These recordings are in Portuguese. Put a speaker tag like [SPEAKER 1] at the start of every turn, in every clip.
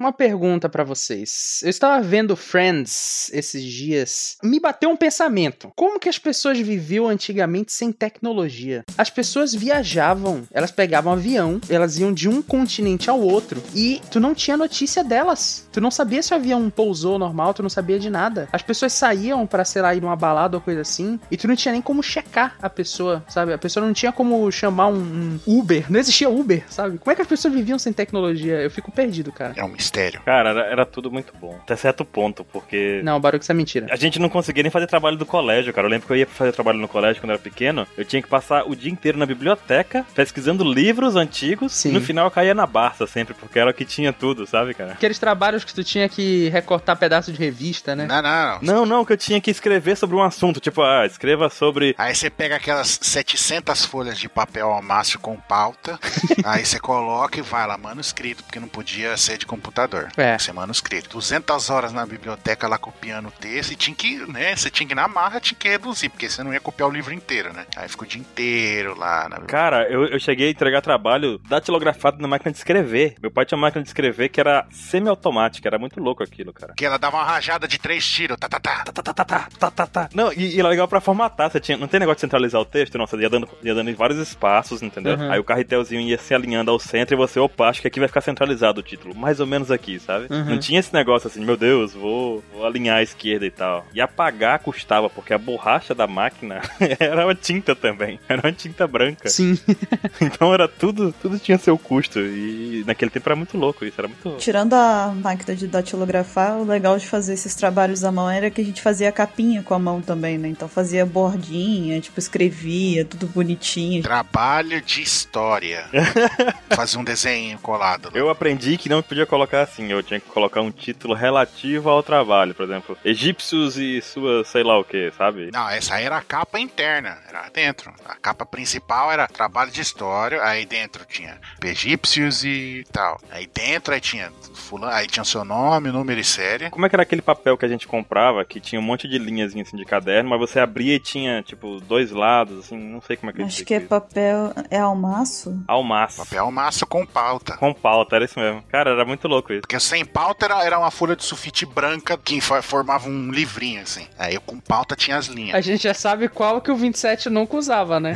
[SPEAKER 1] Uma pergunta pra vocês. Eu estava vendo Friends esses dias. Me bateu um pensamento. Como que as pessoas viviam antigamente sem tecnologia? As pessoas viajavam, elas pegavam avião, elas iam de um continente ao outro e tu não tinha notícia delas. Tu não sabia se o avião pousou normal, tu não sabia de nada. As pessoas saíam pra, sei lá, ir numa balada ou coisa assim e tu não tinha nem como checar a pessoa, sabe? A pessoa não tinha como chamar um, um Uber. Não existia Uber, sabe? Como é que as pessoas viviam sem tecnologia? Eu fico perdido, cara.
[SPEAKER 2] É um mistério.
[SPEAKER 3] Cara, era, era tudo muito bom. Até certo ponto, porque.
[SPEAKER 1] Não, Baruco, isso é mentira.
[SPEAKER 3] A gente não conseguia nem fazer trabalho do colégio, cara. Eu lembro que eu ia fazer trabalho no colégio quando eu era pequeno. Eu tinha que passar o dia inteiro na biblioteca, pesquisando livros antigos.
[SPEAKER 1] Sim.
[SPEAKER 3] E no final eu caía na Barça sempre, porque era o que tinha tudo, sabe, cara?
[SPEAKER 1] Aqueles trabalhos que tu tinha que recortar pedaço de revista, né?
[SPEAKER 2] Não, não.
[SPEAKER 3] Não, não, que eu tinha que escrever sobre um assunto. Tipo, ah, escreva sobre.
[SPEAKER 2] Aí você pega aquelas 700 folhas de papel almácio com pauta, aí você coloca e vai lá, manuscrito, porque não podia ser de
[SPEAKER 1] É.
[SPEAKER 2] computador. Tinha que ser manuscrito. 200 horas na biblioteca lá copiando o texto e tinha que, né, você tinha que ir na marra, tinha que reduzir, porque você não ia copiar o livro inteiro, né? Aí ficou o dia inteiro lá na biblioteca.
[SPEAKER 3] Cara, eu, eu cheguei a entregar trabalho datilografado na máquina de escrever. Meu pai tinha uma máquina de escrever que era semiautomática, era muito louco aquilo, cara.
[SPEAKER 2] Que ela dava uma rajada de três tiros, tá, tá, tá.
[SPEAKER 3] Tá, tá, tá, tá, tá, tá, tá, tá. Não, e, e era legal pra formatar. Você tinha, não tem negócio de centralizar o texto, não. Você ia dando, ia dando em vários espaços, entendeu?
[SPEAKER 1] Uhum.
[SPEAKER 3] Aí o carretelzinho ia se alinhando ao centro e você, opa, acho que aqui vai ficar centralizado o título. Mais ou menos aqui, sabe?
[SPEAKER 1] Uhum.
[SPEAKER 3] Não tinha esse negócio assim, meu Deus, vou, vou alinhar à esquerda e tal. E apagar custava, porque a borracha da máquina era uma tinta também. Era uma tinta branca.
[SPEAKER 1] Sim.
[SPEAKER 3] Então era tudo, tudo tinha seu custo. E naquele tempo era muito louco isso, era muito.
[SPEAKER 4] Tirando a máquina de datilografar, o legal de fazer esses trabalhos à mão era que a gente fazia capinha com a mão também, né? Então fazia bordinha, tipo, escrevia, tudo bonitinho.
[SPEAKER 2] Trabalho de história. Fazia um desenho colado. lá.
[SPEAKER 3] Eu aprendi que não podia colocar assim, eu tinha que colocar um título relativo ao trabalho, por exemplo, egípcios e sua sei lá o que, sabe?
[SPEAKER 2] Não, essa aí era a capa interna, era dentro. A capa principal era trabalho de história, aí dentro tinha egípcios e tal. Aí dentro aí tinha fulano, aí tinha seu nome, número e série.
[SPEAKER 3] Como é que era aquele papel que a gente comprava que tinha um monte de linhas assim, de caderno, mas você abria e tinha, tipo, dois lados, assim, não sei como é que
[SPEAKER 4] Acho
[SPEAKER 3] eles
[SPEAKER 4] que é
[SPEAKER 3] diziam
[SPEAKER 4] papel. É almaço?
[SPEAKER 3] isso. Almaço.
[SPEAKER 2] Papel massa com pauta.
[SPEAKER 3] Com pauta, era isso mesmo. Cara, era muito louco isso.
[SPEAKER 2] Porque sem pauta era, era uma folha de sulfite branca que fo- formava um livrinho, assim. Aí com pauta tinha as linhas.
[SPEAKER 1] A gente já sabe qual que o 27 nunca usava, né?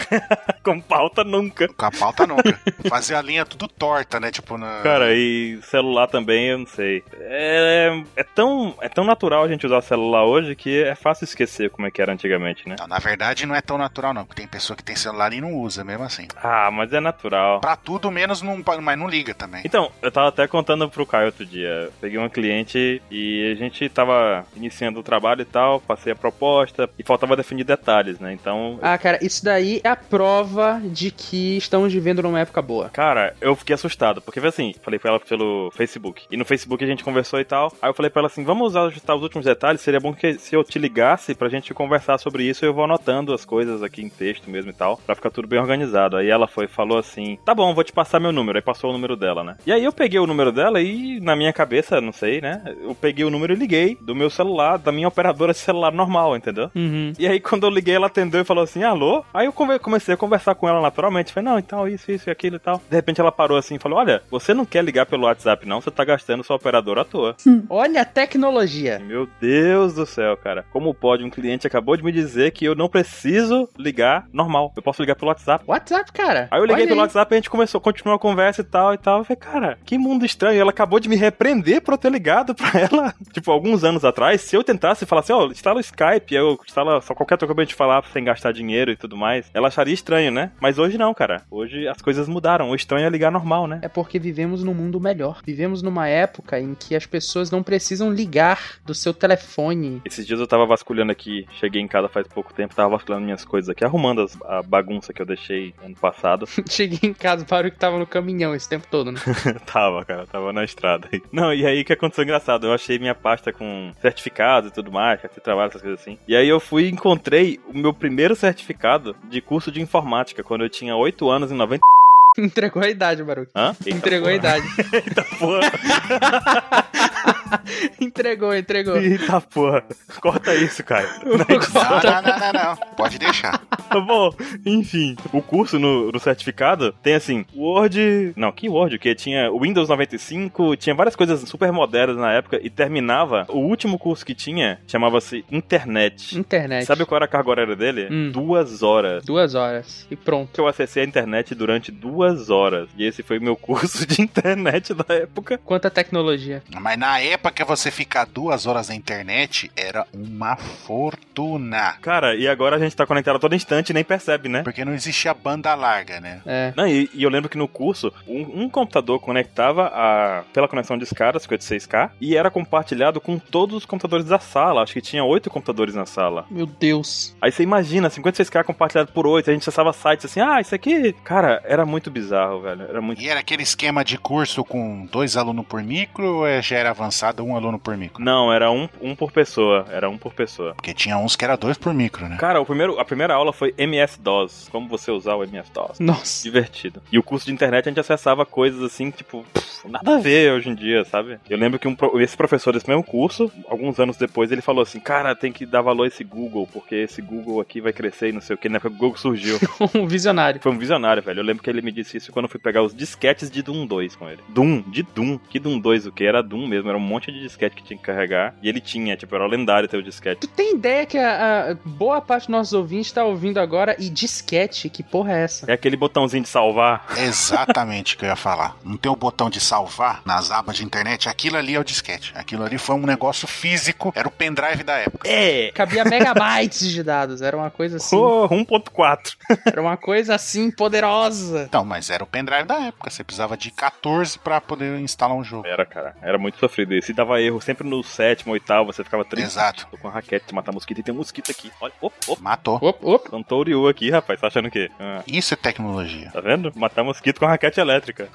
[SPEAKER 3] com pauta nunca.
[SPEAKER 2] Com a pauta nunca. Fazia a linha tudo torta, né? Tipo, na...
[SPEAKER 3] Cara, e celular também, eu não sei. É, é tão, é tão natural a gente usar celular hoje que é fácil esquecer como é que era antigamente, né?
[SPEAKER 2] Não, na verdade não é tão natural, não. Porque tem pessoa que tem celular e não usa mesmo assim.
[SPEAKER 3] Ah, mas é natural.
[SPEAKER 2] Pra tudo, menos não, mas não liga também.
[SPEAKER 3] Então, eu tava até contando pro Caio outro dia. Peguei uma cliente e a gente tava iniciando o trabalho e tal, passei a proposta e faltava definir detalhes, né? Então,
[SPEAKER 1] Ah, cara, isso daí é a prova de que estamos vivendo numa época boa.
[SPEAKER 3] cara, eu fiquei assustado, porque foi assim, falei pra ela pelo Facebook. E no Facebook a gente conversou e tal. Aí eu falei pra ela assim: "Vamos usar ajustar os últimos detalhes, seria bom que se eu te ligasse pra gente conversar sobre isso, eu vou anotando as coisas aqui em texto mesmo e tal, pra ficar tudo bem organizado". Aí ela foi e falou assim: "Tá bom, vou te passar meu número". Aí passou o número dela, né? E aí eu peguei o número dela e na minha cabeça, não sei, né? Eu peguei o número e liguei do meu celular, da minha operadora de celular normal, entendeu?
[SPEAKER 1] Uhum.
[SPEAKER 3] E aí, quando eu liguei, ela atendeu e falou assim: alô? Aí eu come- comecei a conversar com ela naturalmente. Falei, não, então isso, isso e aquilo e tal. De repente, ela parou assim e falou: olha, você não quer ligar pelo WhatsApp, não? Você tá gastando sua operadora à toa.
[SPEAKER 1] Olha a tecnologia.
[SPEAKER 3] Meu Deus do céu, cara. Como pode? Um cliente acabou de me dizer que eu não preciso ligar normal. Eu posso ligar pelo WhatsApp.
[SPEAKER 1] WhatsApp, cara.
[SPEAKER 3] Aí eu liguei
[SPEAKER 1] Olha
[SPEAKER 3] pelo
[SPEAKER 1] aí.
[SPEAKER 3] WhatsApp e a gente começou, continuou a conversa e tal e tal. Eu falei, cara, que mundo estranho. Ela acabou de me repreender por eu ter ligado pra ela, tipo, alguns anos atrás. Se eu tentasse falar assim, ó, instala o Skype, eu instala só qualquer troca pra gente falar sem gastar dinheiro e tudo mais, ela acharia estranho, né? Mas hoje não, cara. Hoje as coisas mudaram. O estranho é ligar normal, né?
[SPEAKER 1] É porque vivemos num mundo melhor. Vivemos numa época em que as pessoas não precisam ligar do seu telefone.
[SPEAKER 3] Esses dias eu tava vasculhando aqui, cheguei em casa faz pouco tempo, tava vasculhando minhas coisas aqui, arrumando as- a bagunça que eu deixei ano passado.
[SPEAKER 1] Cheguei em casa, parou que tava no caminhão esse tempo todo, né?
[SPEAKER 3] Tava, cara, tava na estrada. Não, e aí o que aconteceu engraçado? Eu achei minha pasta com certificados e tudo mais, carteira de trabalho, essas coisas assim. E aí eu fui e encontrei o meu primeiro certificado de curso de informática, quando eu tinha 8 anos e 90.
[SPEAKER 1] Entregou a idade, Baruque.
[SPEAKER 3] Hã?
[SPEAKER 1] Entregou a idade.
[SPEAKER 3] Eita porra.
[SPEAKER 1] entregou, entregou.
[SPEAKER 3] Eita porra. Corta isso, cara.
[SPEAKER 2] Não, não, não, não, não. Pode deixar.
[SPEAKER 3] Tá Bom, enfim, o curso no, no certificado tem assim, Word. Não, que Word? O que? Tinha o Windows 95, tinha várias coisas super modernas na época e terminava. O último curso que tinha chamava-se Internet.
[SPEAKER 1] Internet.
[SPEAKER 3] Sabe qual era a carga horária dele?
[SPEAKER 1] Hum.
[SPEAKER 3] Duas horas.
[SPEAKER 1] Duas horas. E pronto.
[SPEAKER 3] Eu acessei a internet durante duas horas. E esse foi o meu curso de internet da época.
[SPEAKER 1] Quanta tecnologia.
[SPEAKER 2] Mas na época você ficar duas horas na internet era uma fortuna.
[SPEAKER 3] Cara, e agora a gente tá conectado a todo instante e nem percebe, né?
[SPEAKER 2] Porque não existia banda larga, né?
[SPEAKER 1] É.
[SPEAKER 3] Não, e, e eu lembro que no curso, um, um computador conectava a, pela conexão de escada, 56K, e era compartilhado com todos os computadores da sala. Acho que tinha oito computadores na sala.
[SPEAKER 1] Meu Deus.
[SPEAKER 3] Aí você imagina, 56K compartilhado por oito, a gente acessava sites assim, ah, isso aqui... Cara, era muito bizarro, velho. Era muito...
[SPEAKER 2] E era aquele esquema de curso com dois alunos por micro ou é- já era avançado um aluno por micro?
[SPEAKER 3] Não, era um, um por pessoa. Era um por pessoa.
[SPEAKER 2] Porque tinha uns que era dois por micro, né?
[SPEAKER 3] Cara, o primeiro, a primeira aula foi MS-DOS. Como você usar o MS-DOS.
[SPEAKER 1] Nossa.
[SPEAKER 3] divertido. E o curso de internet a gente acessava coisas assim, tipo, pff, nada a ver hoje em dia, sabe? Eu lembro que um pro- esse professor desse mesmo curso, alguns anos depois, ele falou assim: Cara, tem que dar valor a esse Google, porque esse Google aqui vai crescer e não sei o que. Na época que o Google surgiu.
[SPEAKER 1] Um visionário.
[SPEAKER 3] Foi um visionário, velho. Eu lembro que ele me disse isso quando eu fui pegar os disquetes de Doom 2 com ele. Doom, de Doom. Que Doom 2 o que? Era Doom mesmo, era um monte de disquete que tinha que carregar. E ele tinha, tipo, era lendário ter o disquete.
[SPEAKER 1] Tu tem ideia que a, a boa parte dos nossos ouvintes tá ouvindo agora e disquete? Que porra é essa?
[SPEAKER 3] É aquele botãozinho de salvar.
[SPEAKER 2] É Exatamente o que eu ia falar. Não tem o botão de salvar nas abas de internet? Aquilo ali é o disquete. Aquilo ali foi um negócio físico, era o pendrive da época.
[SPEAKER 3] É!
[SPEAKER 1] Cabia megabytes de dados. Era uma coisa assim.
[SPEAKER 3] Oh, 1.4.
[SPEAKER 1] Era uma coisa assim poderosa.
[SPEAKER 2] Então, mas era o pendrive da época. Você precisava de 14 pra poder instalar um jogo.
[SPEAKER 3] Era, cara. Era muito sofrido isso. E dava erro sempre no sétimo, oitavo, você ficava triste.
[SPEAKER 2] Exato.
[SPEAKER 3] Tô com a raquete de matar mosquito e tem um mosquito aqui. Olha, op, op.
[SPEAKER 2] Matou.
[SPEAKER 1] Op, op.
[SPEAKER 3] Cantoriu aqui, rapaz. Tá achando o quê? Ah,
[SPEAKER 2] Isso é tecnologia.
[SPEAKER 3] tá vendo? Matar mosquito com raquete elétrica.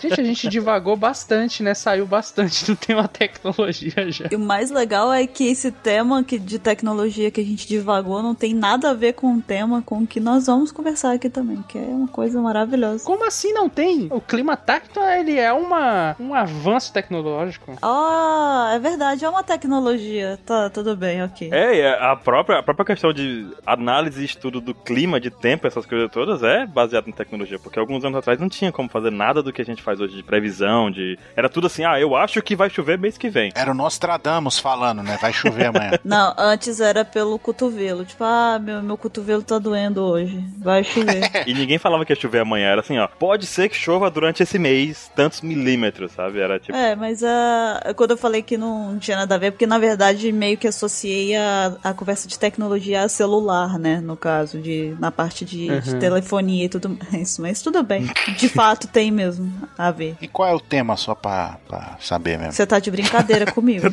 [SPEAKER 1] Gente, a gente divagou bastante, né? Saiu bastante do tema tecnologia já.
[SPEAKER 4] E o mais legal é que esse tema que- de tecnologia que a gente divagou não tem nada a ver com o tema com o que nós vamos conversar aqui também, que é uma coisa maravilhosa.
[SPEAKER 1] Como assim não tem? O clima tacto, ele é uma, um avanço tecnológico.
[SPEAKER 4] Ah, é verdade, é uma tecnologia. Tá, tudo bem, ok.
[SPEAKER 3] É, e a própria, a própria questão de análise e estudo do clima, de tempo, essas coisas todas, é baseado em tecnologia. Porque alguns anos atrás não tinha como fazer nada do que a gente faz hoje de previsão, de. Era tudo assim, ah, eu acho que vai chover mês que vem.
[SPEAKER 2] Era o Nostradamus falando, né? Vai chover amanhã.
[SPEAKER 4] Não, antes era pelo cotovelo. Tipo, ah, meu, meu cotovelo tá doendo hoje. Vai chover.
[SPEAKER 3] E ninguém falava que ia chover amanhã. Era assim, ó. Pode ser que chova durante esse mês, tantos milímetros, sabe? Era tipo.
[SPEAKER 4] É, mas ah, quando eu falei que não tinha nada a ver, porque na verdade meio que associei a, a conversa de tecnologia a celular, né? No caso, de, na parte de, de
[SPEAKER 1] Uhum.
[SPEAKER 4] telefonia e tudo mais. Mas tudo bem. De fato tem mesmo a ver.
[SPEAKER 2] E qual é o tema, só pra, pra saber mesmo?
[SPEAKER 4] Você tá de brincadeira comigo.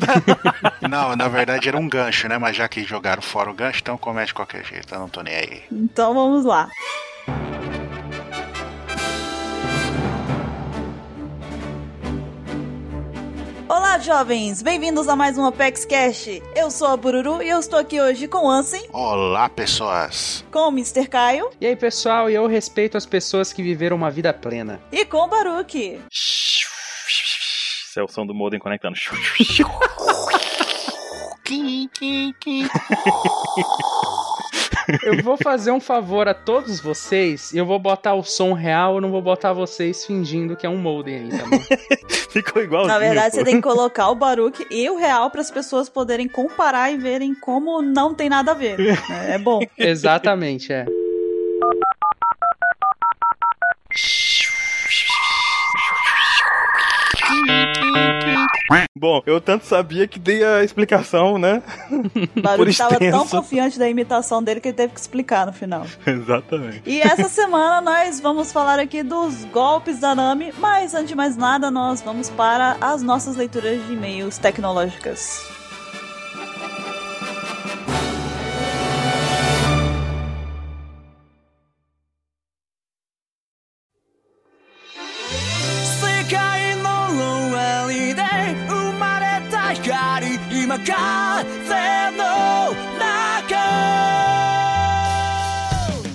[SPEAKER 2] Não, na verdade era um gancho, né? Mas já que jogaram fora o gancho, então comece de qualquer jeito. Eu não tô nem aí.
[SPEAKER 4] Então vamos lá. Olá, jovens! Bem-vindos a mais um Apex Cash. Eu sou a Bururu e eu estou aqui hoje com o Ansem,
[SPEAKER 2] Olá, pessoas.
[SPEAKER 4] com o Mr. Caio
[SPEAKER 1] E aí, pessoal, eu respeito as pessoas que viveram uma vida plena.
[SPEAKER 4] e com o Baruque.
[SPEAKER 3] Esse é o som do modem conectando.
[SPEAKER 2] Quim, quim, quim.
[SPEAKER 1] Eu vou fazer um favor a todos vocês e eu vou botar o som real, eu não vou botar vocês fingindo que é um modem aí, tá bom?
[SPEAKER 3] Ficou igualzinho.
[SPEAKER 4] Na verdade,
[SPEAKER 3] pô.
[SPEAKER 4] você tem que colocar o Baruque e o real para as pessoas poderem comparar e verem como não tem nada a ver. É bom.
[SPEAKER 1] Exatamente, é.
[SPEAKER 3] Bom, eu tanto sabia que dei a explicação, né?
[SPEAKER 4] O Baruque estava tão
[SPEAKER 3] extenso.
[SPEAKER 4] confiante da imitação dele que ele teve que explicar no final.
[SPEAKER 3] Exatamente.
[SPEAKER 4] E essa semana nós vamos falar aqui dos golpes da Nami, mas antes de mais nada, nós vamos para as nossas leituras de e-mails tecnológicas.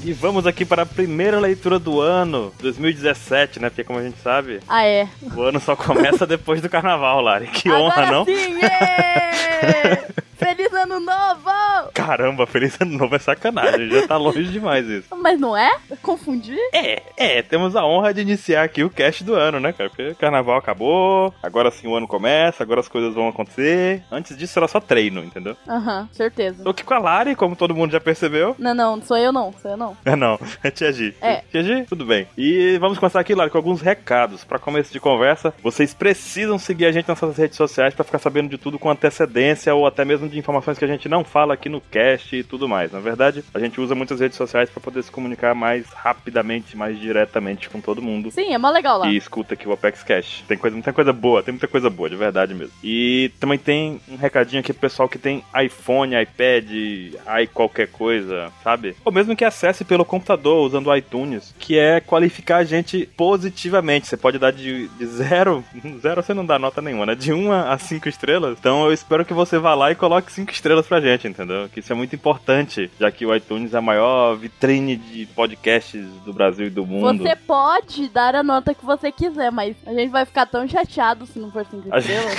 [SPEAKER 3] E vamos aqui para a primeira leitura do ano, 2017, né? Porque como a gente sabe,
[SPEAKER 5] Ah, é.
[SPEAKER 3] o ano só começa depois do carnaval, Lari. Que honra,
[SPEAKER 5] Agora
[SPEAKER 3] não?
[SPEAKER 5] sim! ê! Feliz ano novo!
[SPEAKER 3] Caramba, feliz ano novo é sacanagem, já tá longe demais isso.
[SPEAKER 5] Mas não é? Confundi?
[SPEAKER 3] É, é, temos a honra de iniciar aqui o cast do ano, né, cara? Porque carnaval acabou, agora sim o ano começa, agora as coisas vão acontecer. Antes disso era só treino, entendeu?
[SPEAKER 5] Aham, certeza.
[SPEAKER 3] Tô aqui com a Lari, como todo mundo já percebeu.
[SPEAKER 5] Não, não, sou eu não, sou eu não.
[SPEAKER 3] Ah, não, é Tia G.
[SPEAKER 5] É.
[SPEAKER 3] Tia G, tudo bem. E vamos começar aqui, Lari, com alguns recados. Pra começo de conversa, vocês precisam seguir a gente nas nossas redes sociais pra ficar sabendo de tudo com antecedência ou até mesmo de informações que a gente não fala aqui no cast e tudo mais. Na verdade, a gente usa muitas redes sociais pra poder se comunicar mais rapidamente, mais diretamente com todo mundo.
[SPEAKER 5] Sim, é mó legal lá.
[SPEAKER 3] E escuta aqui o Apex Cash. Tem coisa, muita coisa boa, tem muita coisa boa, de verdade mesmo. E também tem um recadinho aqui pro pessoal que tem iPhone, iPad, i qualquer coisa, sabe? Ou mesmo que acesse pelo computador usando o iTunes, que é qualificar a gente positivamente. Você pode dar de, de zero, zero você não dá nota nenhuma, né? De uma a cinco estrelas. Então eu espero que você vá lá e coloque cinco estrelas pra gente, entendeu? Que isso é muito importante, já que o iTunes é a maior vitrine de podcasts do Brasil e do mundo.
[SPEAKER 5] Você pode dar a nota que você quiser, mas a gente vai ficar tão chateado se não for 5
[SPEAKER 3] A
[SPEAKER 5] estrelas.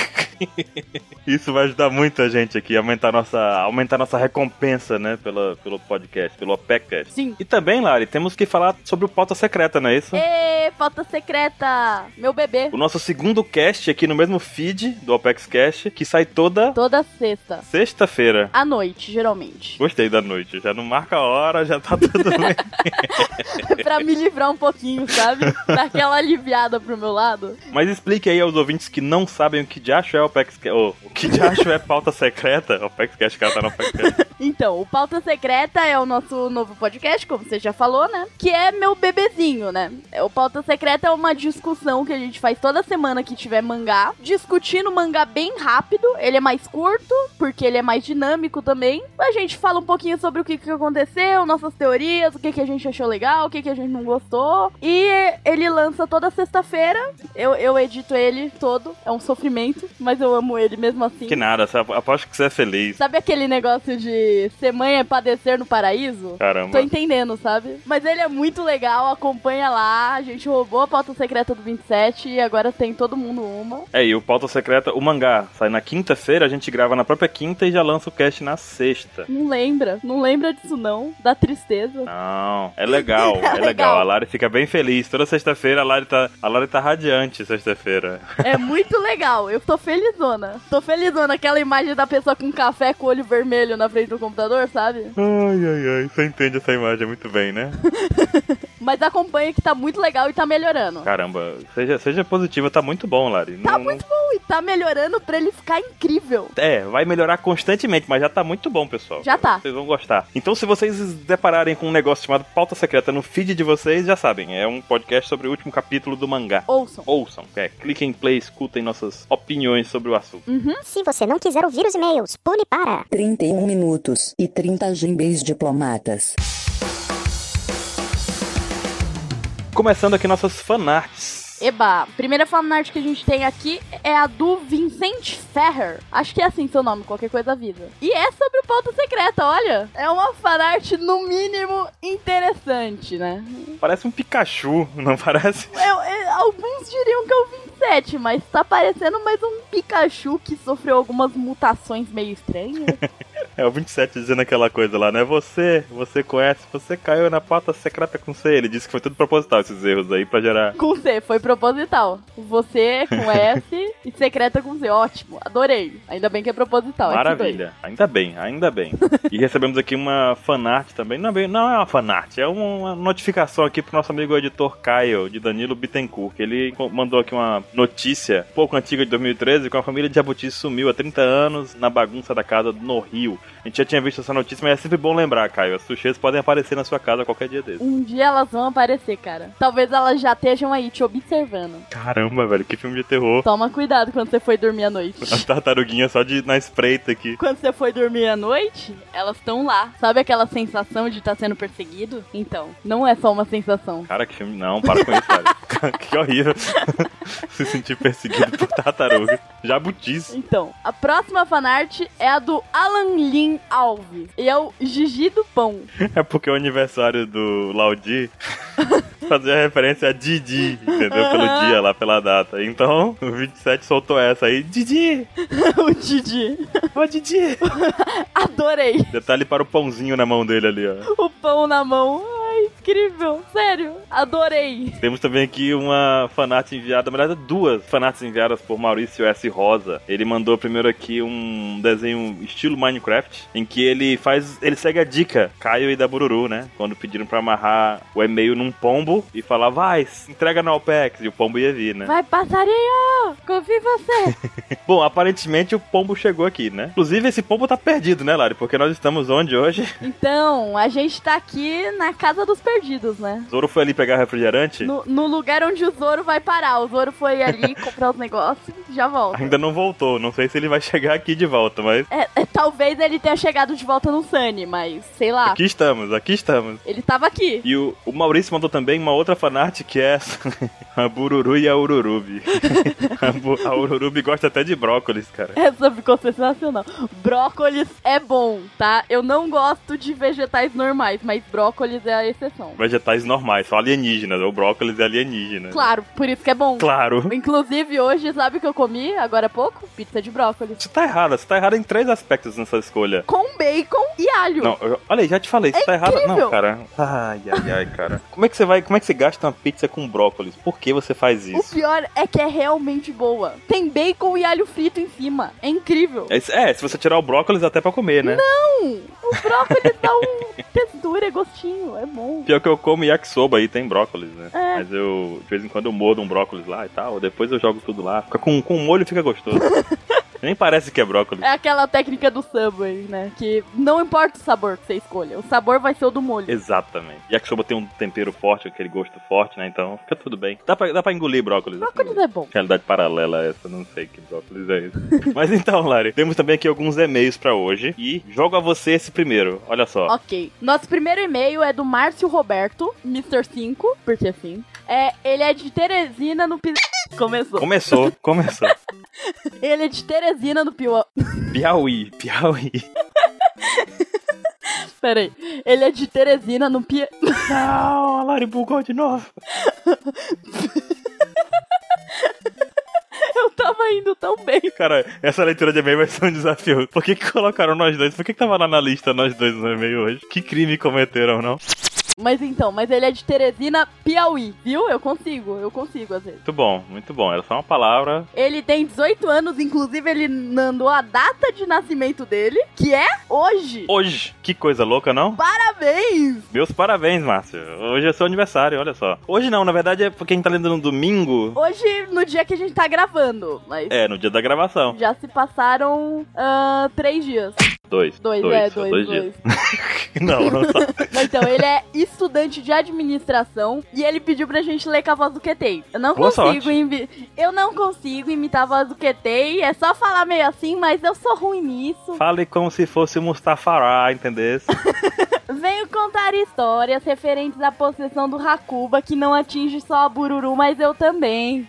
[SPEAKER 3] Isso vai ajudar muito a gente aqui, aumentar nossa, aumentar nossa recompensa, né, pela, pelo podcast, pelo OPECast.
[SPEAKER 5] Sim.
[SPEAKER 3] E também, Lari, temos que falar sobre o Pauta Secreta, não é isso?
[SPEAKER 5] Ê, falta secreta! Meu bebê,
[SPEAKER 3] O nosso segundo cast aqui no mesmo feed do Apex Cast, que sai toda
[SPEAKER 5] toda sexta,
[SPEAKER 3] sexta-feira.
[SPEAKER 5] à noite, geralmente.
[SPEAKER 3] Gostei da noite, já não marca a hora, já tá tudo bem.
[SPEAKER 5] pra me livrar um pouquinho, sabe? Daquela aliviada pro meu lado.
[SPEAKER 3] Mas explique aí aos ouvintes que não sabem o que de acho é Opex ou o que de acho é pauta secreta. Opex Cast, o cara tá no Opex Cast.
[SPEAKER 5] Então, o Pauta Secreta é o nosso novo podcast, como você já falou, né? Que é meu bebezinho, né? É, O Pauta Secreta é uma discussão que a gente faz toda semana que tiver mangá, discutindo mangá bem rápido. Ele é mais curto, porque ele é mais dinâmico também. A gente fala um pouquinho sobre o que, que aconteceu, nossas teorias, o que, que a gente achou legal, o que, que a gente não gostou. E ele lança toda sexta-feira. Eu, eu edito ele todo. É um sofrimento, mas eu amo ele mesmo assim.
[SPEAKER 3] Que nada, sabe? aposto que você é feliz.
[SPEAKER 5] Sabe aquele negócio de ser mãe é padecer no paraíso? Tô
[SPEAKER 3] Caramba.
[SPEAKER 5] entendendo, sabe? Mas ele é muito legal, acompanha lá. A gente roubou a pauta secreta do 27 e agora tem todo mundo uma.
[SPEAKER 3] É, e o Pauta Secreta, o mangá, sai na quinta-feira, a gente grava na própria quinta e já lança o cast na sexta.
[SPEAKER 5] Não lembra, não lembra disso não, dá tristeza.
[SPEAKER 3] Não, é legal, é legal.
[SPEAKER 5] Legal.
[SPEAKER 3] A Lari fica bem feliz. Toda sexta-feira a Lari tá, a Lari tá radiante sexta-feira.
[SPEAKER 5] É muito legal, eu tô felizona. Tô felizona, aquela imagem da pessoa com café com o olho vermelho na frente do computador, sabe?
[SPEAKER 3] Ai, ai, ai, você entende essa imagem muito bem, né?
[SPEAKER 5] Mas acompanha que tá muito legal e tá melhorando.
[SPEAKER 3] Caramba, seja, seja positiva, tá muito bom, Lari.
[SPEAKER 5] Tá
[SPEAKER 3] Não-
[SPEAKER 5] muito bom e tá melhorando pra ele ficar incrível.
[SPEAKER 3] É, vai melhorar constantemente, mas já tá muito bom, pessoal.
[SPEAKER 5] Já tá.
[SPEAKER 3] Vocês vão gostar. Então, se vocês se depararem com um negócio chamado Pauta Secreta no feed de vocês, já sabem, é um podcast sobre o último capítulo do mangá.
[SPEAKER 5] Ouçam.
[SPEAKER 3] Ouçam, é, cliquem em play, escutem nossas opiniões sobre o assunto.
[SPEAKER 6] Se você não quiser ouvir os e-mails, pule para
[SPEAKER 7] 31 minutos e 30 jimbês diplomatas.
[SPEAKER 3] Começando aqui nossas fanarts.
[SPEAKER 5] Eba, primeira fanart que a gente tem aqui é a do Vincent Ferrer. Acho que é assim seu nome, qualquer coisa avisa. E é sobre o Pauta Secreta, olha. É uma fanart, no mínimo, interessante, né?
[SPEAKER 3] Parece um Pikachu, não parece?
[SPEAKER 5] Eu- eu- alguns diriam que é o 27, mas tá parecendo mais um Pikachu que sofreu algumas mutações meio estranhas.
[SPEAKER 3] É o 27 dizendo aquela coisa lá, né? Você, você conhece, você caiu na pauta secreta com C. Ele disse que foi tudo proposital esses erros aí pra gerar.
[SPEAKER 5] com C, foi proposital. Você com S e secreta com Z. Ótimo, adorei. Ainda bem que é proposital. esses dois.
[SPEAKER 3] Maravilha. Ainda bem, ainda bem. e recebemos aqui uma fanart também. Não é, bem- não é uma fanart, é uma notificação aqui pro nosso amigo editor Caio, de Danilo Bittencourt. que Ele co- mandou aqui uma notícia pouco antiga de 2013, com a família de Jabuti sumiu há 30 anos na bagunça da casa no Rio. A gente já tinha visto essa notícia, mas é sempre bom lembrar, Caio. As sushis podem aparecer na sua casa qualquer dia desses.
[SPEAKER 5] Um dia elas vão aparecer, cara. Talvez elas já estejam aí te observando.
[SPEAKER 3] Caramba, velho, que filme de terror.
[SPEAKER 5] Toma cuidado quando você foi dormir à noite.
[SPEAKER 3] As tartaruguinhas só de na espreita aqui.
[SPEAKER 5] Quando você foi dormir à noite, elas estão lá. Sabe aquela sensação de estar sendo perseguido? Então, não é só uma sensação.
[SPEAKER 3] Cara, que filme. Não, para com isso, cara. que horrível. Se sentir perseguido por tartaruga. Jabutis.
[SPEAKER 5] Então, a próxima fanart é a do Alan Gugin Alves. E é o Gigi do Pão.
[SPEAKER 3] É porque o aniversário do Laudi fazia referência a Didi, entendeu? Pelo dia lá, pela data. Então, o 27 soltou essa aí. Didi!
[SPEAKER 5] o Didi.
[SPEAKER 3] Ó, Didi!
[SPEAKER 5] Adorei.
[SPEAKER 3] Detalhe para o pãozinho na mão dele ali, ó.
[SPEAKER 5] O pão na mão. Ai, incrível. Sério, adorei.
[SPEAKER 3] Temos também aqui uma fanart enviada, na verdade, duas fanarts enviadas por Maurício S. Rosa. Ele mandou primeiro aqui um desenho estilo Minecraft, em que ele faz. ele segue a dica, Caio e da Bururu, né? Quando pediram pra amarrar o e-mail num pombo e falar, vai, se entrega no Alpex, e o pombo ia vir, né?
[SPEAKER 5] Vai, passarinho! Confio em você!
[SPEAKER 3] Bom, aparentemente o pombo chegou aqui, né? Inclusive, esse pombo tá perdido, né, Lari? Porque nós estamos onde hoje?
[SPEAKER 5] Então, a gente tá aqui na casa dos perdidos, né?
[SPEAKER 3] O Zoro foi ali pegar refrigerante?
[SPEAKER 5] No, no lugar onde o Zoro vai parar. O Zoro foi ali comprar os negócios já volta.
[SPEAKER 3] Ainda não voltou, não sei se ele vai chegar aqui de volta, mas
[SPEAKER 5] É, é, talvez ele tenha chegado de volta no Sunny, mas sei lá.
[SPEAKER 3] aqui estamos, aqui estamos.
[SPEAKER 5] Ele tava aqui.
[SPEAKER 3] E o, o Maurício mandou também uma outra fanart que é a Bururu e a Ururubi. a, bu- a Ururubi gosta até de brócolis, cara.
[SPEAKER 5] Essa ficou sensacional. Brócolis é bom, tá? Eu não gosto de vegetais normais, mas brócolis é a exceção.
[SPEAKER 3] Vegetais normais, são alienígenas. O brócolis é alienígena.
[SPEAKER 5] Claro, por isso que é bom.
[SPEAKER 3] Claro.
[SPEAKER 5] Inclusive, hoje, sabe o que eu comi agora há pouco? Pizza de brócolis.
[SPEAKER 3] Você tá errada, você tá errada em três aspectos nessa escolha.
[SPEAKER 5] Com bacon e alho.
[SPEAKER 3] Não, eu- olha aí, já te falei, você
[SPEAKER 5] É
[SPEAKER 3] tá errada. Não,
[SPEAKER 5] incrível.
[SPEAKER 3] cara. Ai, ai, ai, cara. Como é que você vai. Como é que você gasta uma pizza com brócolis? Por que você faz
[SPEAKER 5] O
[SPEAKER 3] isso?
[SPEAKER 5] pior é que é realmente boa. Tem bacon e alho frito em cima. É incrível.
[SPEAKER 3] É, é, se você tirar o brócolis até pra comer, né?
[SPEAKER 5] Hum, o brócolis dá um textura, gostinho. É bom.
[SPEAKER 3] Pior que eu como yakisoba aí, tem brócolis, né?
[SPEAKER 5] É.
[SPEAKER 3] Mas eu, de vez em quando, eu mordo um brócolis lá e tal, depois eu jogo tudo lá. Fica com, com molho fica gostoso. Nem parece que é brócolis.
[SPEAKER 5] É aquela técnica do Subway, né? Que não importa o sabor que você escolha, o sabor vai ser o do molho.
[SPEAKER 3] Exatamente. Yakisoba tem um tempero forte, aquele gosto forte, né? Então fica tudo bem. Dá pra, dá pra engolir brócolis. assim.
[SPEAKER 5] Brócolis é bom.
[SPEAKER 3] Realidade paralela essa, não sei que brócolis é isso. Mas então, Lari, temos também aqui alguns e-mails pra hoje. E jogo a você esse primeiro, olha só.
[SPEAKER 5] Ok. Nosso primeiro e-mail é do Márcio Roberto, Mr. 5, porque assim. É, ele é de Teresina no Pi... Começou.
[SPEAKER 3] Começou, começou.
[SPEAKER 5] Ele é de Teresina no Piauí.
[SPEAKER 3] Piauí, Piauí.
[SPEAKER 5] Peraí. Ele é de Teresina no Pia...
[SPEAKER 3] Não, a Lari bugou de novo.
[SPEAKER 5] Eu tava indo tão bem.
[SPEAKER 3] Cara, essa leitura de e-mail vai ser um desafio. Por que, que colocaram nós dois? Por que, que tava lá na lista nós dois no e-mail hoje? Que crime cometeram, não? Muito
[SPEAKER 5] Mas então, mas ele é de Teresina, Piauí, viu? Eu consigo, eu consigo às vezes.
[SPEAKER 3] bom, muito bom. Era só uma palavra.
[SPEAKER 5] Ele tem 18 anos, inclusive ele mandou a data de nascimento dele, que é hoje.
[SPEAKER 3] Hoje. Que coisa louca, não?
[SPEAKER 5] Parabéns!
[SPEAKER 3] Meus parabéns, Márcio. Hoje é seu aniversário, olha só. Hoje não, na verdade é porque a gente tá lendo no domingo.
[SPEAKER 5] Hoje, no dia que a gente tá gravando, mas
[SPEAKER 3] É, no dia da gravação.
[SPEAKER 5] já se passaram ah, três dias.
[SPEAKER 3] Dois.
[SPEAKER 5] Dois, é,
[SPEAKER 3] só
[SPEAKER 5] dois, dois.
[SPEAKER 3] dias. Não, não só.
[SPEAKER 5] Mas então, ele é estudante de administração e ele pediu pra gente ler com a voz do Ketei. Eu não
[SPEAKER 3] Boa
[SPEAKER 5] consigo
[SPEAKER 3] sorte.
[SPEAKER 5] imitar. Eu não consigo imitar a voz do Ketei. É só falar meio assim, mas eu sou ruim nisso.
[SPEAKER 3] Fale como se fosse o Mustafará, entendeu?
[SPEAKER 5] Venho contar histórias referentes à possessão do Hakuba, que não atinge só a Bururu, mas eu também.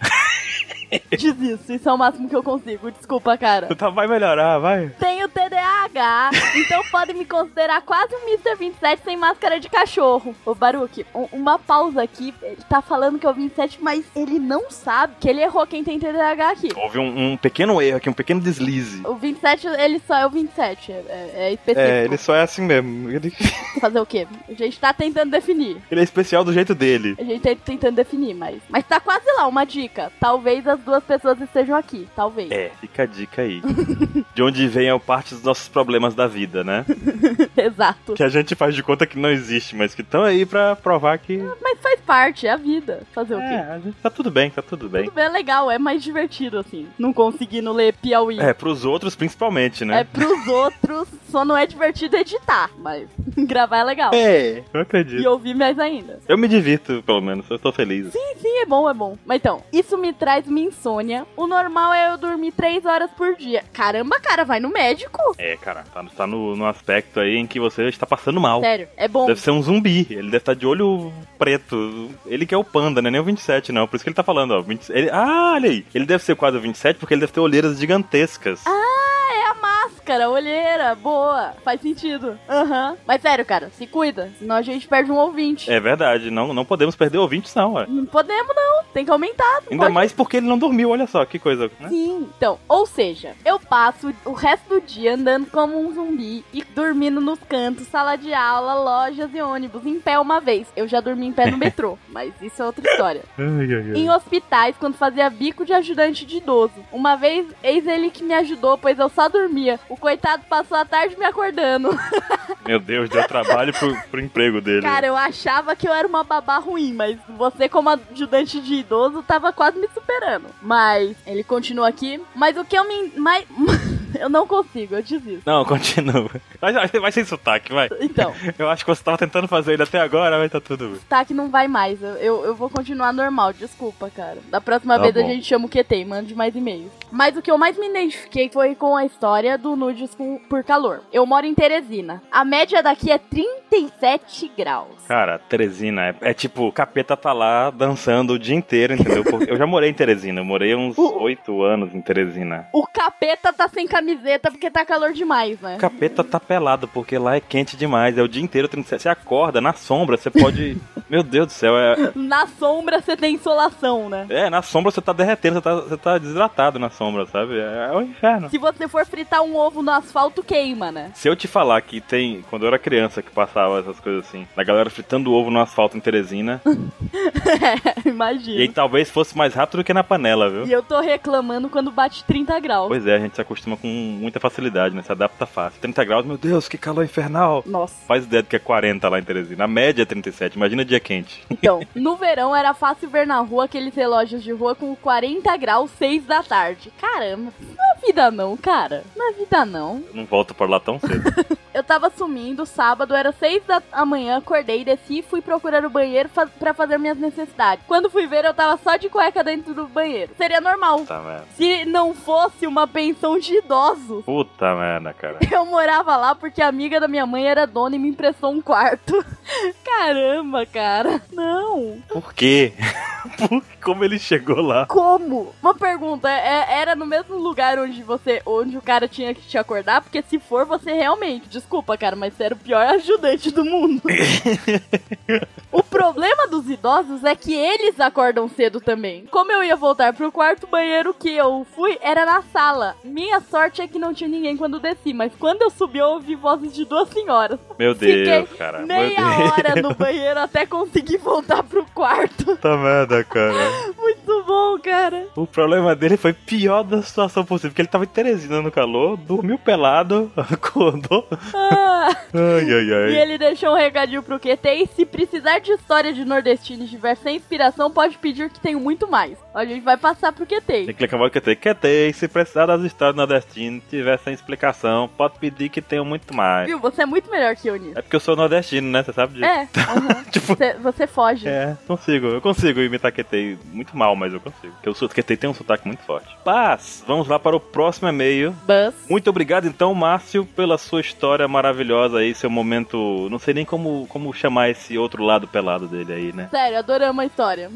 [SPEAKER 5] Desisto, isso é o máximo que eu consigo. Desculpa, cara.
[SPEAKER 3] Tá, vai melhorar, vai.
[SPEAKER 5] Tenho TDAH, então podem me considerar quase um Mr. 27 sem máscara de cachorro. Ô, Baruque, um- uma pausa aqui. Ele tá falando que é o 27, mas ele não sabe que ele errou quem tem TDAH aqui.
[SPEAKER 3] Houve um, um pequeno erro aqui, um pequeno deslize.
[SPEAKER 5] O 27, ele só é o 27. É, é- é específico.
[SPEAKER 3] É, ele só é assim mesmo. Ele,
[SPEAKER 5] Fazer o quê? A gente tá tentando definir.
[SPEAKER 3] ele é especial do jeito dele.
[SPEAKER 5] A gente tá tentando definir, mas. Mas tá quase lá, uma dica. Talvez as duas pessoas estejam aqui. Talvez.
[SPEAKER 3] É, fica a dica aí. De onde vem a parte dos nossos problemas da vida, né?
[SPEAKER 5] Exato.
[SPEAKER 3] Que a gente faz de conta que não existe, mas que estão aí pra provar que.
[SPEAKER 5] Mas faz parte, é a vida. Fazer o
[SPEAKER 3] É,
[SPEAKER 5] quê?
[SPEAKER 3] a gente tá tudo bem, tá tudo bem.
[SPEAKER 5] Tudo bem, é legal, é mais divertido, assim. Não conseguindo ler Piauí.
[SPEAKER 3] É, pros outros principalmente,
[SPEAKER 5] É
[SPEAKER 3] né?
[SPEAKER 5] pros outros, só não é divertido editar, mas gravar é legal.
[SPEAKER 3] É, eu
[SPEAKER 5] E
[SPEAKER 3] acredito.
[SPEAKER 5] ouvir mais ainda.
[SPEAKER 3] Eu me divirto, pelo menos, eu tô feliz.
[SPEAKER 5] Sim, sim, é bom, é bom. Mas então, isso me traz minha insônia. O normal é eu dormir três horas por dia. Caramba, cara, vai no médico.
[SPEAKER 3] É, cara, tá, no- tá no, no aspecto aí em que você está passando mal.
[SPEAKER 5] Sério, é bom.
[SPEAKER 3] Deve ser um zumbi, ele deve estar de olho preto. Ele que é o panda, né? Nem o 27, não. Por isso que ele tá falando, ó. 20 ele- ah, olha aí. Ele deve ser quase o 27 porque ele deve ter olheiras gigantescas.
[SPEAKER 5] Ah, é a máscara, olheira, boa. Faz sentido. Aham. Mas sério, cara, se cuida. Senão a gente perde um ouvinte.
[SPEAKER 3] É verdade, não, não podemos perder ouvintes, não, ué.
[SPEAKER 5] Não podemos, não. Tem que aumentar. não
[SPEAKER 3] Ainda
[SPEAKER 5] pode
[SPEAKER 3] mais porque ele não dormiu, olha só, que coisa. né?
[SPEAKER 5] Sim. Então, ou seja, eu passo o resto do dia andando como um zumbi e dormindo nos cantos, sala de aula, lojas e ônibus, em pé uma vez. Eu já dormi em pé no metrô, mas isso é outra história. Em hospitais, quando fazia bico de ajudante de idoso. Uma vez, eis ele que me ajudou, pois eu só dormia. O coitado passou a tarde me acordando.
[SPEAKER 3] Meu Deus, deu trabalho pro, pro emprego dele.
[SPEAKER 5] Cara, eu achava que eu era uma babá ruim, mas você, como ajudante de idoso, tava quase me superando. Mas ele continua aqui. Mas o que eu me. Mas... eu não consigo, eu desisto.
[SPEAKER 3] Não, continua. Vai, vai, vai sem sotaque, vai.
[SPEAKER 5] Então,
[SPEAKER 3] Eu acho que você tava tentando fazer ele até agora, mas tá tudo bem.
[SPEAKER 5] tá que não vai mais. Eu, eu, eu vou continuar normal, desculpa, cara. Da próxima
[SPEAKER 3] Tá
[SPEAKER 5] vez a
[SPEAKER 3] bom.
[SPEAKER 5] gente chama o QT, mande mais e-mails. Mas o que eu mais me identifiquei foi com a história do nudes com- por calor. Eu moro em Teresina. A média daqui é 37 graus.
[SPEAKER 3] Cara, Teresina é, é tipo, o capeta tá lá dançando o dia inteiro, entendeu? Porque eu já morei em Teresina, eu morei uns
[SPEAKER 5] O-
[SPEAKER 3] oito anos em Teresina.
[SPEAKER 5] O capeta tá sem camiseta porque tá calor demais, né?
[SPEAKER 3] O capeta tá pelado, porque lá é quente demais, é o dia inteiro 37. Você acorda na sombra, você pode. Meu Deus do céu, é.
[SPEAKER 5] Na sombra você tem insolação, né?
[SPEAKER 3] É, na sombra você tá derretendo, você tá, você tá desidratado na sombra, sabe? É, é o inferno.
[SPEAKER 5] Se você for fritar um ovo no asfalto, queima, né?
[SPEAKER 3] Se eu te falar que tem, quando eu era criança que passava essas coisas assim, da galera fritando ovo no asfalto em Teresina,
[SPEAKER 5] Uhum.
[SPEAKER 3] e
[SPEAKER 5] É,
[SPEAKER 3] aí
[SPEAKER 5] Imagina.
[SPEAKER 3] talvez fosse mais rápido do que na panela, viu?
[SPEAKER 5] E é eu tô reclamando quando bate 30 graus.
[SPEAKER 3] Pois é, a gente se acostuma com muita facilidade, né? Se adapta fácil. 30 graus, meu Deus, que calor infernal!
[SPEAKER 5] Nossa.
[SPEAKER 3] Faz ideia do que é 40 lá em Teresina. A média é 37, imagina dia quente.
[SPEAKER 5] Então, no verão era fácil ver na rua aqueles relógios de rua com 40 graus, 6 da tarde. Caramba, não é vida não, cara. Não é vida não.
[SPEAKER 3] Eu não volto pra lá tão cedo.
[SPEAKER 5] Eu tava sumindo, sábado, era seis da manhã, acordei, desci, fui procurar o banheiro fa pra fazer minhas necessidades. Quando fui ver, eu tava só de cueca dentro do banheiro. Seria normal.
[SPEAKER 3] Puta merda.
[SPEAKER 5] Se não fosse uma pensão de idosos.
[SPEAKER 3] Puta merda, cara.
[SPEAKER 5] Eu morava lá porque a amiga da minha mãe era dona e me emprestou um quarto. Caramba, cara. Não.
[SPEAKER 3] Por quê? Por- Como ele chegou lá?
[SPEAKER 5] Como? Uma pergunta, é- era no mesmo lugar onde você, onde o cara tinha que te acordar? Porque se for, você realmente, desculpa, cara, mas você era o pior ajudante do mundo. o problema dos idosos é que eles acordam cedo também. Como eu ia voltar pro quarto banheiro que eu fui, era na sala. Minha sorte é que não tinha ninguém quando eu desci, mas quando eu subi, eu ouvi vozes de duas senhoras.
[SPEAKER 3] Meu
[SPEAKER 5] Fiquei
[SPEAKER 3] Deus, cara. Meu
[SPEAKER 5] Meia
[SPEAKER 3] Deus.
[SPEAKER 5] hora no banheiro até conseguir voltar pro quarto.
[SPEAKER 3] Puta merda, cara.
[SPEAKER 5] Muito bom, cara.
[SPEAKER 3] O problema dele foi pior da situação possível, porque ele tava em Teresina no calor, dormiu pelado, acordou.
[SPEAKER 5] Ah.
[SPEAKER 3] Ai, ai, ai.
[SPEAKER 5] E ele deixou um recadinho pro QT e se precisar de história de nordestino e tiver sem inspiração, pode pedir que tenho muito mais. Ó, A gente vai passar pro
[SPEAKER 3] Tem
[SPEAKER 5] QT.
[SPEAKER 3] que acabar que tem que ter. E se precisar das histórias nordestinas, tiver sem explicação, pode pedir que tenham muito mais.
[SPEAKER 5] Viu? Você é muito melhor que eu nisso.
[SPEAKER 3] É porque eu sou nordestino, né? Você sabe disso?
[SPEAKER 5] É, aham.
[SPEAKER 3] Tipo,
[SPEAKER 5] Cê- você foge.
[SPEAKER 3] é, consigo. Eu consigo imitar Ketei muito mal, mas eu consigo. Porque o su- Ketei tem um sotaque muito forte. Mas, vamos lá para o próximo e-mail.
[SPEAKER 5] Buzz.
[SPEAKER 3] Muito obrigado, então, Márcio, pela sua história maravilhosa aí, seu momento. Não sei nem como, como chamar esse outro lado pelado dele aí, né?
[SPEAKER 5] Sério, adoramos a história.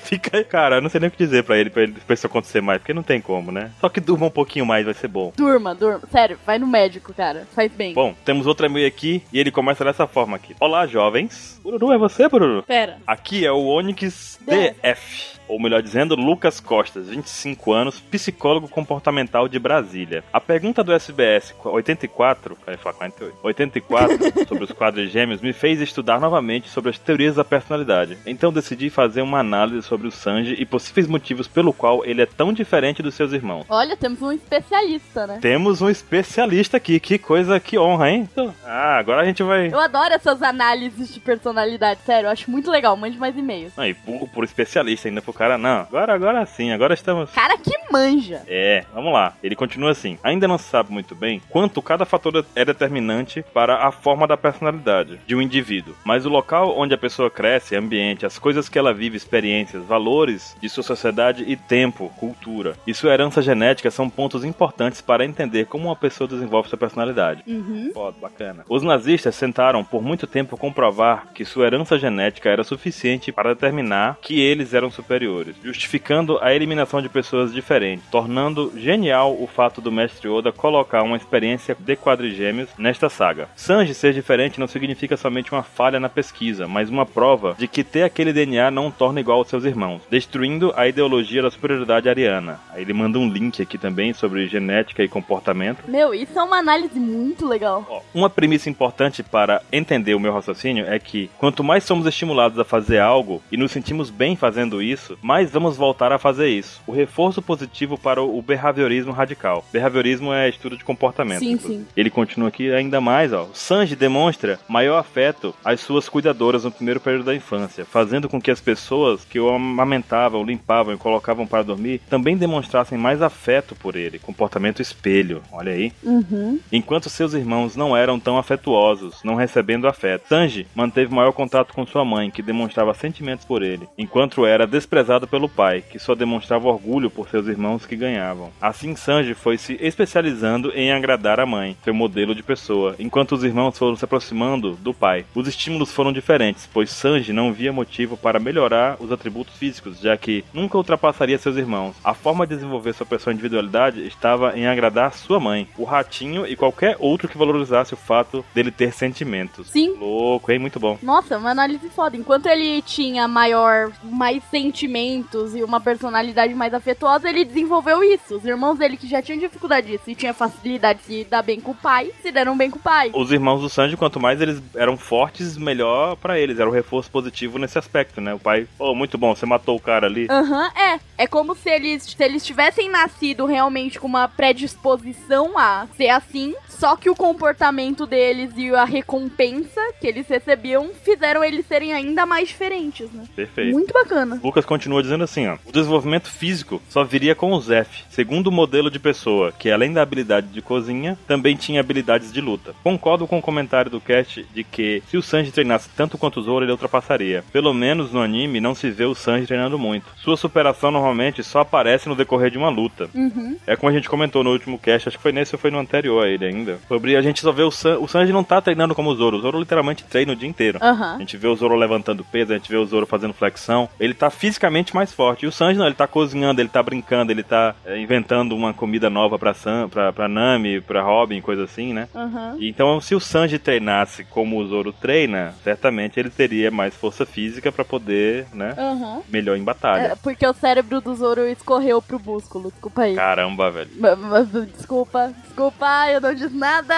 [SPEAKER 3] Fica. Cara, eu não sei nem o que dizer pra ele, pra, ele, pra isso acontecer mais, porque não tem como, né? Só que durma um pouquinho mais, vai ser bom.
[SPEAKER 5] Durma, durma. Sério, vai no médico, cara. Faz bem.
[SPEAKER 3] Bom, temos outro e-mail aqui e ele começa dessa forma aqui. Olá, jovens. Bururu, é você, Bururu?
[SPEAKER 5] Pera.
[SPEAKER 3] Aqui é o Onyx DF, ou melhor dizendo, Lucas Costas, 25 anos, psicólogo comportamental de Brasília. A pergunta do SBS 84, eu ia falar 48, 84 sobre os quadrigêmeos me fez estudar novamente sobre as teorias da personalidade. Então decidi fazer uma análise sobre o Sanji e possíveis motivos pelo qual ele é tão diferente dos seus irmãos.
[SPEAKER 5] Olha, temos um especialista, né?
[SPEAKER 3] Temos um especialista aqui, que coisa, que honra, hein? Então, Ah, agora a gente vai.
[SPEAKER 5] Eu adoro essas análises de personalidade, sério. Eu acho muito legal. Mande mais e-mails.
[SPEAKER 3] Não, e burro por especialista ainda pro cara, não. Agora, agora sim, agora estamos.
[SPEAKER 5] Cara que manja.
[SPEAKER 3] É, vamos lá. Ele continua assim. Ainda não se sabe muito bem quanto cada fator é determinante para a forma da personalidade de um indivíduo. Mas o local onde a pessoa cresce, ambiente, as coisas que ela vive, experiências, valores de sua sociedade e tempo, cultura e sua herança genética são pontos importantes para entender como uma pessoa desenvolve sua personalidade.
[SPEAKER 5] Uhum.
[SPEAKER 3] Foda, bacana. Os nazistas tentaram por muito tempo comprovar que sua herança genética era suficiente para determinar que eles eram anteriores, justificando a eliminação de pessoas diferentes, tornando genial o fato do mestre Oda colocar uma experiência de quadrigêmeos nesta saga. Sanji ser diferente não significa somente uma falha na pesquisa, mas uma prova de que ter aquele DNA não o torna igual aos seus irmãos, destruindo a ideologia da superioridade ariana. Aí ele manda um link aqui também sobre genética e comportamento.
[SPEAKER 5] Meu, isso é uma análise muito legal.
[SPEAKER 3] Ó, Uma premissa importante para entender o meu raciocínio é que quanto mais somos estimulados a fazer algo e nos sentimos bem fazendo isso, mais vamos voltar a fazer isso. O reforço positivo para o behaviorismo radical. Behaviorismo é estudo de comportamento.
[SPEAKER 5] Sim,
[SPEAKER 3] inclusive.
[SPEAKER 5] sim.
[SPEAKER 3] Ele continua aqui ainda mais, ó. Sanji demonstra maior afeto às suas cuidadoras no primeiro período da infância, fazendo com que as pessoas que o amamentavam, limpavam e colocavam para dormir também demonstrassem mais afeto por ele. Comportamento espelho, olha aí.
[SPEAKER 5] Uhum.
[SPEAKER 3] Enquanto seus irmãos não eram tão afetuosos, não recebendo afeto, Sanji manteve maior contato com sua mãe, que demonstrava sentimentos por ele, enquanto era desprezado pelo pai, que só demonstrava orgulho por seus irmãos que ganhavam. Assim, Sanji foi se especializando em agradar a mãe, seu modelo de pessoa, enquanto os irmãos foram se aproximando do pai. Os estímulos foram diferentes, pois Sanji não via motivo para melhorar os atributos físicos, já que nunca ultrapassaria seus irmãos. A forma de desenvolver sua pessoa individualidade estava em agradar sua mãe, o ratinho e qualquer outro que valorizasse o fato dele ter sentimentos.
[SPEAKER 5] Sim.
[SPEAKER 3] Louco, hein? Muito bom.
[SPEAKER 5] Nossa, é uma análise foda. Enquanto ele tinha maior, mais sentimentos e uma personalidade mais afetuosa, ele desenvolveu isso. Os irmãos dele que já tinham dificuldade disso e tinha facilidade de se dar bem com o pai, se deram bem com o pai.
[SPEAKER 3] Os irmãos do Sanji, quanto mais eles eram fortes, melhor pra eles. Era um reforço positivo nesse aspecto, né? O pai, oh, muito bom, você matou o cara ali.
[SPEAKER 5] Aham, é. É como se eles, se eles tivessem nascido realmente com uma predisposição a ser assim, só que o comportamento deles e a recompensa que eles recebiam fizeram eles serem ainda mais diferentes, né?
[SPEAKER 3] Perfeito.
[SPEAKER 5] Muito bacana.
[SPEAKER 3] Lucas continua dizendo assim, ó, o desenvolvimento físico só viria com o Zef, segundo o modelo de pessoa, que além da habilidade de cozinha, também tinha habilidades de luta. Concordo com o comentário do cast de que se o Sanji treinasse tanto quanto o Zoro, ele ultrapassaria. Pelo menos no anime não se vê o Sanji treinando muito. Sua superação normalmente só aparece no decorrer de uma luta.
[SPEAKER 5] Uhum.
[SPEAKER 3] É como a gente comentou no último cast, acho que foi nesse ou foi no anterior a ele ainda, sobre a gente só ver o Sanji, o Sanji não tá treinando como o Zoro, o Zoro literalmente treina o dia inteiro.
[SPEAKER 5] Aham.
[SPEAKER 3] A gente vê o Zoro levantando peso, a gente vê o Zoro fazendo flexão. Ele tá fisicamente mais forte. E o Sanji não, ele tá cozinhando, ele tá brincando, ele tá é, inventando uma comida nova pra, Sam, pra, pra Nami, pra Robin, coisa assim, né?
[SPEAKER 5] Aham.
[SPEAKER 3] Então, se o Sanji treinasse como o Zoro treina, certamente ele teria mais força física pra poder, né?
[SPEAKER 5] Aham.
[SPEAKER 3] Melhor em batalha.
[SPEAKER 5] É, porque o cérebro do Zoro escorreu pro músculo, desculpa aí.
[SPEAKER 3] Caramba, velho.
[SPEAKER 5] Ma- ma- Desculpa, desculpa, eu não disse nada.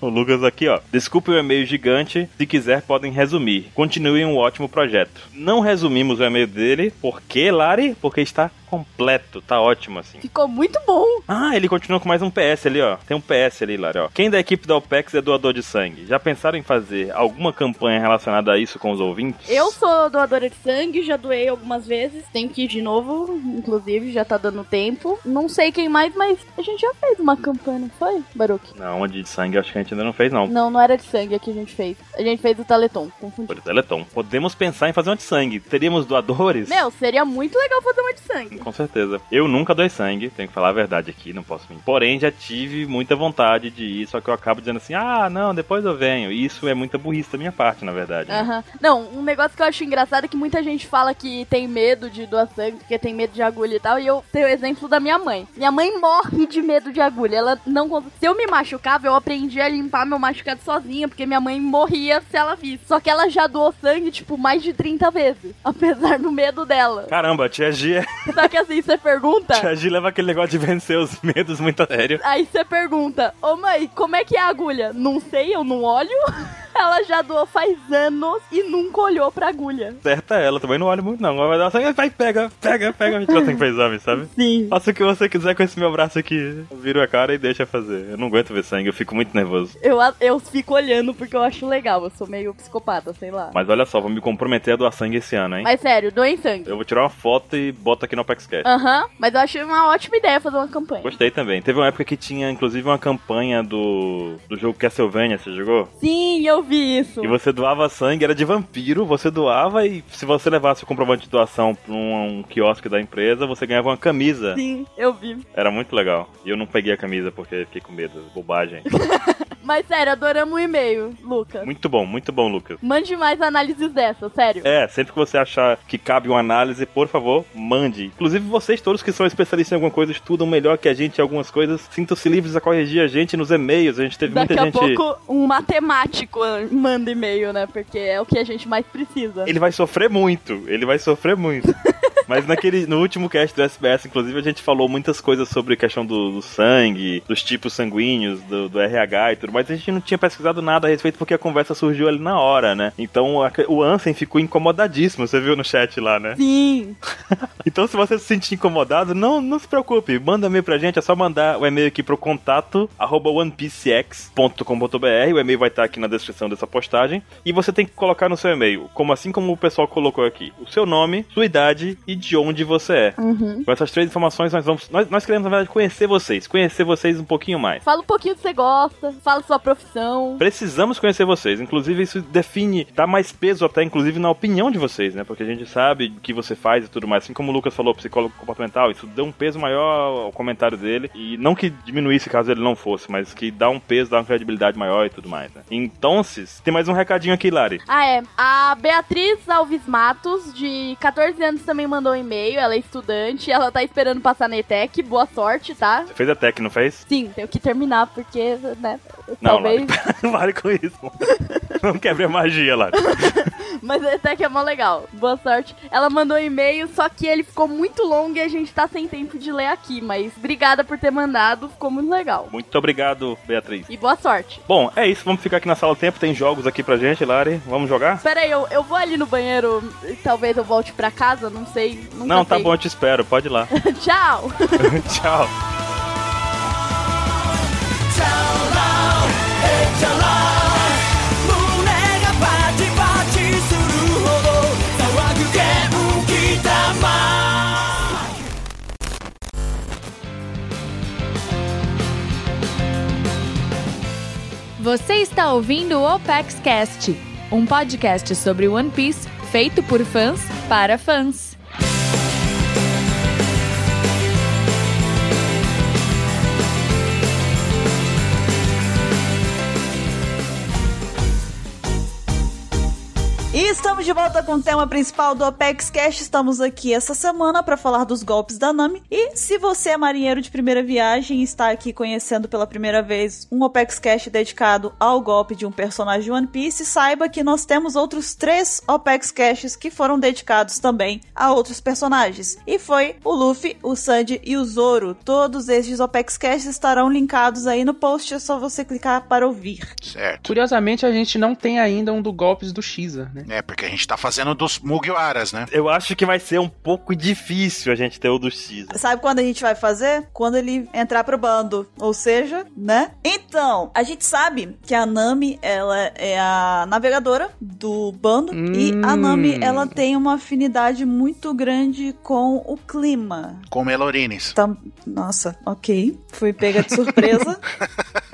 [SPEAKER 3] O Lucas aqui, ó. Desculpe o e-mail gigante. Se quiser, podem resumir. Continuem um ótimo projeto. Não resumimos o e-mail dele, porque, Lari? Porque está completo, tá ótimo assim.
[SPEAKER 5] Ficou muito bom.
[SPEAKER 3] Ah, ele continua com mais um PS ali, ó. Tem um PS ali, Lari, ó. Quem da equipe da OPEX é doador de sangue? Já pensaram em fazer alguma campanha relacionada a isso com os ouvintes?
[SPEAKER 5] Eu sou doadora de sangue, já doei algumas vezes, tenho que ir de novo, inclusive, já tá dando tempo. Não sei quem mais, mas a gente já fez uma campanha, não foi, Baruque?
[SPEAKER 3] Não, onde de sangue acho que a gente ainda não fez, não.
[SPEAKER 5] Não, não era de sangue a que a gente fez. A gente fez o Teleton, confundi.
[SPEAKER 3] Por Teleton. Podemos pensar em fazer uma de sangue. Teríamos doadores?
[SPEAKER 5] Meu, seria muito legal fazer uma de sangue.
[SPEAKER 3] Com certeza. Eu nunca dei sangue, tenho que falar a verdade aqui, não posso mentir. Porém, já tive muita vontade de ir, só que eu acabo dizendo assim: ah, não, depois eu venho. E isso é muita burrice da minha parte, na verdade. né?
[SPEAKER 5] Aham. Não, um negócio que eu acho engraçado é que muita gente fala que tem medo de doar sangue, porque tem medo de agulha e tal. E eu tenho o exemplo da minha mãe. Minha mãe morre de medo de agulha. Ela não cons- Se eu me machucava, eu aprendi a limpar meu machucado sozinha, porque minha mãe morria se ela visse. Só que ela já doou sangue, tipo, mais de 30 vezes. Apesar do medo dela.
[SPEAKER 3] Caramba, a tia G, a
[SPEAKER 5] Só que assim, você pergunta.
[SPEAKER 3] tia G leva aquele negócio de vencer os medos muito a sério.
[SPEAKER 5] Aí você pergunta, ô mãe, como é que é a agulha? Não sei, eu não olho. Ela já doou faz anos e nunca olhou pra agulha.
[SPEAKER 3] Certa ela, também não olho muito, não. Agora Vai dar sangue, vai, pega, pega, pega. A gente vai ter que fazer exame, sabe?
[SPEAKER 5] Sim.
[SPEAKER 3] Faça o que você quiser com esse meu braço aqui. Viro a cara e deixa fazer. Eu não aguento ver sangue, eu fico muito nervoso.
[SPEAKER 5] Eu, eu fico olhando porque eu acho legal. Eu sou meio psicopata, sei lá.
[SPEAKER 3] Mas olha só, vou me comprometer a doar sangue esse ano, hein?
[SPEAKER 5] Mas sério, doem sangue.
[SPEAKER 3] Eu vou tirar uma foto e boto aqui no Apexcast.
[SPEAKER 5] Aham, mas eu achei uma ótima ideia fazer uma campanha.
[SPEAKER 3] Gostei também. Teve uma época que tinha, inclusive, uma campanha do, do jogo Castlevania, você jogou?
[SPEAKER 5] Sim, eu vi isso.
[SPEAKER 3] E você doava sangue, era de vampiro, você doava e se você levasse o comprovante de doação pra um, um quiosque da empresa, você ganhava uma camisa.
[SPEAKER 5] Sim, eu vi.
[SPEAKER 3] Era muito legal. E eu não peguei a camisa porque fiquei com medo, bobagem.
[SPEAKER 5] Mas sério, adoramos o e-mail, Lucas.
[SPEAKER 3] Muito bom, muito bom, Lucas.
[SPEAKER 5] Mande mais análises dessas, sério.
[SPEAKER 3] É, sempre que você achar que cabe uma análise, por favor, mande. Inclusive, vocês todos que são especialistas em alguma coisa, estudam melhor que a gente em algumas coisas, sintam-se livres a corrigir a gente nos e-mails. A gente teve
[SPEAKER 5] Daqui
[SPEAKER 3] muita
[SPEAKER 5] a
[SPEAKER 3] gente.
[SPEAKER 5] pouco, um matemático ah, manda e-mail, né? Porque é o que a gente mais precisa.
[SPEAKER 3] Ele vai sofrer muito, ele vai sofrer muito. Mas naquele, no último cast do SBS, inclusive, a gente falou muitas coisas sobre a questão do, do sangue, dos tipos sanguíneos, do, do RH e tudo mais. A gente não tinha pesquisado nada a respeito porque a conversa surgiu ali na hora, né? Então a- o Ansem ficou incomodadíssimo, você viu no chat lá, né?
[SPEAKER 5] Sim,
[SPEAKER 3] Então, se você se sentir incomodado, não, não se preocupe. Manda e-mail pra gente. É só mandar o e-mail aqui pro contato arroba onepcx.com.br. O e-mail vai estar aqui na descrição dessa postagem. E você tem que colocar no seu e-mail, como assim como o pessoal colocou aqui, o seu nome, sua idade e de onde você é.
[SPEAKER 5] Uhum.
[SPEAKER 3] Com essas três informações, nós vamos. Nós, nós queremos, na verdade, conhecer vocês. Conhecer vocês um pouquinho mais.
[SPEAKER 5] fala um pouquinho do que você gosta, fala sua profissão.
[SPEAKER 3] Precisamos conhecer vocês. Inclusive, isso define, dá mais peso até, inclusive, na opinião de vocês, né? Porque a gente sabe o que você faz e tudo mais. Assim como o Lucas falou, psicólogo comportamental, isso deu um peso maior ao comentário dele. E não que diminuísse caso ele não fosse, mas que dá um peso, dá uma credibilidade maior e tudo mais, né? Então, tem mais um recadinho aqui, Lari.
[SPEAKER 5] Ah, é. A Beatriz Alves Matos, de 14 anos, também mandou um e-mail. Ela é estudante, ela tá esperando passar na ETEC. Boa sorte, tá?
[SPEAKER 3] Você fez a tech, não fez?
[SPEAKER 5] Sim, tenho que terminar, porque, né?
[SPEAKER 3] Não,
[SPEAKER 5] talvez.
[SPEAKER 3] Lari, pare com isso. Não quebre a magia, Lari.
[SPEAKER 5] Mas a ETEC é mó legal. Boa sorte. Ela mandou um e-mail, só que ele ficou muito longo e a gente tá sem tempo de ler aqui. Mas obrigada por ter mandado, ficou muito legal.
[SPEAKER 3] Muito obrigado, Beatriz.
[SPEAKER 5] E boa sorte.
[SPEAKER 3] Bom, é isso. Vamos ficar aqui na sala o tempo. Tem jogos aqui pra gente, Lari. Vamos jogar?
[SPEAKER 5] Pera aí, eu, eu vou ali no banheiro e talvez eu volte pra casa, não sei. nunca
[SPEAKER 3] Não, tá
[SPEAKER 5] sei.
[SPEAKER 3] bom, eu te espero. Pode ir lá.
[SPEAKER 5] Tchau!
[SPEAKER 3] Tchau.
[SPEAKER 8] Você está ouvindo o Opex Cast, um podcast sobre One Piece feito por fãs para fãs.
[SPEAKER 4] E estamos de volta com o tema principal do Apex Cash. Estamos aqui essa semana para falar dos golpes da Nami. E se você é marinheiro de primeira viagem e está aqui conhecendo pela primeira vez um Opex Cash dedicado ao golpe de um personagem de One Piece, saiba que nós temos outros três Opex Caches que foram dedicados também a outros personagens. E foi o Luffy, o Sandy e o Zoro. Todos estes Opex Caches estarão linkados aí no post, é só você clicar para ouvir.
[SPEAKER 2] Certo.
[SPEAKER 1] Curiosamente, a gente não tem ainda um do golpes do Shiza, né?
[SPEAKER 2] É, porque a gente tá fazendo dos Mugiwaras, né?
[SPEAKER 3] Eu acho que vai ser um pouco difícil a gente ter o do X. né?
[SPEAKER 4] Sabe quando a gente vai fazer? Quando ele entrar pro bando. Ou seja, né? Então, a gente sabe que a Nami, ela é a navegadora do bando. E a
[SPEAKER 1] Hum.
[SPEAKER 4] Nami, ela tem uma afinidade muito grande com o clima.
[SPEAKER 2] Com Melorines.
[SPEAKER 4] Tam- Nossa, ok. Fui pega de surpresa.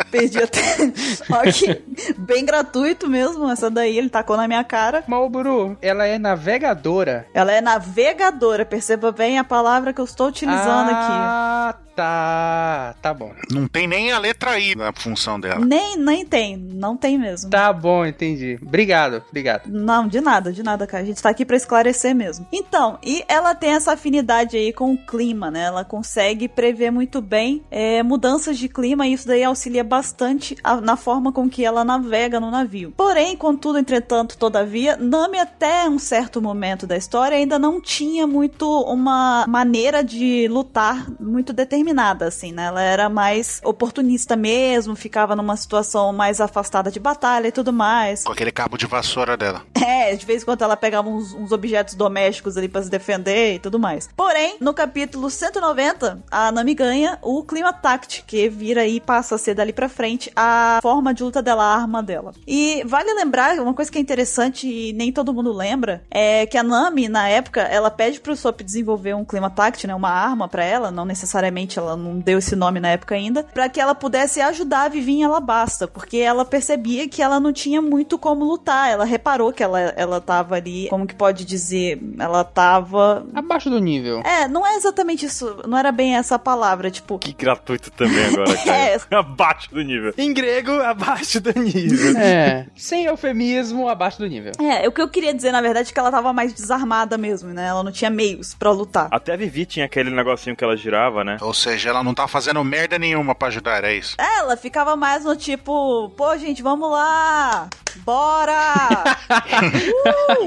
[SPEAKER 4] Perdi até. ok. Bem gratuito mesmo. Essa daí ele tacou na minha cara.
[SPEAKER 1] Malburu, ela é navegadora.
[SPEAKER 4] Ela é navegadora. Perceba bem a palavra que eu estou utilizando aqui.
[SPEAKER 1] ah, tá. Tá bom.
[SPEAKER 2] Não tem nem a letra I na função dela.
[SPEAKER 4] Nem, nem tem, não tem mesmo.
[SPEAKER 1] Tá bom, entendi. Obrigado, obrigado.
[SPEAKER 4] Não, de nada, de nada, cara. A gente tá aqui pra esclarecer mesmo. Então, e ela tem essa afinidade aí com o clima, né? Ela consegue prever muito bem é, mudanças de clima e isso daí auxilia bastante a- na forma com que ela navega no navio. Porém, contudo, entretanto, todavia, Nami até um certo momento da história ainda não tinha muito uma maneira de lutar muito determinada, assim, né? Ela era mais oportunista mesmo, ficava numa situação mais afastada de batalha e tudo mais.
[SPEAKER 2] Com aquele cabo de vassoura dela.
[SPEAKER 4] É, de vez em quando ela pegava uns, uns objetos domésticos ali pra se defender e tudo mais. Porém, no capítulo 190, a Nami ganha o clima tact, que vira e passa a ser dali pra frente a forma de luta dela, a arma dela. E vale lembrar, uma coisa que é interessante e nem todo mundo lembra, é que a Nami, na época, ela pede pro Sop desenvolver um clima tact, né, uma arma pra ela, não necessariamente ela não deu esse nome nome na época ainda, para que ela pudesse ajudar a Vivi em Alabasta, porque ela percebia que ela não tinha muito como lutar. Ela reparou que ela, ela tava ali, como que pode dizer? Ela tava.
[SPEAKER 1] Abaixo do nível.
[SPEAKER 4] É, não é exatamente isso, não era bem essa a palavra, tipo.
[SPEAKER 3] Que gratuito também agora,
[SPEAKER 4] É.
[SPEAKER 3] cara. Abaixo do nível.
[SPEAKER 9] Em grego, abaixo do nível.
[SPEAKER 1] É. Sem eufemismo, abaixo do nível.
[SPEAKER 4] É, o que eu queria dizer, na verdade, é que ela tava mais desarmada mesmo, né? Ela não tinha meios pra lutar.
[SPEAKER 3] Até a Vivi tinha aquele negocinho que ela girava, né?
[SPEAKER 2] Ou seja, ela não tá fazendo merda nenhuma pra ajudar, é isso.
[SPEAKER 4] Ela ficava mais no tipo, pô, gente, vamos lá! Bora!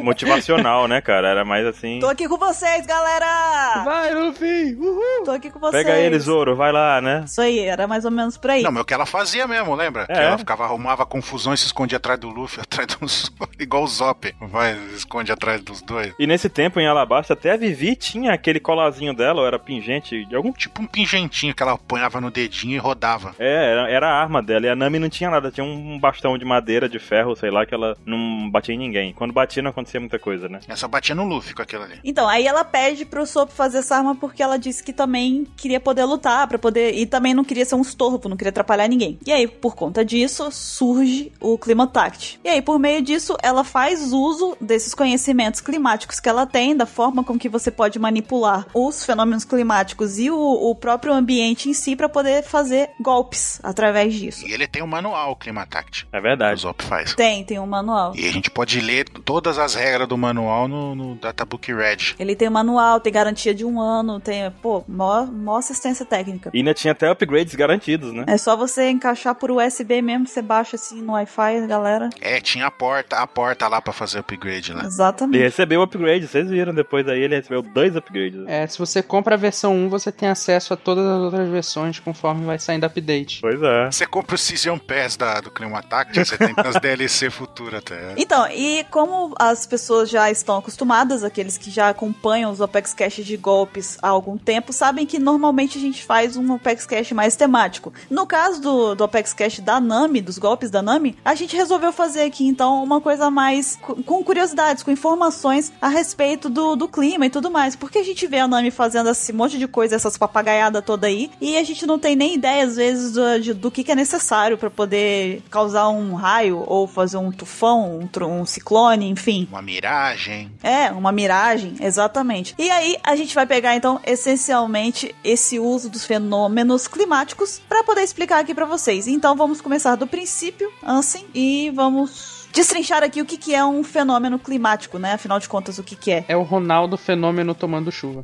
[SPEAKER 3] Motivacional, né, cara? Era mais assim.
[SPEAKER 4] Tô aqui com vocês, galera!
[SPEAKER 1] Vai, Luffy! Uh! Uhul!
[SPEAKER 4] Tô aqui com vocês.
[SPEAKER 3] Pega ele, Zoro, vai lá, né?
[SPEAKER 4] Isso aí, era mais ou menos por aí.
[SPEAKER 2] Não, mas é o que ela fazia mesmo, lembra?
[SPEAKER 3] É.
[SPEAKER 2] Que ela ficava, arrumava confusão e se escondia atrás do Luffy, atrás dos. igual o Zop. Vai, se esconde atrás dos dois.
[SPEAKER 3] E nesse tempo em Alabasta, até a Vivi tinha aquele colazinho dela, ou era pingente de algum tipo.
[SPEAKER 2] Tipo um pingentinho que ela apanhava no dedinho e rodava.
[SPEAKER 3] É, era, era a arma dela. E a Nami não tinha nada, tinha um bastão de madeira, de ferro, sei lá, que ela não batia em ninguém. Quando batia, não acontecia muita coisa, né?
[SPEAKER 2] Essa batia no Luffy com aquilo ali.
[SPEAKER 4] Então, aí ela pede pro Sop fazer essa arma porque ela disse que também queria poder lutar para poder e também não queria ser um estorvo, não queria atrapalhar ninguém. E aí, por conta disso, surge o Climatact. E aí, por meio disso, ela faz uso desses conhecimentos climáticos que ela tem, da forma com que você pode manipular os fenômenos climáticos e o, o próprio ambiente em si para poder fazer golpes através disso.
[SPEAKER 2] E ele tem um manual, o Climatact.
[SPEAKER 3] É
[SPEAKER 2] O
[SPEAKER 3] verdade.
[SPEAKER 2] Zop faz.
[SPEAKER 4] Tem, tem um manual.
[SPEAKER 2] E a gente pode ler todas as regras do manual no, no Databook Red.
[SPEAKER 4] Ele tem um manual, tem garantia de um ano, tem, pô, mó, mó assistência técnica.
[SPEAKER 3] E ainda tinha até upgrades garantidos, né?
[SPEAKER 4] É só você encaixar por USB mesmo, você baixa assim no Wi-Fi, galera.
[SPEAKER 2] É, tinha a porta, a porta lá pra fazer upgrade lá.
[SPEAKER 3] Ele
[SPEAKER 4] Exatamente.
[SPEAKER 3] recebeu upgrade, vocês viram depois aí, ele recebeu dois upgrades.
[SPEAKER 1] É, se você compra a versão 1, você tem acesso a todas as outras versões conforme vai saindo update.
[SPEAKER 3] Pois é.
[SPEAKER 2] Você compra o Season Pass da, do Climatact, você tem as DLC futuras até.
[SPEAKER 4] Então, e como as pessoas já estão acostumadas, aqueles que já acompanham os Opex Cash de golpes há algum tempo, sabem que normalmente a gente faz um Opex Cash mais temático. No caso do, do Opex Cash da Nami, dos golpes da Nami, a gente resolveu fazer aqui, então, uma coisa mais cu- com curiosidades, com informações a respeito do, do clima e tudo mais. Porque a gente vê a Nami fazendo esse monte de coisa, essas papagaiadas toda aí, e a gente não tem nem ideia, às vezes, do, de- do que, que é necessário pra poder causar um raio ou fazer um tufão, um, tru- um ciclone, enfim.
[SPEAKER 2] Uma miragem.
[SPEAKER 4] É, uma miragem, exatamente. E aí a gente vai pegar então essencialmente esse uso dos fenômenos climáticos pra poder explicar aqui pra vocês. Então vamos começar do princípio, Ansem, e vamos destrinchar aqui o que, que é um fenômeno climático, né? Afinal de contas, o que, que é?
[SPEAKER 1] É o Ronaldo Fenômeno tomando chuva.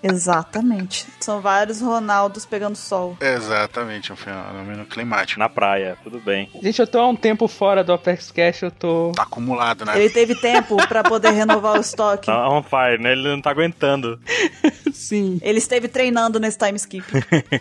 [SPEAKER 4] Exatamente. São vários Ronaldos pegando sol.
[SPEAKER 2] Exatamente, um fenômeno climático.
[SPEAKER 3] Na praia, tudo bem.
[SPEAKER 1] Gente, eu tô há um tempo fora do Apex Cash, eu tô.
[SPEAKER 2] Tá acumulado, né?
[SPEAKER 4] Ele teve tempo pra poder renovar o estoque.
[SPEAKER 3] Tá on fire, né? Ele não tá aguentando.
[SPEAKER 1] Sim.
[SPEAKER 4] Ele esteve treinando nesse time skip.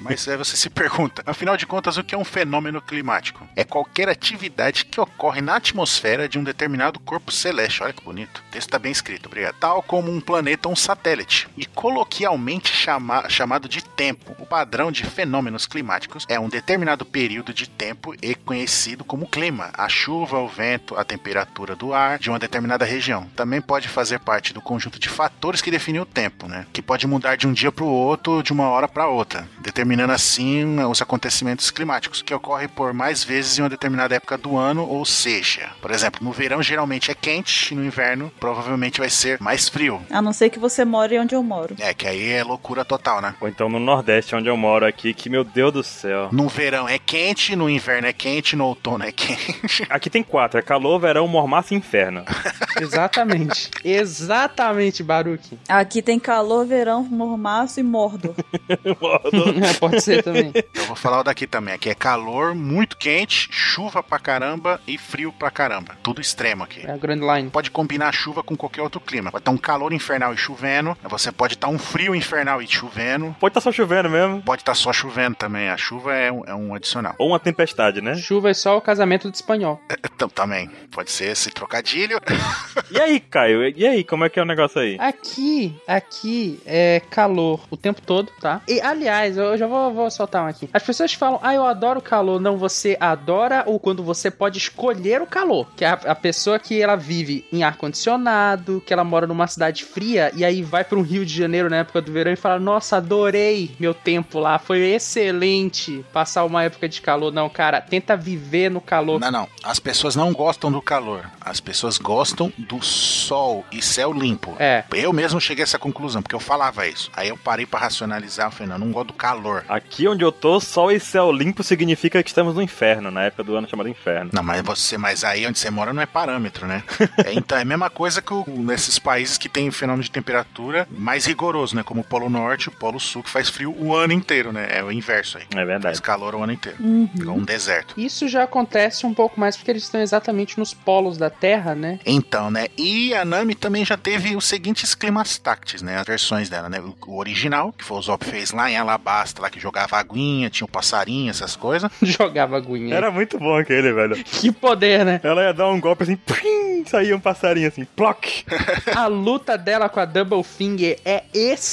[SPEAKER 2] Mas aí você se pergunta, afinal de contas, o que é um fenômeno climático? É qualquer atividade que ocorre na atmosfera de um determinado corpo celeste. Olha que bonito. O texto tá bem escrito, obrigado. Tal como um planeta ou um satélite. E coloquialmente chama- chamado de tempo. O padrão de fenômenos climáticos é um determinado período de tempo e conhecido como clima. A chuva, o vento, a temperatura do ar de uma determinada região. Também pode fazer parte do conjunto de fatores que definem o tempo, né? Que pode mudar de um dia para o outro, de uma hora para outra, determinando assim os acontecimentos climáticos que ocorrem por mais vezes em uma determinada época do ano, ou seja, por exemplo, no verão geralmente é quente, no inverno provavelmente vai ser mais frio.
[SPEAKER 4] A não ser que você more onde eu moro.
[SPEAKER 2] É, que aí é loucura total, né?
[SPEAKER 3] Ou então no Nordeste, onde eu moro aqui, que meu Deus do céu.
[SPEAKER 2] No verão é quente, no inverno é quente, no outono é quente.
[SPEAKER 3] Aqui tem quatro: é calor, verão, mormaço e inferno.
[SPEAKER 1] Exatamente. Exatamente, Baruki.
[SPEAKER 4] Aqui tem calor, verão, mormaço e mordo.
[SPEAKER 1] É, Pode ser também.
[SPEAKER 2] Eu vou falar o daqui também. Aqui é calor muito quente, chuva pra caramba e frio pra caramba. Tudo extremo aqui.
[SPEAKER 1] É a Grand Line.
[SPEAKER 2] Pode combinar chuva com qualquer outro clima. Pode estar um calor infernal e chovendo. Você pode estar um frio infernal e chovendo.
[SPEAKER 3] Pode estar só chovendo mesmo.
[SPEAKER 2] Pode estar só chovendo também. A chuva é um, é um adicional.
[SPEAKER 3] Ou uma tempestade, né?
[SPEAKER 1] Chuva é só o casamento do espanhol.
[SPEAKER 2] Então, também. Pode ser esse trocadilho.
[SPEAKER 3] E aí, Caio? E aí, como é que é o negócio aí?
[SPEAKER 1] Aqui, aqui é calor o tempo todo, tá? E, aliás, eu já vou, vou soltar um aqui. As pessoas falam, ah, eu adoro o calor. Não, você adora ou quando você pode escolher o calor. Que é a, a pessoa que ela vive em ar-condicionado, que ela mora numa cidade fria e aí vai para um Rio de Janeiro na época do verão e fala, nossa, adorei meu tempo lá. Foi excelente passar uma época de calor. Não, cara, tenta viver no calor.
[SPEAKER 2] Não, não. As pessoas não gostam do calor. As pessoas gostam do sol e céu limpo.
[SPEAKER 1] É.
[SPEAKER 2] Eu mesmo cheguei a essa conclusão, porque eu falava isso. Aí eu parei pra racionalizar, eu falei, não, eu não gosto do calor.
[SPEAKER 3] Aqui onde eu tô, sol e céu limpo significa que estamos no inferno, na época do ano chamado inferno.
[SPEAKER 2] Não, mas você, mas aí onde você mora não é parâmetro, né? É, então é a mesma coisa que o- nesses países que tem fenômeno de temperatura mais rigoroso, né? Como o Polo Norte, o Polo Sul, que faz frio o ano inteiro, né? É o inverso aí.
[SPEAKER 3] É verdade.
[SPEAKER 2] Faz calor o ano inteiro. Igual um deserto.
[SPEAKER 1] Isso já acontece um pouco mais porque eles estão exatamente nos polos da Terra, né?
[SPEAKER 2] Então, né? E a Nami também já teve os seguintes climas tácteis, né? As versões dela, né? O- O original, que foi o Zop fez lá em Alabasta, lá que jogava aguinha, tinha o passarinho, essas coisas.
[SPEAKER 1] Jogava aguinha.
[SPEAKER 3] Era muito bom aquele, velho.
[SPEAKER 1] Que poder, né?
[SPEAKER 3] Ela ia dar um golpe assim, prim, saía um passarinho assim, ploc.
[SPEAKER 1] A luta dela com a Double Finger é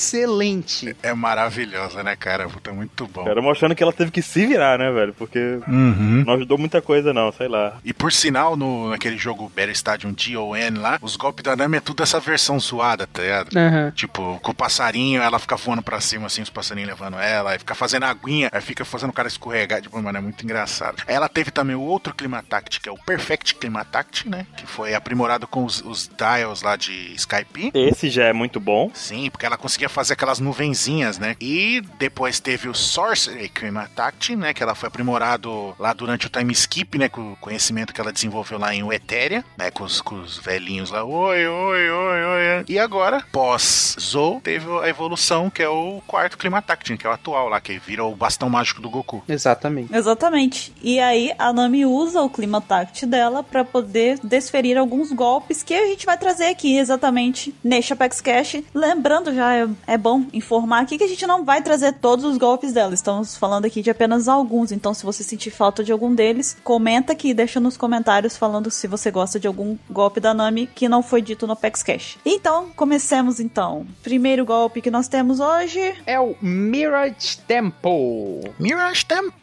[SPEAKER 1] excelente.
[SPEAKER 2] É maravilhosa, né, cara? Puta, muito bom.
[SPEAKER 3] Era mostrando que ela teve que se virar, né, velho? Porque
[SPEAKER 2] Uhum.
[SPEAKER 3] não ajudou muita coisa, não, sei lá.
[SPEAKER 2] E por sinal, no, naquele jogo Battle Stadium D.O.N. lá, os golpes da Nami é tudo essa versão zoada, tá ligado?
[SPEAKER 1] Aham.
[SPEAKER 2] Tipo, com o passarinho, ela fica voando pra cima, assim, os passarinhos levando ela, aí fica fazendo aguinha, aí fica fazendo o cara escorregar, tipo, mano, é muito engraçado. Ela teve também o outro Climatact, que é o Perfect Climatact, né? Que foi aprimorado com os, os dials lá de Skype.
[SPEAKER 3] Esse já é muito bom.
[SPEAKER 2] Sim, porque ela conseguia fazer aquelas nuvenzinhas, né? E depois teve o Sorcery Cream Attack, né? Que ela foi aprimorado lá durante o time skip, né? Com o conhecimento que ela desenvolveu lá em Etheria, né? Com os, com os velhinhos lá. Oi, oi, oi, oi. E agora, pós Zou, teve a evolução, que é o quarto Cream Attack, que é o atual lá, que virou o bastão mágico do Goku.
[SPEAKER 1] Exatamente.
[SPEAKER 4] Exatamente. E aí a Nami usa o clima tact dela pra poder desferir alguns golpes que a gente vai trazer aqui exatamente neste Apex Cash. Lembrando, já é, é bom informar aqui que a gente não vai trazer todos os golpes dela. Estamos falando aqui de apenas alguns. Então, se você sentir falta de algum deles, comenta aqui, deixa nos comentários falando se você gosta de algum golpe da Nami que não foi dito no Apex Cash. Então, comecemos então. Primeiro golpe que nós temos hoje.
[SPEAKER 1] É o Mirage Temple.
[SPEAKER 2] Mirage Tempo!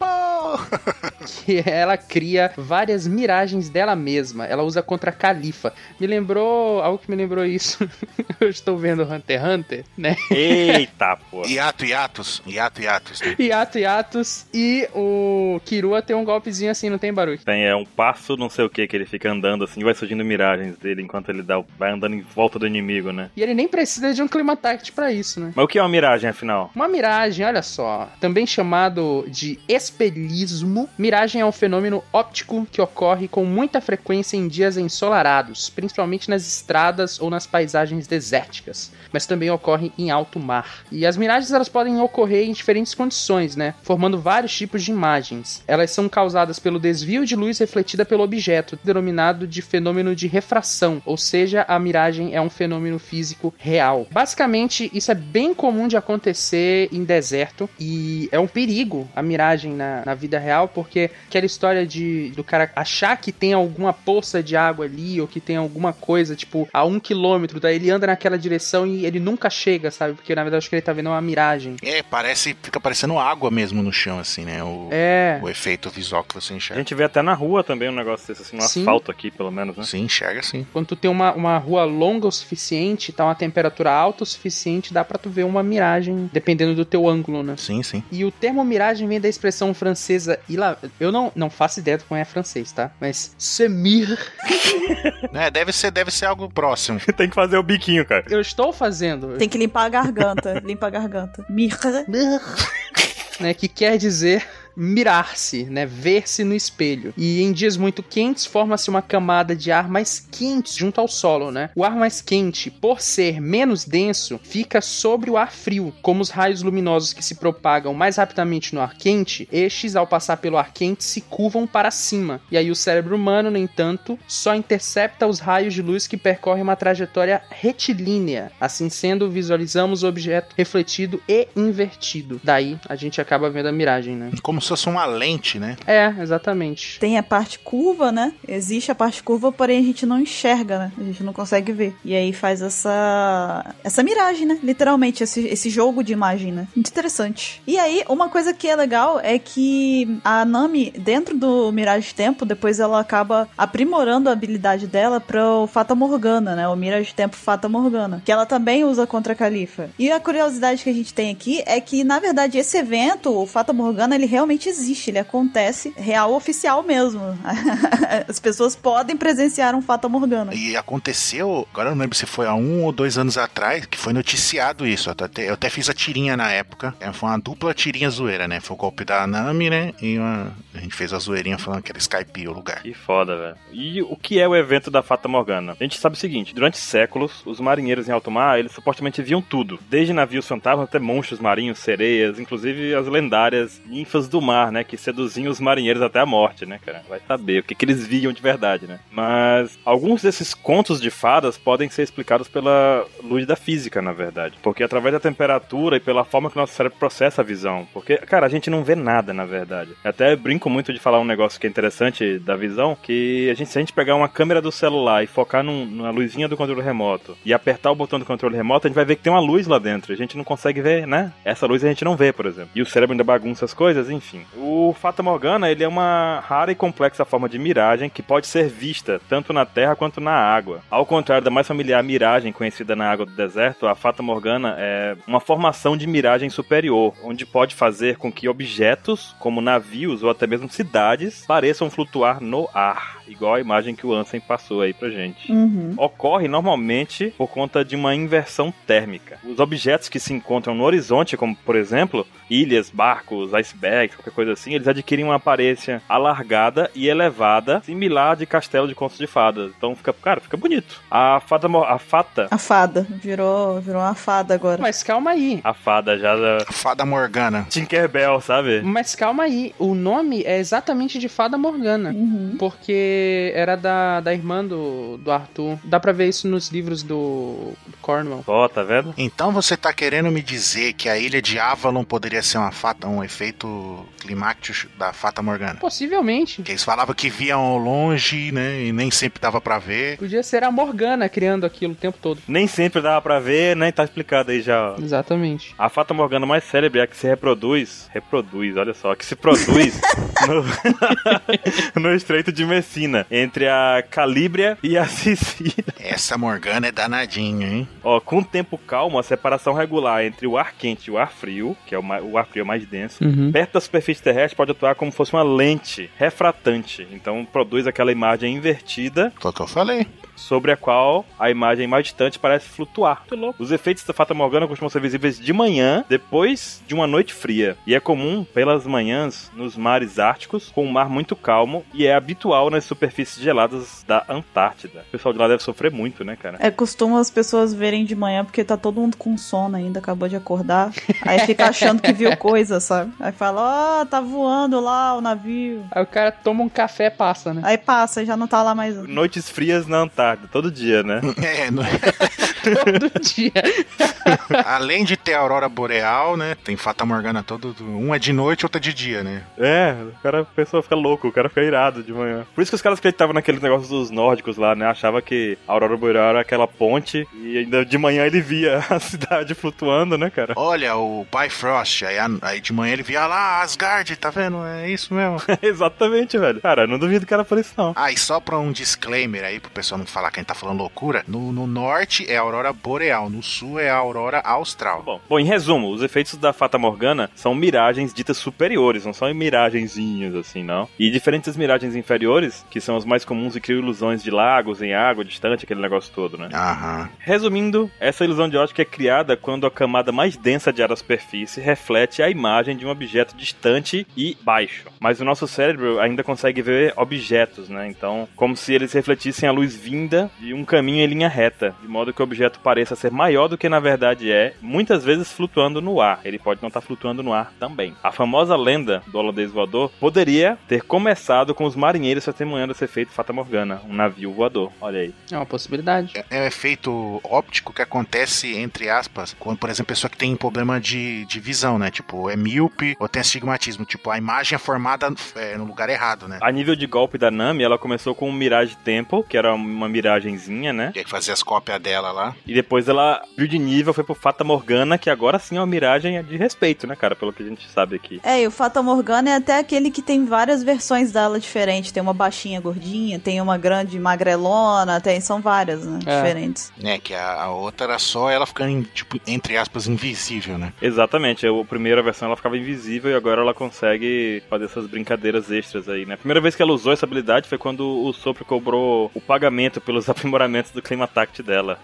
[SPEAKER 1] que ela cria várias miragens dela mesma. Ela usa contra a Califa. Me lembrou. Algo que me lembrou isso. Eu estou vendo Hunter x Hunter, né?
[SPEAKER 3] Eita, pô.
[SPEAKER 2] Iato, hiatus. Iato, hiatus. né?
[SPEAKER 1] Yato Yatos. E o Kirua tem um golpezinho assim, não tem barulho.
[SPEAKER 3] Tem é um passo, não sei o que, que ele fica andando assim, vai surgindo miragens dele enquanto ele dá, o- vai andando em volta do inimigo, né?
[SPEAKER 1] E ele nem precisa de um Climatact pra isso, né?
[SPEAKER 3] Mas o que é uma miragem, afinal?
[SPEAKER 1] Uma miragem, olha só, também chamado de espelhismo. Miragem é um fenômeno óptico que ocorre com muita frequência em dias ensolarados, principalmente nas estradas ou nas paisagens desérticas, mas também ocorre em alto mar. E as miragens elas podem ocorrer em diferentes condições, né, formando vários tipos de imagens. Elas são causadas pelo desvio de luz refletida pelo objeto, denominado de fenômeno de refração, ou seja, a miragem é um fenômeno físico real. Basicamente, isso é bem comum de acontecer em deserto e é um perigo a miragem na, na vida real, porque aquela história de do cara achar que tem alguma poça de água ali ou que tem alguma coisa, tipo, a um quilômetro, daí ele anda naquela direção e ele nunca chega, sabe? Porque na verdade eu acho que ele tá vendo uma miragem.
[SPEAKER 2] É, parece, fica parecendo água mesmo no chão, assim, né? O,
[SPEAKER 1] É.
[SPEAKER 2] o efeito visual que você
[SPEAKER 3] A
[SPEAKER 2] enxerga.
[SPEAKER 3] gente vê até na rua também um negócio desse, assim, no
[SPEAKER 1] Sim.
[SPEAKER 3] asfalto aqui, pelo menos, né?
[SPEAKER 2] Você enxerga sim.
[SPEAKER 1] Quando tu tem uma, uma rua longa o suficiente, tá uma temperatura alta o suficiente, dá pra tu ver uma miragem, dependendo do teu ângulo, né?
[SPEAKER 2] Sim, sim.
[SPEAKER 1] E o termo miragem vem da expressão francesa ila... Eu não, não faço ideia de como é francês, tá? Mas semir.
[SPEAKER 2] É, deve ser, deve ser algo próximo.
[SPEAKER 3] Tem que fazer o biquinho, cara.
[SPEAKER 1] Eu estou fazendo.
[SPEAKER 4] Tem que limpar a garganta. Limpa a garganta. Mirra.
[SPEAKER 1] né, que quer dizer mirar-se, né, ver-se no espelho. E em dias muito quentes forma-se uma camada de ar mais quente junto ao solo, né? O ar mais quente, por ser menos denso, fica sobre o ar frio. Como os raios luminosos que se propagam mais rapidamente no ar quente, estes ao passar pelo ar quente se curvam para cima. E aí o cérebro humano, no entanto, só intercepta os raios de luz que percorrem uma trajetória retilínea. Assim sendo, visualizamos o objeto refletido e invertido. Daí a gente acaba vendo a miragem, né?
[SPEAKER 2] Como se fosse uma lente, né?
[SPEAKER 1] É, exatamente.
[SPEAKER 4] Tem a parte curva, né? Existe a parte curva, porém a gente não enxerga, né? A gente não consegue ver. E aí faz essa essa miragem, né? Literalmente, esse, esse jogo de imagem, né? Muito interessante. E aí, uma coisa que é legal é que a Nami, dentro do Mirage Tempo, depois ela acaba aprimorando a habilidade dela pro Fata Morgana, né? O Mirage Tempo Fata Morgana. Que ela também usa contra a Califa. E a curiosidade que a gente tem aqui é que, na verdade, esse evento, o Fata Morgana, ele realmente existe. Ele acontece real oficial mesmo. As pessoas podem presenciar um Fata Morgana.
[SPEAKER 2] E aconteceu, agora eu não lembro se foi há um ou dois anos atrás, que foi noticiado isso. Eu até, eu até fiz a tirinha na época. É, Foi uma dupla tirinha zoeira, né? Foi o golpe da Nami, né? E uma- a gente fez a zoeirinha falando que era Skype o lugar.
[SPEAKER 3] Que foda, velho. E o que é o evento da Fata Morgana? A gente sabe o seguinte, durante séculos, os marinheiros em alto mar, eles supostamente viam tudo. Desde navios fantasmas até monstros marinhos, sereias, inclusive as lendárias ninfas do mar, né? Que seduziam os marinheiros até a morte, né, cara? Vai saber o que, que eles viam de verdade, né? Mas alguns desses contos de fadas podem ser explicados pela luz da física, na verdade. Porque através da temperatura e pela forma que nosso cérebro processa a visão. Porque, cara, a gente não vê nada, na verdade. Eu até brinco muito de falar um negócio que é interessante da visão, que a gente, se a gente pegar uma câmera do celular e focar num- numa luzinha do controle remoto e apertar o botão do controle remoto, a gente vai ver que tem uma luz lá dentro. A gente não consegue ver, né? Essa luz a gente não vê, por exemplo. E o cérebro ainda bagunça as coisas, enfim. O Fata Morgana, ele é uma rara e complexa forma de miragem que pode ser vista tanto na terra quanto na água. Ao contrário da mais familiar miragem conhecida na água do deserto, a Fata Morgana é uma formação de miragem superior, onde pode fazer com que objetos, como navios ou até mesmo cidades, pareçam flutuar no ar, igual a imagem que o Ansem passou aí pra gente
[SPEAKER 4] Uhum.
[SPEAKER 3] ocorre normalmente por conta de uma inversão térmica. Os objetos que se encontram no horizonte, como por exemplo ilhas, barcos, icebergs, qualquer coisa assim, eles adquirem uma aparência alargada e elevada, similar de castelo de contos de fadas. Então fica, cara, fica bonito. A fada, mo- a fata,
[SPEAKER 4] A fada. Virou, virou uma fada agora.
[SPEAKER 1] Mas calma aí.
[SPEAKER 3] a fada já da
[SPEAKER 2] A fada Morgana.
[SPEAKER 3] Tinkerbell, sabe?
[SPEAKER 1] Mas calma aí. O nome é exatamente de Fada Morgana.
[SPEAKER 4] Uhum.
[SPEAKER 1] Porque era da, da irmã do, do Arthur. Dá pra ver isso nos livros do Cornwall.
[SPEAKER 3] Ó, tá vendo?
[SPEAKER 2] Então você tá querendo me dizer que a ilha de Avalon poderia ser uma fata, um efeito climático da fata Morgana?
[SPEAKER 1] Possivelmente.
[SPEAKER 2] Que eles falavam que viam ao longe, né? E nem sempre dava pra ver.
[SPEAKER 1] Podia ser a Morgana criando aquilo o tempo todo.
[SPEAKER 3] Nem sempre dava pra ver, nem tá explicado aí já. ó.
[SPEAKER 1] Exatamente.
[SPEAKER 3] A fata morgana mais célebre é a que se reproduz. Reproduz, olha só. Que se produz no, no estreito de Messina, entre a Calíbria e a Sicília.
[SPEAKER 2] Essa Morgana é danadinha, hein?
[SPEAKER 3] Ó, com o tempo calmo, a separação regular entre o ar quente e o ar frio, que é o, ma- o ar frio mais denso,
[SPEAKER 1] Uhum.
[SPEAKER 3] perto da superfície terrestre pode atuar como se fosse uma lente refratante. Então produz aquela imagem invertida
[SPEAKER 2] Foi o que eu falei.
[SPEAKER 3] sobre a qual a imagem mais distante parece flutuar. Muito louco. Os efeitos da Fata Morgana costumam ser visíveis de manhã, depois de uma noite fria. E é comum pelas manhãs nos mares árticos, com um mar muito calmo, e é habitual nas superfícies geladas da Antártida. O pessoal de lá deve sofrer muito, né, cara?
[SPEAKER 4] É costume as pessoas verem de manhã porque tá todo mundo com sono ainda, acabou de acordar. Aí fica achando que viu coisa, sabe? Aí fala, ó, tá voando lá o navio.
[SPEAKER 1] Aí o cara toma um café e passa, né?
[SPEAKER 4] Aí passa, já não tá lá mais.
[SPEAKER 3] Noites frias na Antártida, todo dia, né?
[SPEAKER 2] É, no-
[SPEAKER 1] Todo dia.
[SPEAKER 2] além de ter a aurora boreal, né? Tem fata Morgana todo. Um é de noite, outro é de dia, né?
[SPEAKER 3] É, o cara, a pessoa fica louco, o cara fica irado de manhã. Por isso que os caras acreditavam naqueles negócios dos nórdicos lá, né? Achava que a Aurora Boreal era aquela ponte e ainda de manhã ele via a cidade flutuando, né, cara?
[SPEAKER 2] Olha o Bifrost. Aí, a- aí de manhã ele via lá, Asgard, tá vendo? É isso mesmo.
[SPEAKER 3] Exatamente, velho. Cara, eu não duvido que era por isso, não.
[SPEAKER 2] Ah, e só pra um disclaimer aí, pro pessoal não falar que a gente tá falando loucura, no, no norte é a aurora boreal, no sul é a aurora austral.
[SPEAKER 3] Tá Bom, bom, em resumo, os efeitos da Fata Morgana são miragens ditas superiores, não são miragenzinhas assim, não. E diferentes das miragens inferiores, que são as mais comuns e criam ilusões de lagos, em água, distante, aquele negócio todo, né?
[SPEAKER 2] Aham.
[SPEAKER 3] Resumindo, essa ilusão de ótica é criada quando a camada mais densa de ar da superfície reflete a imagem de um objeto distante e baixo. Mas o nosso cérebro ainda consegue ver objetos, né? Então, como se eles refletissem a luz vinda ainda de um caminho em linha reta, de modo que o objeto pareça ser maior do que na verdade é, muitas vezes flutuando no ar. Ele pode não estar flutuando no ar também. A famosa lenda do holandês voador poderia ter começado com os marinheiros se atemoando a ser feito Fata Morgana, um navio voador. Olha aí.
[SPEAKER 1] É uma possibilidade.
[SPEAKER 2] É um efeito óptico que acontece, entre aspas, quando, por exemplo, pessoa que tem problema de, de visão, né? Tipo, é míope ou tem astigmatismo. Tipo, a imagem é formada é, no lugar errado, né?
[SPEAKER 3] A nível de golpe da Nami, ela começou com um Mirage Temple, que era uma miragenzinha, né?
[SPEAKER 2] E aí fazia as cópias dela lá.
[SPEAKER 3] E depois ela viu de nível, foi pro Fata Morgana, que agora sim é uma miragem de respeito, né, cara? Pelo que a gente sabe aqui.
[SPEAKER 4] É, e o Fata Morgana é até aquele que tem várias versões dela diferentes. Tem uma baixinha gordinha, tem uma grande magrelona, tem, são várias, né?
[SPEAKER 1] É.
[SPEAKER 4] Diferentes.
[SPEAKER 2] Né? Que a, a outra era só ela ficando, tipo, entre aspas, invisível, né?
[SPEAKER 3] Exatamente, a primeira versão ela ficava invisível e agora ela consegue fazer essas brincadeiras extras aí, né? A primeira vez que ela usou essa habilidade foi quando o Sopro cobrou o pagamento pelos aprimoramentos do Clima Tact dela.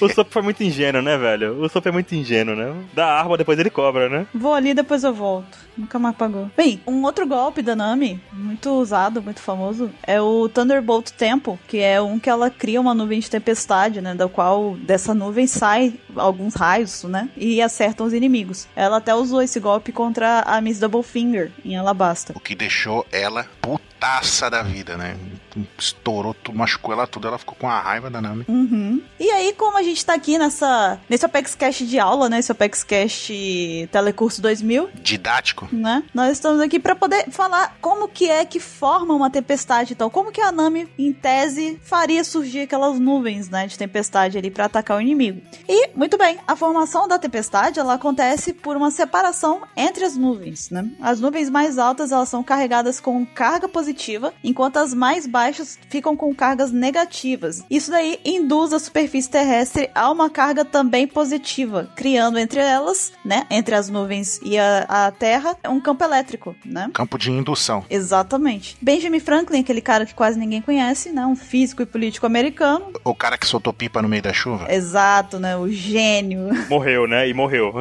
[SPEAKER 3] o Sopro foi muito ingênuo, né, velho? O Sopro é muito ingênuo, né? Dá a arma, depois ele cobra, né?
[SPEAKER 4] Vou ali, depois eu volto. Nunca mais pagou. Bem, um outro golpe da Nami, muito usado, muito famoso, é o Thunderbolt Tempo, que é um que ela cria uma nuvem de tempestade, né? Da qual dessa nuvem sai alguns raios, né? E acertam os inimigos. Ela até usou esse golpe contra a Miss Doublefinger em Alabasta.
[SPEAKER 2] O que deixou ela putaça da vida, né? Estourou, tu- machucou ela tudo, ela ficou com a raiva da Nami.
[SPEAKER 4] Uhum. E aí, como a gente tá aqui nessa, nesse Apex Cash de aula, né? Esse Apex Cash Telecurso 2000,
[SPEAKER 2] Didático.
[SPEAKER 4] né? Nós estamos aqui pra poder falar como que é que forma uma tempestade. Então, como que a Nami, em tese, faria surgir aquelas nuvens, né, de tempestade ali pra atacar o inimigo. E, muito bem, a formação da tempestade, ela acontece por uma separação entre as nuvens, né? As nuvens mais altas, elas são carregadas com carga positiva, enquanto as mais baixas ficam com cargas negativas. Isso daí induz a superfície terrestre a uma carga também positiva, criando entre elas, né, entre as nuvens e a, a Terra, um campo elétrico, né?
[SPEAKER 2] Campo de indução.
[SPEAKER 4] Exatamente. Benjamin Franklin, aquele cara que quase ninguém conhece, né? Um físico e político americano.
[SPEAKER 2] O cara que soltou pipa no meio da chuva.
[SPEAKER 4] Exato, né? O gênio.
[SPEAKER 3] Morreu, né? E morreu.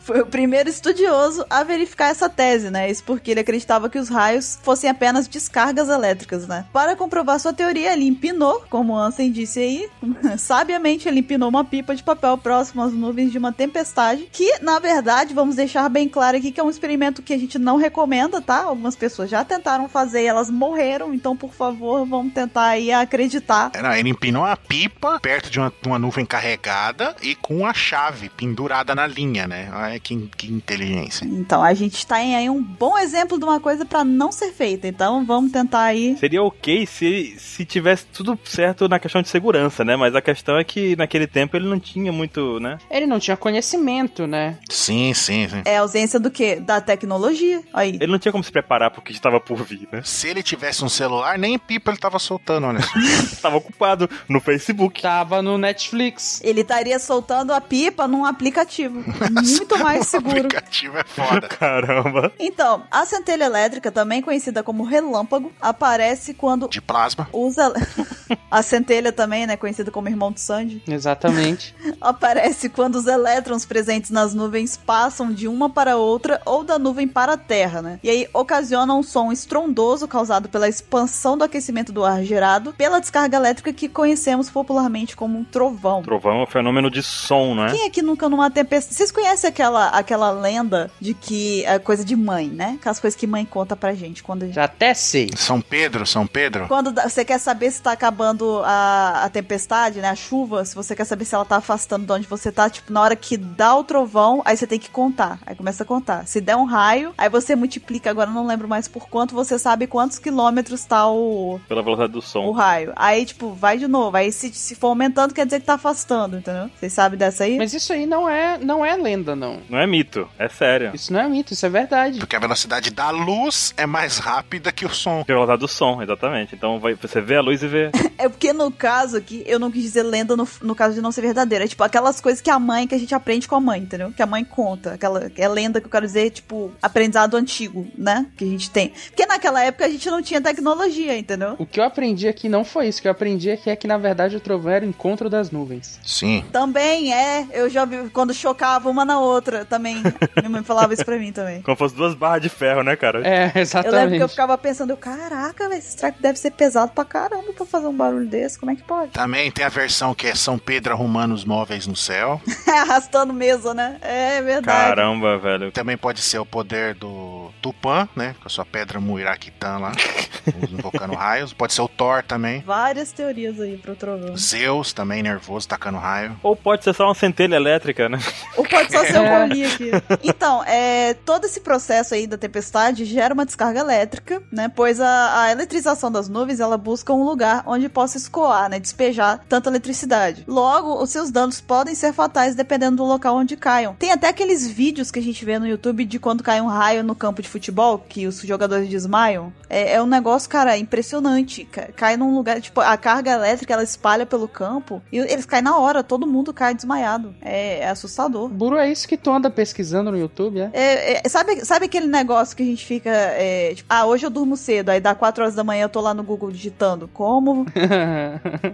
[SPEAKER 4] Foi o primeiro estudioso a verificar essa tese, né? Isso porque ele acreditava que os raios fossem apenas descargas elétricas, né? Para comprovar sua teoria, ele empinou, como o Ansem disse aí, sabiamente ele empinou uma pipa de papel próximo às nuvens de uma tempestade, que, na verdade, vamos deixar bem claro aqui que é um experimento que a gente não recomenda, tá? Algumas pessoas já tentaram fazer e elas morreram, então, por favor, vamos tentar aí acreditar.
[SPEAKER 2] Não, ele empinou uma pipa perto de uma, uma nuvem carregada e com a chave pendurada na linha, né? Olha que, que inteligência.
[SPEAKER 4] Então, a gente tá em aí um bom exemplo de uma coisa pra não ser feita, então vamos tentar aí
[SPEAKER 3] Seria ok se, se tivesse tudo certo na questão de segurança, né? Mas a questão é que naquele tempo ele não tinha muito, né?
[SPEAKER 1] Ele não tinha conhecimento, né?
[SPEAKER 2] Sim, sim, sim.
[SPEAKER 4] É a ausência do quê? Da tecnologia. Aí.
[SPEAKER 3] Ele não tinha como se preparar pro que estava por vir, né?
[SPEAKER 2] Se ele tivesse um celular, nem pipa ele tava soltando, olha.
[SPEAKER 3] Estava ocupado no Facebook.
[SPEAKER 1] Tava no Netflix.
[SPEAKER 4] Ele estaria soltando a pipa num aplicativo. Muito mais
[SPEAKER 2] O
[SPEAKER 4] seguro.
[SPEAKER 2] aplicativo é foda.
[SPEAKER 3] Caramba.
[SPEAKER 4] Então, a centelha elétrica, também conhecida como relâmpago, aparece quando
[SPEAKER 2] De plasma.
[SPEAKER 4] usa. a centelha também, né? Conhecida como irmão de Sandy.
[SPEAKER 1] Exatamente.
[SPEAKER 4] Aparece quando os elétrons presentes nas nuvens passam de uma para outra ou da nuvem para a Terra, né? E aí ocasiona um som estrondoso causado pela expansão do aquecimento do ar gerado pela descarga elétrica que conhecemos popularmente como um trovão.
[SPEAKER 3] Trovão é um fenômeno de som, né?
[SPEAKER 4] Quem aqui nunca numa tempestade? Vocês conhecem aquela, aquela lenda de que é coisa de mãe, né? Aquelas coisas que mãe conta pra gente quando a gente.
[SPEAKER 1] Já até sei.
[SPEAKER 2] São Pedro, São Pedro.
[SPEAKER 4] Quando dá- você quer saber se tá acabando a, a tempestade, né? A chuva, se você quer saber se ela tá afastando de onde você tá, tipo, na hora que dá o trovão, aí você tem que contar. Aí começa a contar. Se der um raio, aí você multiplica, agora eu não lembro mais por quanto, você sabe quantos quilômetros tá o,
[SPEAKER 3] Pela velocidade do
[SPEAKER 4] o
[SPEAKER 3] som.
[SPEAKER 4] raio. Aí, tipo, vai de novo. Aí se, se for aumentando, quer dizer que tá afastando, entendeu? Vocês sabem dessa aí?
[SPEAKER 1] Mas isso aí não é, não é lenda, não.
[SPEAKER 3] Não é mito, é sério.
[SPEAKER 1] Isso não é mito, isso é verdade.
[SPEAKER 2] Porque a velocidade da luz é mais rápida que o som.
[SPEAKER 3] Pela velocidade do som, exatamente. Então vai- você vê a luz e vê.
[SPEAKER 4] É porque no caso aqui, eu não quis dizer lenda no, no caso de não ser verdadeira. É tipo aquelas coisas que a mãe, que a gente aprende com a mãe, entendeu? Que a mãe conta. Aquela é lenda que eu quero dizer, tipo, aprendizado antigo, né? Que a gente tem. Porque naquela época a gente não tinha tecnologia, entendeu?
[SPEAKER 1] O que eu aprendi aqui não foi isso. O que eu aprendi aqui é que, na verdade, o trovão era o encontro das nuvens.
[SPEAKER 2] Sim.
[SPEAKER 4] Também é, eu já vi quando chocava uma na outra. outra também. Minha mãe falava isso pra mim também.
[SPEAKER 3] Como fosse duas barras de ferro, né, cara?
[SPEAKER 1] É,
[SPEAKER 4] Eu lembro que eu
[SPEAKER 1] exatamente.
[SPEAKER 4] ficava pensando, eu, caraca, velho, esse track deve ser pesado pra caramba pra fazer um barulho desse, como é que pode?
[SPEAKER 2] Também tem a versão que é São Pedro arrumando os móveis no céu.
[SPEAKER 4] Arrastando mesa, né? É verdade.
[SPEAKER 3] Caramba, velho.
[SPEAKER 2] Também pode ser o poder do Tupã, né? Com a sua pedra Muiraquitã lá, invocando raios. Pode ser o Thor também.
[SPEAKER 4] Várias teorias aí pro trovão.
[SPEAKER 2] Zeus também nervoso, tacando raio.
[SPEAKER 3] Ou pode ser só uma centelha elétrica, né?
[SPEAKER 4] Ou pode só ser
[SPEAKER 1] É.
[SPEAKER 4] um bolinho aqui. Então, é, todo esse processo aí da tempestade gera uma descarga elétrica, né? Pois a, a eletrização das nuvens, ela busca um lugar onde possa escoar, né? Despejar tanta eletricidade. Logo, os seus danos podem ser fatais dependendo do local onde caiam. Tem até aqueles vídeos que a gente vê no YouTube de quando cai um raio no campo de futebol, que os jogadores desmaiam. É, é um negócio, cara, impressionante. Ca- Cai num lugar, tipo, a carga elétrica, ela espalha pelo campo e eles caem na hora, todo mundo cai desmaiado. É- é assustador.
[SPEAKER 1] Buru, é isso que tu anda pesquisando no YouTube, é?
[SPEAKER 4] É, é, sabe, sabe aquele negócio que a gente fica. é, tipo, ah, hoje eu durmo cedo, aí dá 4 horas da manhã eu tô lá no Google digitando como.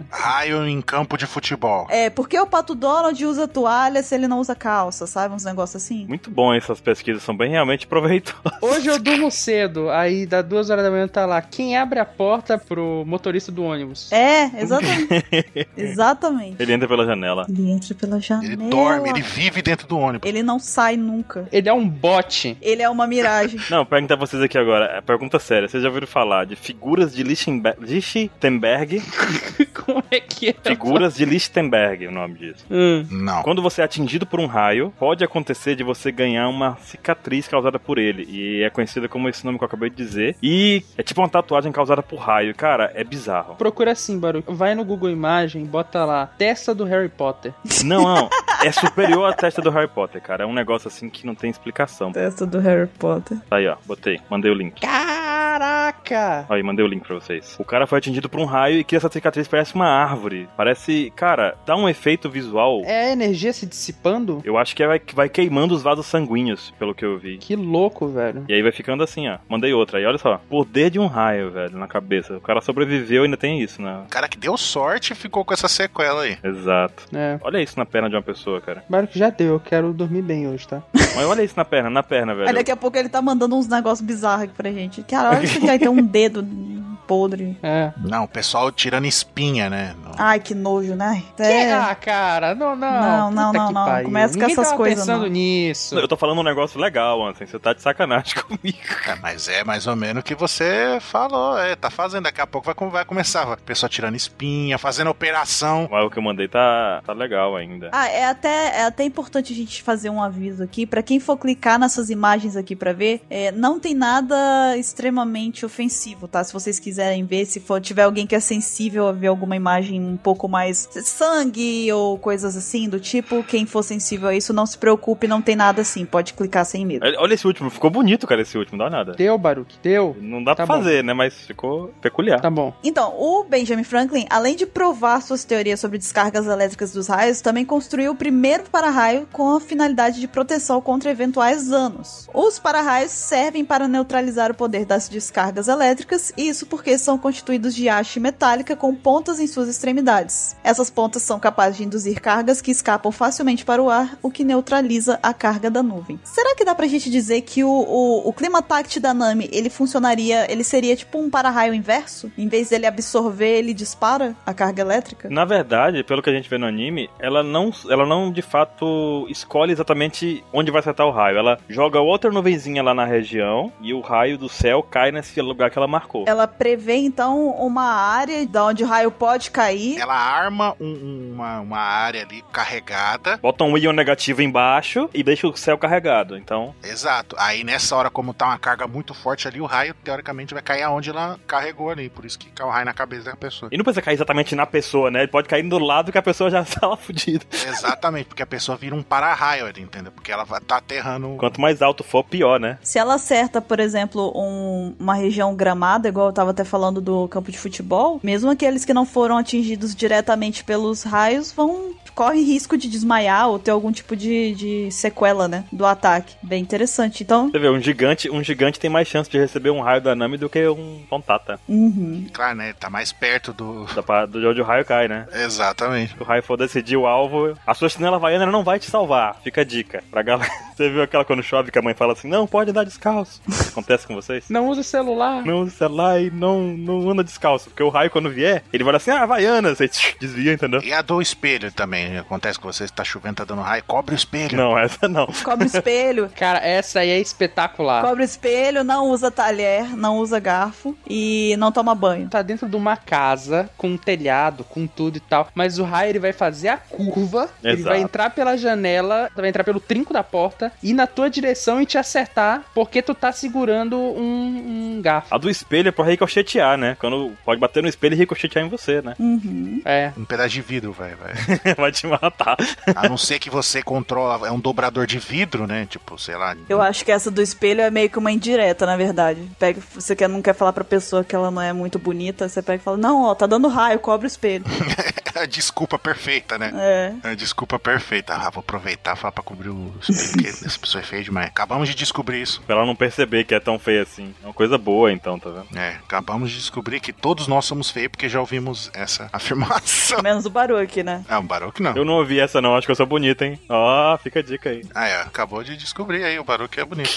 [SPEAKER 2] Raio em campo de futebol.
[SPEAKER 4] É, por que o Pato Donald usa toalha se ele não usa calça, sabe? Uns negócios assim.
[SPEAKER 3] Muito bom essas pesquisas, são bem realmente proveitosas.
[SPEAKER 1] Hoje eu durmo cedo, aí dá duas horas da manhã tá lá. Quem abre a porta pro motorista do ônibus?
[SPEAKER 4] É, exatamente. exatamente.
[SPEAKER 3] Ele entra pela janela.
[SPEAKER 4] Ele entra pela janela.
[SPEAKER 2] Ele dorme, ele vive dentro do ônibus.
[SPEAKER 4] Ele não sai nunca.
[SPEAKER 1] Ele é um bote.
[SPEAKER 4] Ele é uma miragem.
[SPEAKER 3] Não, perguntar pra vocês aqui agora. é Pergunta séria. Vocês já ouviram falar de figuras de Lichtenberg? Lichtenberg?
[SPEAKER 1] Como é que é?
[SPEAKER 3] Figuras de Lichtenberg, o nome disso.
[SPEAKER 1] Hum.
[SPEAKER 2] Não.
[SPEAKER 3] Quando você é atingido por um raio, pode acontecer de você ganhar uma cicatriz causada por ele. E é conhecida como esse nome que eu acabei de dizer. E é tipo uma tatuagem causada por raio. Cara, é bizarro.
[SPEAKER 1] Procura assim, Baru. Vai no Google Imagem, bota lá, testa do Harry Potter.
[SPEAKER 3] Não, não. É superior à testa do Harry Potter, cara. É um negócio assim que não tem explicação.
[SPEAKER 4] Testa do Harry Potter.
[SPEAKER 3] Tá aí, ó. Botei. Mandei o link.
[SPEAKER 1] Caraca!
[SPEAKER 3] Aí, mandei o link pra vocês. O cara foi atingido por um raio e que essa cicatriz parece uma árvore. Parece. Cara, dá um efeito visual.
[SPEAKER 1] É a energia se dissipando?
[SPEAKER 3] Eu acho que é, vai, vai queimando os vasos sanguíneos, pelo que eu vi.
[SPEAKER 1] Que louco, velho.
[SPEAKER 3] E aí vai ficando assim, ó. Mandei outra. Aí olha só. Poder de um raio, velho, na cabeça. O cara sobreviveu e ainda tem isso, né?
[SPEAKER 2] O cara que deu sorte ficou com essa sequela aí.
[SPEAKER 3] Exato.
[SPEAKER 1] É.
[SPEAKER 3] Olha isso na perna de uma pessoa, cara.
[SPEAKER 1] Baru que já deu, eu quero dormir bem hoje, tá?
[SPEAKER 3] Mas olha isso na perna, na perna, velho.
[SPEAKER 4] Aí daqui a pouco ele tá mandando uns negócios bizarros aqui pra gente. Cara, olha isso aqui, aí tem um dedo podre.
[SPEAKER 1] É.
[SPEAKER 2] Não, o pessoal tirando espinha, né? No-
[SPEAKER 4] Ai, que nojo, né?
[SPEAKER 1] Que- Ah, cara, não, não.
[SPEAKER 4] Não, não,
[SPEAKER 1] Puta
[SPEAKER 4] não,
[SPEAKER 1] que
[SPEAKER 4] não.
[SPEAKER 1] pariu.
[SPEAKER 4] Começa com
[SPEAKER 1] Ninguém
[SPEAKER 4] essas
[SPEAKER 1] tava
[SPEAKER 4] coisas,
[SPEAKER 1] pensando
[SPEAKER 4] não.
[SPEAKER 1] nisso.
[SPEAKER 3] Eu tô falando um negócio legal, Anson. Você tá de sacanagem comigo.
[SPEAKER 2] É, mas é mais ou menos o que você falou, é, tá fazendo, daqui a pouco vai, com- vai começar, vai, pessoal tirando espinha, fazendo operação.
[SPEAKER 3] Mas o que eu mandei tá, tá legal ainda.
[SPEAKER 4] Ah, é até, é até importante a gente fazer um aviso aqui. Pra quem for clicar nessas imagens aqui pra ver, é, não tem nada extremamente ofensivo, tá? Se vocês quiserem ver, se for, tiver alguém que é sensível a ver alguma imagem um pouco mais sangue ou coisas assim do tipo, quem for sensível a isso, não se preocupe, não tem nada assim. Pode clicar sem medo.
[SPEAKER 3] Olha olha esse último. Ficou bonito, cara, esse último. Não dá nada.
[SPEAKER 1] Deu, Baruque, deu.
[SPEAKER 3] Não dá
[SPEAKER 1] Tá
[SPEAKER 3] pra
[SPEAKER 1] bom.
[SPEAKER 3] fazer, né? Mas ficou peculiar.
[SPEAKER 1] Tá bom.
[SPEAKER 4] Então, o Benjamin Franklin, além de provar suas teorias sobre descargas elétricas dos raios, também construiu o primeiro para-raio com a finalidade de proteção contra eventuais danos. Os para-raios servem para neutralizar o poder das descargas elétricas, e isso porque são constituídos de haste metálica com pontas em suas extremidades. Essas pontas são capazes de induzir cargas que escapam facilmente para o ar, o que neutraliza a carga da nuvem. Será que dá pra gente dizer que o, o, o Climatact da Nami, ele funcionaria, ele seria tipo um para-raio inverso? Em vez dele absorver, ele dispara a carga elétrica?
[SPEAKER 3] Na verdade, pelo que a gente vê no anime, ela não, ela não de fato escolhe exatamente onde vai acertar o raio. Ela joga outra nuvenzinha lá na região e o raio do céu cai nesse lugar que ela marcou.
[SPEAKER 1] É
[SPEAKER 4] Ela prevê, então, uma área da onde o raio pode cair.
[SPEAKER 2] Ela arma um- uma, uma área ali carregada.
[SPEAKER 3] Bota um íon negativo embaixo e deixa o céu carregado. Então,
[SPEAKER 2] Exato. Aí nessa hora, como tá uma carga muito forte ali, o raio teoricamente vai cair aonde ela carregou ali. Por isso que cai o raio na cabeça da pessoa.
[SPEAKER 3] e não precisa cair exatamente na pessoa, né? Ele pode cair do lado que a pessoa já tá lá fudida.
[SPEAKER 2] Exatamente, porque a pessoa vira um para-raio ali, entendeu? Porque ela vai- tá aterrando.
[SPEAKER 3] Quanto mais alto for, pior, né?
[SPEAKER 4] Se ela acerta, por exemplo, um- uma região gramada, igual eu tava até falando do campo de futebol, mesmo aqueles que não foram atingidos diretamente pelos raios vão corre risco de desmaiar ou ter algum tipo de, de sequela, né? Do ataque. Bem interessante. Então.
[SPEAKER 3] Você vê, um gigante, um gigante tem mais chance de receber um raio da Nami do que um Tontata.
[SPEAKER 4] Uhum.
[SPEAKER 2] Claro, né? Tá mais perto do.
[SPEAKER 3] Da pa- Do onde o raio cai, né?
[SPEAKER 2] Exatamente.
[SPEAKER 3] Se o raio for decidir o alvo, a sua chinela havaiana não vai te salvar. Fica a dica. Pra galera. Você viu aquela quando chove que a mãe fala assim: não, pode andar descalço. Acontece com vocês?
[SPEAKER 1] Não usa celular.
[SPEAKER 3] Não usa celular e não, não anda descalço. Porque o raio, quando vier, ele vai assim, ah, Havaiana, você tch, desvia, entendeu?
[SPEAKER 2] E a do espelho também. Acontece com vocês, tá chovendo, tá dando raio, cobre o espelho.
[SPEAKER 3] Não, essa não.
[SPEAKER 4] Cobre o espelho.
[SPEAKER 1] Cara, essa aí é espetacular.
[SPEAKER 4] Cobre o espelho, não usa talher, não usa garfo e não toma banho.
[SPEAKER 1] Tá dentro de uma casa, com um telhado, com tudo e tal. Mas o raio ele vai fazer a curva, ele
[SPEAKER 3] Exato.
[SPEAKER 1] vai entrar pela janela, vai entrar pelo trinco da porta, ir na tua direção e te acertar, porque tu tá segurando um, um garfo.
[SPEAKER 3] A do espelho é pra ricochetear, né? Quando pode bater no espelho e ricochetear em você, né?
[SPEAKER 4] Uhum.
[SPEAKER 1] É.
[SPEAKER 2] Um pedaço de vidro, vai, vai.
[SPEAKER 3] vai te matar.
[SPEAKER 2] A não ser que você controla, é um dobrador de vidro, né? Tipo, sei lá.
[SPEAKER 4] Eu acho que essa do espelho é meio que uma indireta, na verdade. Pega, você quer, não quer falar pra pessoa que ela não é muito bonita, você pega e fala, não, ó, tá dando raio, cobre o espelho.
[SPEAKER 2] É a desculpa perfeita, né?
[SPEAKER 4] É.
[SPEAKER 2] É a desculpa perfeita. Ah, vou aproveitar e falar pra cobrir o espelho, porque essa pessoa é feia demais. Acabamos de descobrir isso.
[SPEAKER 3] Pra ela não perceber que é tão feia assim. É uma coisa boa, então, tá vendo?
[SPEAKER 2] É, acabamos de descobrir que todos nós somos feios porque já ouvimos essa afirmação.
[SPEAKER 4] Menos o Baruch, né?
[SPEAKER 2] Ah, o Baruque não.
[SPEAKER 3] Eu não ouvi essa, não. Acho que eu sou bonita, hein? Ó, fica a dica aí.
[SPEAKER 2] Ah, é, acabou de descobrir aí, o Baruque é bonito.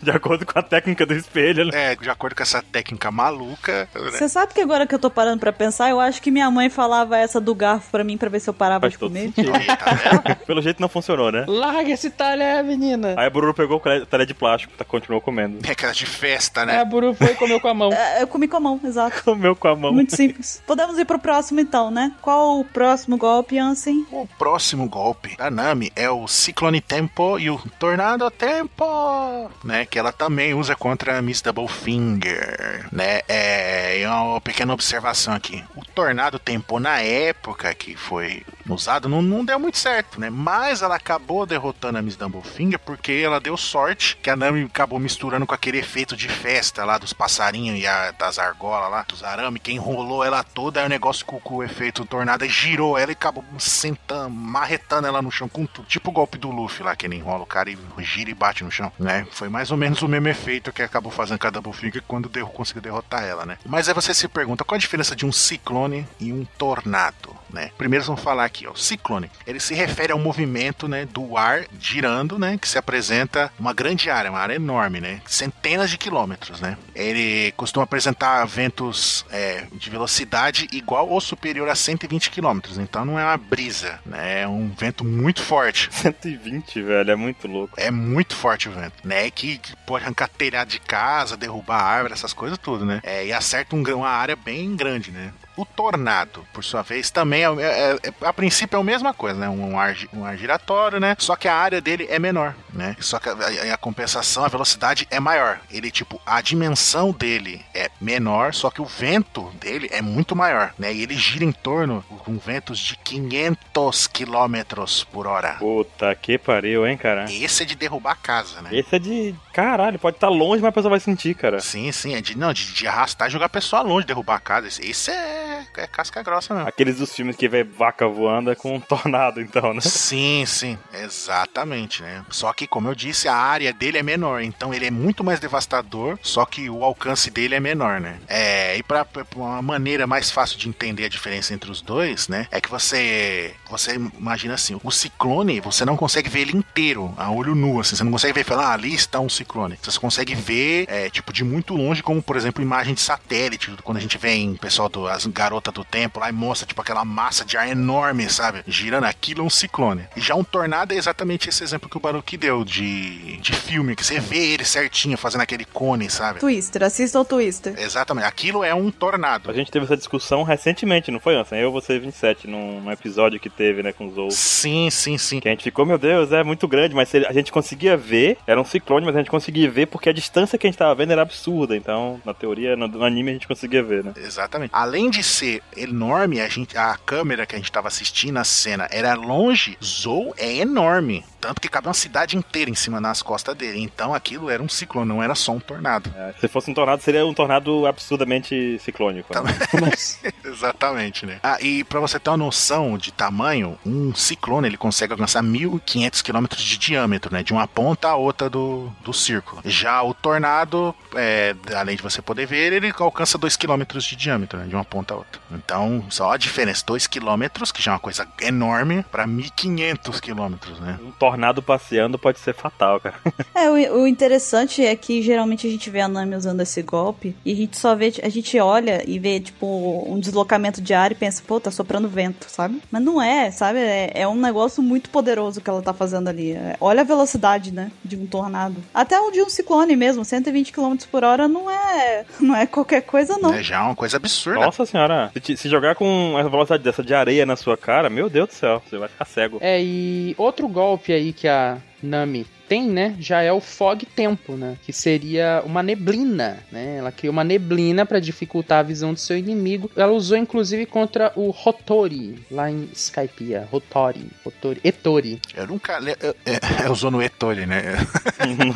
[SPEAKER 3] De acordo com a técnica do espelho, né?
[SPEAKER 2] É, de acordo com essa técnica maluca, né?
[SPEAKER 4] Você sabe que agora que eu tô parando pra pensar, eu acho que minha mãe falava essa do garfo pra mim pra ver se eu parava
[SPEAKER 3] Faz
[SPEAKER 4] de
[SPEAKER 3] todo
[SPEAKER 4] comer.
[SPEAKER 3] sentido.
[SPEAKER 2] Aí, tá vendo?
[SPEAKER 3] Pelo jeito não funcionou, né?
[SPEAKER 1] Larga esse talher, menina.
[SPEAKER 3] Aí a Bururu pegou o talher de plástico, tá, continuou comendo.
[SPEAKER 2] É aquela de festa,
[SPEAKER 1] É,
[SPEAKER 2] né?
[SPEAKER 1] a Buru foi e comeu com a mão.
[SPEAKER 4] É, Eu comi com a mão, exato.
[SPEAKER 3] Comeu com a mão.
[SPEAKER 4] Muito simples. Podemos ir pro próximo então, né? Qual o próximo golpe, Ansem?
[SPEAKER 2] O próximo golpe da Nami é o Ciclone Tempo e o Tornado Tempo, né? Que ela também usa contra a Miss Double Finger, né? É e uma pequena observação aqui. O Tornado Tempo na época que foi usado não, não deu muito certo, né? Mas ela acabou derrotando a Miss Double Finger porque ela deu sorte que a Nami acabou misturando com aquele efeito de festa lá dos passarinhos e a- das argolas lá, dos arame, que enrolou ela toda, aí o negócio com, com o efeito tornado aí girou ela e acabou sentando, marretando ela no chão com tudo. Tipo o golpe do Luffy lá, que ele enrola o cara e gira e bate no chão, né? Foi mais ou menos o mesmo efeito que acabou fazendo com a Double Finger quando derro- conseguiu derrotar ela, né? Mas aí você se pergunta qual a diferença de um ciclone e um tornado, né? Primeiro vamos falar aqui, ó. Ciclone, ele se refere ao movimento, né, do ar girando, né, que se apresenta uma grande área, uma área enorme, né? Centenas de quilômetros, né? Ele costuma apresentar ventos é, de velocidade igual ou superior a 120 quilômetros. Então não é uma brisa, né? É um vento muito forte.
[SPEAKER 3] 120, velho, é muito louco.
[SPEAKER 2] É muito forte o vento, né? Que, que pode arrancar telhado de casa, derrubar árvore, essas coisas tudo, né? É, e acerta um, gran- uma área bem grande, né? O tornado, por sua vez, também é, é- é- a princípio é a mesma coisa, né? Um, ar, gi- um ar giratório, né? Só que a área dele é menor, né? Só que a, a- a compensação, a velocidade é maior. Ele, tipo, a dimensão dele é menor, só que o vento dele é muito maior, né? E ele gira em torno com ventos de 500 quilômetros por hora.
[SPEAKER 3] Puta que pariu, hein, cara?
[SPEAKER 2] Esse é de derrubar a casa, né?
[SPEAKER 3] Esse é de. Caralho, pode estar longe, mas a pessoa vai sentir, cara.
[SPEAKER 2] Sim, sim, é de, não, de, de arrastar e jogar a pessoa longe, derrubar a casa. Isso, isso é, é casca grossa mesmo.
[SPEAKER 3] Aqueles dos filmes que vê vaca voando é com um tornado, então, né?
[SPEAKER 2] Sim, sim, exatamente, né? Só que, como eu disse, a área dele é menor, então ele é muito mais devastador, só que o alcance dele é menor, né? É, e pra, pra uma maneira mais fácil de entender a diferença entre os dois, né? É que você você imagina assim, o ciclone, você não consegue ver ele inteiro, a olho nu, assim, você não consegue ver e falar, ah, ali está um ciclone. Você só consegue ver, é, tipo, de muito longe, como, por exemplo, imagem de satélite, quando a gente vê em pessoal do as garotas do tempo lá e mostra, tipo, aquela massa de ar enorme, sabe? Girando aquilo é um ciclone. E já um tornado é exatamente esse exemplo que o Baruque deu de, de filme, que você vê ele certinho fazendo aquele cone, sabe?
[SPEAKER 4] Twister, assista ao Twister.
[SPEAKER 2] Exatamente, aquilo é um tornado.
[SPEAKER 3] A gente teve essa discussão recentemente, não foi, Anson? Eu, você e 27, num, num episódio que teve, né, com os outros.
[SPEAKER 2] Sim, sim, sim.
[SPEAKER 3] Que a gente ficou, meu Deus, é muito grande, mas se ele- a gente conseguia ver, era um ciclone, mas a gente conseguia ver porque a distância que a gente tava vendo era absurda, então, na teoria, no, no anime a gente conseguia ver, né?
[SPEAKER 2] Exatamente. Além de ser enorme, a, gente, a câmera que a gente estava assistindo a cena era longe, Zou é enorme. Tanto que cabe uma cidade inteira em cima nas costas dele. Então aquilo era um ciclone, não era só um tornado.
[SPEAKER 3] É, se fosse um tornado, seria um tornado absurdamente ciclônico. né?
[SPEAKER 1] Nossa.
[SPEAKER 2] Exatamente, né? Ah, e pra você ter uma noção de tamanho, um ciclone ele consegue alcançar 1.500 quilômetros de diâmetro, né? De uma ponta à outra do, do círculo. Já o tornado, é, além de você poder ver, ele alcança 2 quilômetros de diâmetro, né? De uma ponta à outra. Então, só a diferença, 2 quilômetros, que já é uma coisa enorme, pra 1.500 quilômetros, né?
[SPEAKER 3] Um tornado passeando pode ser fatal, cara.
[SPEAKER 4] É, o, o interessante é que geralmente a gente vê a Nami usando esse golpe e a gente só vê, a gente olha e vê, tipo, um deslocamento de ar e pensa, pô, tá soprando vento, sabe? Mas não é, sabe? É, é um negócio muito poderoso que ela tá fazendo ali. É, olha a velocidade, né? De um tornado. Até o de um ciclone mesmo, 120 km por hora não é, não é qualquer coisa, não.
[SPEAKER 2] É, já é uma coisa absurda.
[SPEAKER 3] Nossa senhora, se, te- se jogar com uma velocidade dessa de areia na sua cara, meu Deus do céu, você vai ficar cego.
[SPEAKER 1] É, e outro golpe aí que a Nami tem, né, já é o fog tempo, né, que seria uma neblina, né? Ela criou uma neblina pra dificultar a visão do seu inimigo. Ela usou inclusive contra o Rotori lá em Skypiea, Rotori, Rotori, Etori.
[SPEAKER 2] Eu nunca. le- Eu, é, eu, eu uso no Etoli, né?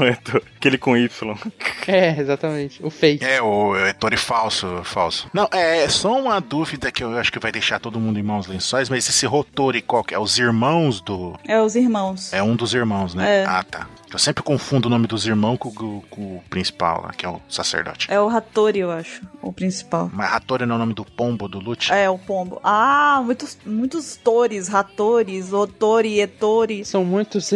[SPEAKER 3] Não é tu- Aquele com Y.
[SPEAKER 1] É, exatamente, o fake.
[SPEAKER 2] É, o Ettore falso, falso. Não, é só uma dúvida que eu acho que vai deixar todo mundo em maus lençóis, mas esse Rotori qual que é? Os irmãos do...
[SPEAKER 4] É os irmãos.
[SPEAKER 2] É um dos irmãos, né?
[SPEAKER 4] É.
[SPEAKER 2] Ah, tá. Eu sempre confundo o nome dos irmãos com, o- com o principal, lá, que é o sacerdote.
[SPEAKER 4] É o Hattori, eu acho, o principal.
[SPEAKER 2] Mas Hattori não é o nome do pombo, do Lute?
[SPEAKER 4] É, o pombo. Ah, muitos, muitos tores, ratores, otori, etori.
[SPEAKER 1] São muitos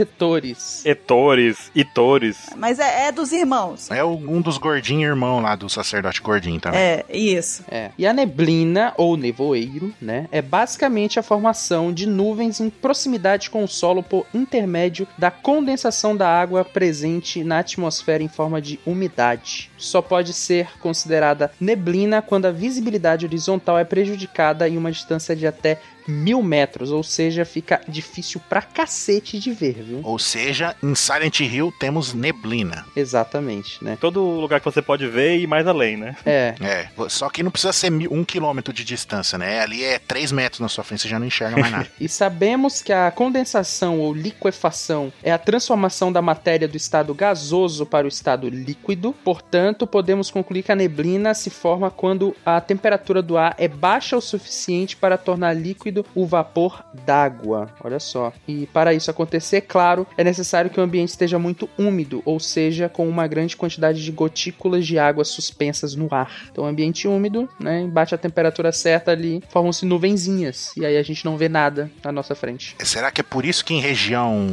[SPEAKER 1] setores.
[SPEAKER 3] Etores, Itores.
[SPEAKER 4] Mas é, é dos irmãos.
[SPEAKER 2] É o- um dos gordinhos irmão lá do sacerdote gordinho, tá?
[SPEAKER 4] É, isso.
[SPEAKER 1] É. E a neblina, ou nevoeiro, né, é basicamente a formação de nuvens em proximidade com o solo por intermédio da condensação da água presente na atmosfera em forma de umidade. Só pode ser considerada neblina quando a visibilidade horizontal é prejudicada em uma distância de até mil metros, ou seja, fica difícil pra cacete de ver, viu?
[SPEAKER 2] Ou seja, em Silent Hill temos neblina.
[SPEAKER 1] Exatamente, né?
[SPEAKER 3] Todo lugar que você pode ver e mais além, né?
[SPEAKER 1] É,
[SPEAKER 2] É, só que não precisa ser mil- um quilômetro de distância, né? Ali é três metros na sua frente, você já não enxerga mais nada.
[SPEAKER 1] E sabemos que a condensação ou liquefação é a transformação da matéria do estado gasoso para o estado líquido. Portanto, podemos concluir que a neblina se forma quando a temperatura do ar é baixa o suficiente para tornar líquido o vapor d'água. Olha só. E para isso acontecer, claro, é necessário que o ambiente esteja muito úmido, ou seja, com uma grande quantidade de gotículas de água suspensas no ar. Então, ambiente úmido, né? Bate a temperatura certa ali, formam-se nuvenzinhas. E aí a gente não vê nada na nossa frente.
[SPEAKER 2] Será que é por isso que em região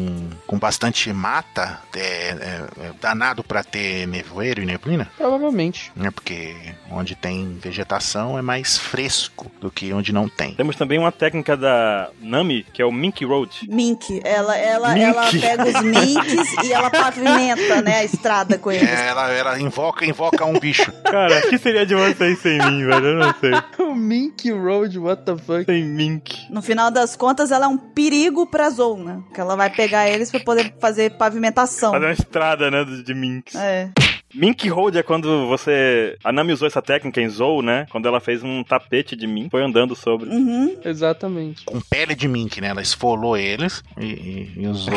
[SPEAKER 2] com bastante mata é, é- é danado pra ter nevoeiro e neblina?
[SPEAKER 1] Provavelmente.
[SPEAKER 2] É porque onde tem vegetação é mais fresco do que onde não tem.
[SPEAKER 3] Temos também uma técnica da Nami, que é o Mink Road.
[SPEAKER 4] Mink, ela, ela,
[SPEAKER 3] Mink.
[SPEAKER 4] ela pega os minks e ela pavimenta, né, a estrada com eles.
[SPEAKER 2] É, ela, ela invoca, invoca um bicho.
[SPEAKER 3] Cara, o que seria de vocês sem mim, velho? Eu não sei.
[SPEAKER 1] o Mink Road, what the fuck?
[SPEAKER 3] Sem Mink.
[SPEAKER 4] No final das contas, ela é um perigo pra zona, que ela vai pegar eles pra poder fazer pavimentação.
[SPEAKER 3] Fazer uma estrada, né, de de Minks.
[SPEAKER 4] É.
[SPEAKER 3] Mink Road é quando você... A Nami usou essa técnica em Zou, né? Quando ela fez um tapete de Mink, foi andando sobre.
[SPEAKER 4] Uhum.
[SPEAKER 1] Exatamente.
[SPEAKER 2] Com pele de mink, né? Ela esfolou eles e, e- e usou.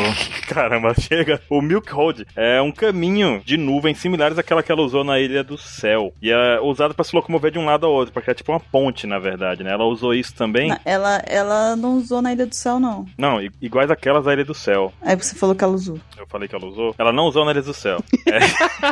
[SPEAKER 3] Caramba, chega. O Milk Road é um caminho de nuvens similares àquela que ela usou na Ilha do Céu. E é usado pra se locomover de um lado ao outro, porque é tipo uma ponte, na verdade, né? Ela usou isso também.
[SPEAKER 4] Na- Ela, ela não usou na Ilha do Céu, não.
[SPEAKER 3] Não, i- iguais àquelas da Ilha do Céu.
[SPEAKER 4] Aí você falou que ela usou.
[SPEAKER 3] Eu falei que ela usou. Ela não usou na Ilha do Céu. É.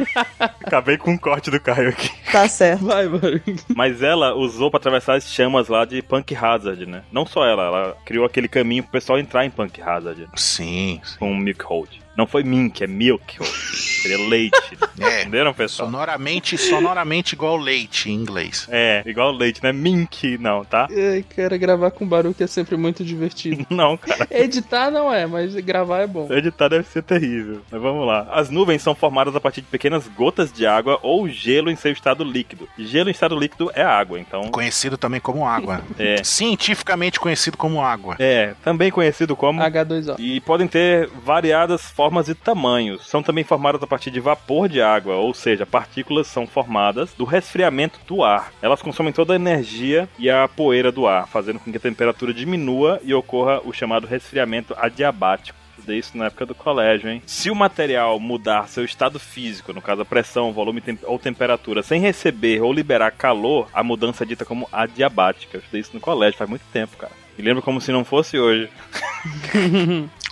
[SPEAKER 3] Acabei com um corte do Caio aqui.
[SPEAKER 4] Tá certo.
[SPEAKER 1] Vai, mano.
[SPEAKER 3] Mas ela usou pra atravessar as chamas lá de Punk Hazard, né? Não só ela, ela criou aquele caminho pro pessoal entrar em Punk Hazard
[SPEAKER 2] Sim.
[SPEAKER 3] com o Milk Road. Não foi Mink, é Milk Road. Seria leite.
[SPEAKER 2] É.
[SPEAKER 3] Entenderam, pessoal?
[SPEAKER 2] Sonoramente, sonoramente igual leite em inglês.
[SPEAKER 3] É, igual leite, né? Mink, não, tá?
[SPEAKER 1] Ai, cara, gravar com Baruque é sempre muito divertido.
[SPEAKER 3] Não, cara.
[SPEAKER 1] Editar não é, mas gravar é bom.
[SPEAKER 3] Editar deve ser terrível. Mas vamos lá. As nuvens são formadas a partir de pequenas gotas de água ou gelo em seu estado líquido. Gelo em estado líquido é água, então.
[SPEAKER 2] Conhecido também como água.
[SPEAKER 3] É.
[SPEAKER 2] Cientificamente conhecido como água.
[SPEAKER 3] É, também conhecido como.
[SPEAKER 1] H2O.
[SPEAKER 3] E podem ter variadas formas e tamanhos. São também formadas a partir de vapor de água, ou seja, partículas são formadas do resfriamento do ar. Elas consomem toda a energia e a poeira do ar, fazendo com que a temperatura diminua e ocorra o chamado resfriamento adiabático. estudei isso na época do colégio, hein? Se o material mudar seu estado físico, no caso a pressão, volume tem- ou temperatura, sem receber ou liberar calor, a mudança é dita como adiabática. Eu estudei isso no colégio faz muito tempo, cara. Me lembro como se não fosse hoje.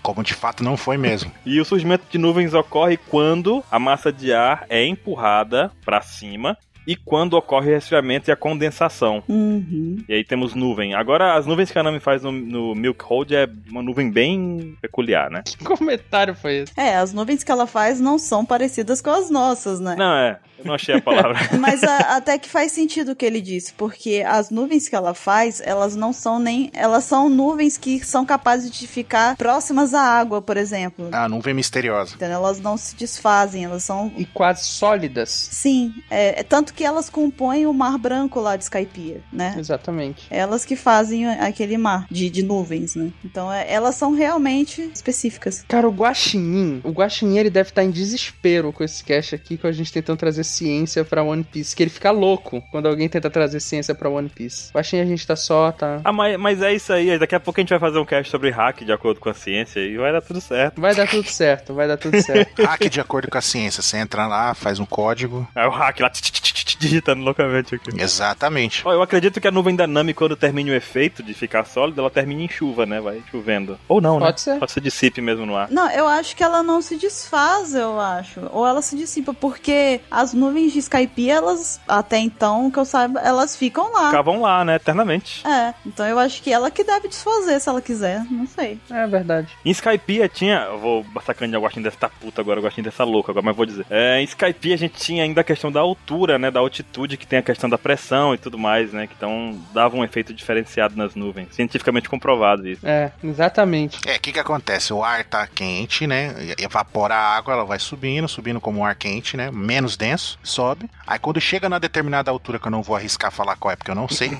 [SPEAKER 2] Como de fato não foi mesmo.
[SPEAKER 3] E o surgimento de nuvens ocorre quando a massa de ar é empurrada para cima e quando ocorre o resfriamento e a condensação.
[SPEAKER 4] Uhum.
[SPEAKER 3] E aí temos nuvem. Agora, as nuvens que a Nami faz no, no Milk Hold é uma nuvem bem peculiar, né?
[SPEAKER 1] Que comentário foi esse?
[SPEAKER 4] É, as nuvens que ela faz não são parecidas com as nossas, né?
[SPEAKER 3] Não, é. Eu não achei a palavra.
[SPEAKER 4] Mas a- até que faz sentido o que ele disse, porque as nuvens que ela faz, elas não são nem. Elas são nuvens que são capazes de ficar próximas à água, por exemplo.
[SPEAKER 2] A nuvem misteriosa.
[SPEAKER 4] Entendeu? Elas não se desfazem, elas são.
[SPEAKER 1] E quase sólidas.
[SPEAKER 4] Sim, é, é tanto que elas compõem o mar branco lá de Skypiea, né?
[SPEAKER 1] Exatamente.
[SPEAKER 4] Elas que fazem aquele mar de, de nuvens, né? Então é- elas são realmente específicas.
[SPEAKER 1] Cara, o Guaxinim, o Guaxinim ele deve estar em desespero com esse cast aqui, com a gente tentando trazer ciência pra One Piece, que ele fica louco quando alguém tenta trazer ciência pra One Piece. O Guaxinim a gente tá só, tá...
[SPEAKER 3] ah, mas, mas é isso aí. Daqui a pouco a gente vai fazer um cast sobre hack, de acordo com a ciência, e vai dar tudo certo.
[SPEAKER 1] Vai dar tudo certo, vai dar tudo certo.
[SPEAKER 2] Hack de acordo com a ciência. Você entra lá, faz um código.
[SPEAKER 3] Aí o hack lá, tch, tch, tch, tch, digitando loucamente aqui.
[SPEAKER 2] Exatamente.
[SPEAKER 3] Ó, eu acredito que a nuvem da Nami, quando termina o efeito de ficar sólida, ela termina em chuva, né? Vai chovendo. Ou não, né?
[SPEAKER 1] Pode ser.
[SPEAKER 3] Pode ser dissipe mesmo no ar.
[SPEAKER 4] Não, eu acho que ela não se desfaz, eu acho. Ou ela se dissipa, porque as nuvens de Skype, elas, até então, que eu saiba, elas ficam lá.
[SPEAKER 3] Ficavam lá, né? Eternamente.
[SPEAKER 4] É, então eu acho que ela que deve desfazer se ela quiser, não sei.
[SPEAKER 1] É verdade.
[SPEAKER 3] Em Skypiea tinha. Eu vou sacanear o Guaxinim dessa tá puta agora, o Guaxinim dessa louca agora, mas vou dizer. É, em Skypiea a gente tinha ainda a questão da altura, né? Da altitude, que tem a questão da pressão e tudo mais, né? Que então dava um efeito diferenciado nas nuvens. Cientificamente comprovado isso.
[SPEAKER 1] É, exatamente.
[SPEAKER 2] É, o que que acontece? O ar tá quente, né? Evapora a água, ela vai subindo, subindo como um ar quente, né? Menos denso, sobe. Aí quando chega na determinada altura, que eu não vou arriscar falar qual é, porque eu não sei.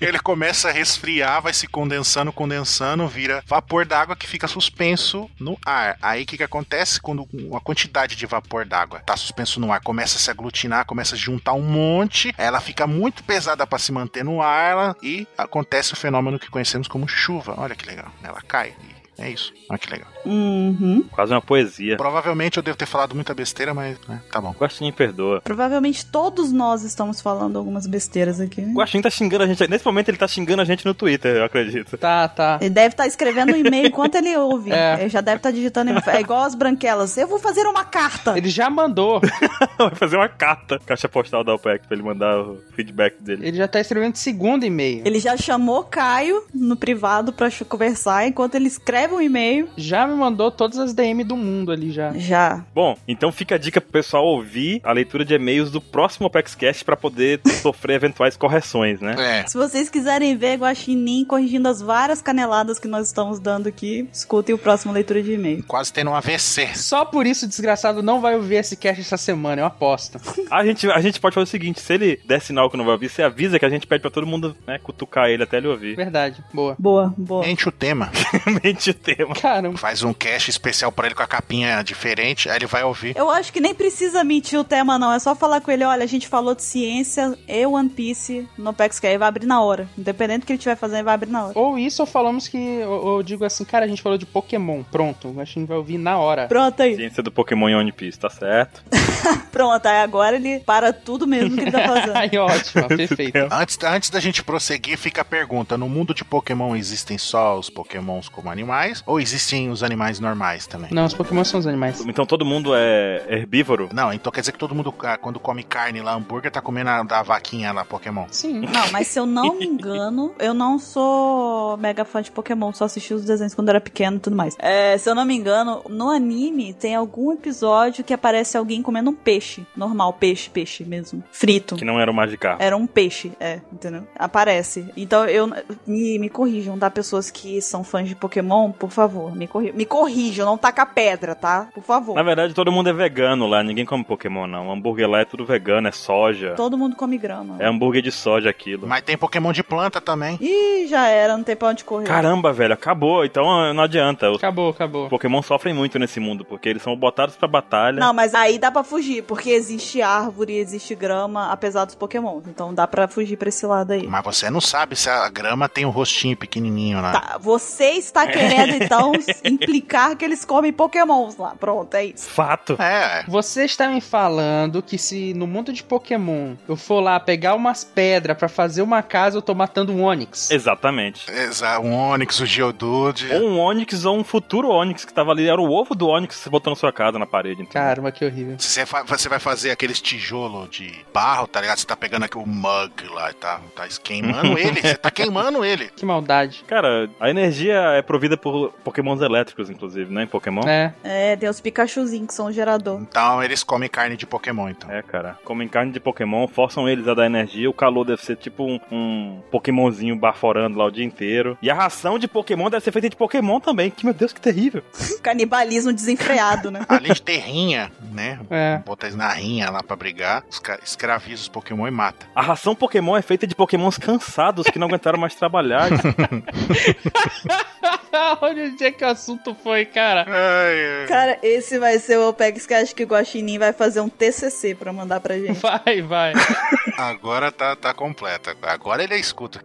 [SPEAKER 2] ele começa a resfriar, vai se condensando, condensando, vira vapor d'água que fica suspenso no ar. Aí o que que acontece quando uma quantidade de vapor d'água tá suspenso no ar, começa a se aglutinar, começa a juntar um monte, ela fica muito pesada para se manter no ar ela- e acontece o fenômeno que conhecemos como chuva. Olha que legal, ela cai. e É isso. Olha que legal.
[SPEAKER 4] Uhum.
[SPEAKER 3] Quase uma poesia.
[SPEAKER 2] Provavelmente eu devo ter falado muita besteira, mas né, tá bom.
[SPEAKER 3] O Guaxinim perdoa.
[SPEAKER 4] Provavelmente todos nós estamos falando algumas besteiras aqui. né?
[SPEAKER 3] O Guaxinim tá xingando a gente. Nesse momento ele tá xingando a gente no Twitter, eu acredito.
[SPEAKER 1] Tá, tá.
[SPEAKER 4] Ele deve estar escrevendo um e-mail enquanto ele ouve.
[SPEAKER 1] É.
[SPEAKER 4] Ele já deve estar digitando e-mail. É igual as branquelas. Eu vou fazer uma carta.
[SPEAKER 1] Ele já mandou,
[SPEAKER 3] Vai fazer uma carta, caixa postal da OPEC, pra ele mandar o feedback dele.
[SPEAKER 1] ele já tá escrevendo segundo e-mail.
[SPEAKER 4] Ele já chamou Caio no privado pra ch- conversar enquanto ele escreve um e-mail.
[SPEAKER 1] Já me mandou todas as DM do mundo ali já.
[SPEAKER 4] Já.
[SPEAKER 3] Bom, então fica a dica pro pessoal ouvir a leitura de e-mails do próximo OPEXCast pra poder sofrer eventuais correções, né?
[SPEAKER 2] É.
[SPEAKER 4] Se vocês quiserem ver Guaxinim corrigindo as várias caneladas que nós estamos dando aqui, escutem o próximo leitura de e-mail.
[SPEAKER 2] Quase tendo um AVC.
[SPEAKER 1] Só por isso o desgraçado não vai ouvir esse cast essa semana, eu aposto.
[SPEAKER 3] A gente, a gente pode fazer o seguinte: se ele der sinal que não vai ouvir, você avisa que a gente pede pra todo mundo né, cutucar ele até ele ouvir.
[SPEAKER 1] Verdade, boa.
[SPEAKER 4] Boa, boa.
[SPEAKER 2] Mente o tema.
[SPEAKER 3] Realmente o tema.
[SPEAKER 1] Caramba.
[SPEAKER 2] Faz um cache especial pra ele com a capinha diferente, aí ele vai ouvir.
[SPEAKER 4] Eu acho que nem precisa mentir o tema, não. É só falar com ele, olha, a gente falou de ciência e One Piece no Pex, que aí vai abrir na hora. Independente do que ele estiver fazendo, ele vai abrir na hora.
[SPEAKER 1] Ou isso, ou falamos que. Ou, ou digo assim, cara, a gente falou de Pokémon. Pronto, acho que não vai ouvir na hora.
[SPEAKER 4] Pronto aí.
[SPEAKER 3] Ciência do Pokémon em One Piece, tá certo?
[SPEAKER 4] Pronto, aí agora ele para tudo mesmo que ele tá fazendo.
[SPEAKER 1] Aí, ótimo, perfeito.
[SPEAKER 2] Antes, antes da gente prosseguir, fica a pergunta: no mundo de Pokémon existem só os Pokémons como animais? Ou existem os animais normais também?
[SPEAKER 1] Não, os Pokémon são os animais.
[SPEAKER 3] Então todo mundo é herbívoro?
[SPEAKER 2] Não, então quer dizer que todo mundo, ah, quando come carne lá, hambúrguer, tá comendo a da vaquinha lá, Pokémon.
[SPEAKER 1] Sim.
[SPEAKER 4] Não, mas se eu não me engano, eu não sou mega fã de Pokémon, só assisti os desenhos quando era pequeno e tudo mais. É, se eu não me engano, no anime tem algum episódio que aparece alguém comendo um peixe. Normal, peixe, peixe mesmo. Frito.
[SPEAKER 3] Que não era o Magikarp.
[SPEAKER 4] Era um peixe, é, entendeu? Aparece. Então eu. Me, me corrijam, tá? Pessoas que são fãs de Pokémon, por favor, me corrijam. Me corrijam, não taca pedra, tá? Por favor.
[SPEAKER 3] Na verdade, todo mundo é vegano lá, ninguém come Pokémon, não. O hambúrguer lá é tudo vegano, é soja.
[SPEAKER 4] Todo mundo come grama.
[SPEAKER 3] É hambúrguer de soja aquilo.
[SPEAKER 2] Mas tem Pokémon de planta também.
[SPEAKER 4] Ih, já era, não tem pra onde correr.
[SPEAKER 3] Caramba, velho, acabou, então ah, não adianta. Os
[SPEAKER 1] Acabou, acabou.
[SPEAKER 3] Pokémon sofrem muito nesse mundo, porque eles são botados pra batalha.
[SPEAKER 4] Não, mas aí dá pra fugir, porque existe árvore, existe grama, apesar dos pokémons. Então dá pra fugir pra esse lado aí.
[SPEAKER 2] Mas você não sabe se a grama tem um rostinho pequenininho lá.
[SPEAKER 4] Tá, você está querendo merda, então implicar que eles comem pokémons lá. Pronto, é isso.
[SPEAKER 3] Fato.
[SPEAKER 2] É,
[SPEAKER 1] Você está me falando que se no mundo de Pokémon eu for lá pegar umas pedras pra fazer uma casa, eu tô matando um Onix.
[SPEAKER 3] Exatamente.
[SPEAKER 2] exa- um Onix, o Geodude.
[SPEAKER 3] Ou um Onix ou um futuro Onix que tava ali, era o ovo do Onix que você botou na sua casa na parede. entendeu?
[SPEAKER 1] Caramba, que horrível.
[SPEAKER 2] Você, fa- você vai fazer aqueles tijolo de barro, tá ligado? Você tá pegando aqui o mug lá e tá, tá queimando ele. Você tá queimando ele.
[SPEAKER 1] Que maldade.
[SPEAKER 3] Cara, a energia é provida por pokémons elétricos, inclusive, né? Em Pokémon.
[SPEAKER 1] É.
[SPEAKER 4] É, tem os Pikachuzinhos que são um gerador.
[SPEAKER 2] Então eles comem carne de Pokémon, então.
[SPEAKER 3] É, cara. Comem carne de Pokémon, forçam eles a dar energia. O calor deve ser tipo um, um Pokémonzinho baforando lá o dia inteiro. E a ração de Pokémon deve ser feita de Pokémon também. Que, meu Deus, que terrível.
[SPEAKER 4] Canibalismo desenfreado, né?
[SPEAKER 2] Além de ter rinha, né?
[SPEAKER 1] É.
[SPEAKER 2] Bota eles na rinha lá pra brigar, os ca- escraviza os Pokémon e mata.
[SPEAKER 3] A ração Pokémon é feita de Pokémons cansados que não aguentaram mais trabalhar.
[SPEAKER 1] Olha onde é que o assunto foi, cara.
[SPEAKER 2] Ai, ai.
[SPEAKER 4] Cara, esse vai ser o Opex que acho que o Guaxinim vai fazer um TCC pra mandar pra gente.
[SPEAKER 1] Vai, vai.
[SPEAKER 2] Agora tá, tá completa. Agora ele é escuta.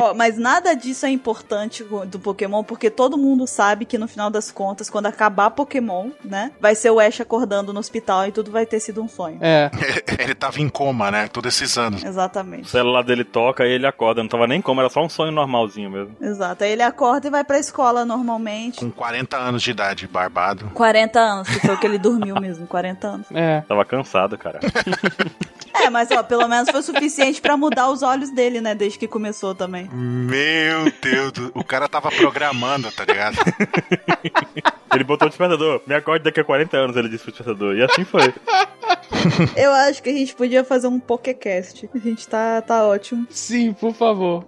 [SPEAKER 4] Ó, mas nada disso é importante do Pokémon, porque todo mundo sabe que no final das contas, quando acabar Pokémon, né, vai ser o Ash acordando no hospital e tudo vai ter sido um sonho.
[SPEAKER 1] É.
[SPEAKER 2] ele tava em coma, né? Todos esses anos.
[SPEAKER 3] o
[SPEAKER 4] Exatamente.
[SPEAKER 3] celular dele toca e ele acorda. Não tava nem como, era só um sonho normalzinho mesmo.
[SPEAKER 4] Exato. Aí ele acorda e vai pra escola normalmente.
[SPEAKER 2] Com 40 anos de idade, barbado.
[SPEAKER 4] 40 anos, que foi o que ele dormiu mesmo, 40 anos.
[SPEAKER 1] É.
[SPEAKER 3] Tava cansado, cara.
[SPEAKER 4] É, mas ó, pelo menos foi suficiente pra mudar os olhos dele, né, desde que começou também.
[SPEAKER 2] Meu Deus do... O cara tava programando, tá ligado?
[SPEAKER 3] Ele botou o despertador. Me acorde daqui a 40 anos, ele disse pro despertador. E assim foi.
[SPEAKER 4] Eu acho que a gente podia fazer um Pokécast. A gente tá, tá ótimo.
[SPEAKER 1] Sim, por favor.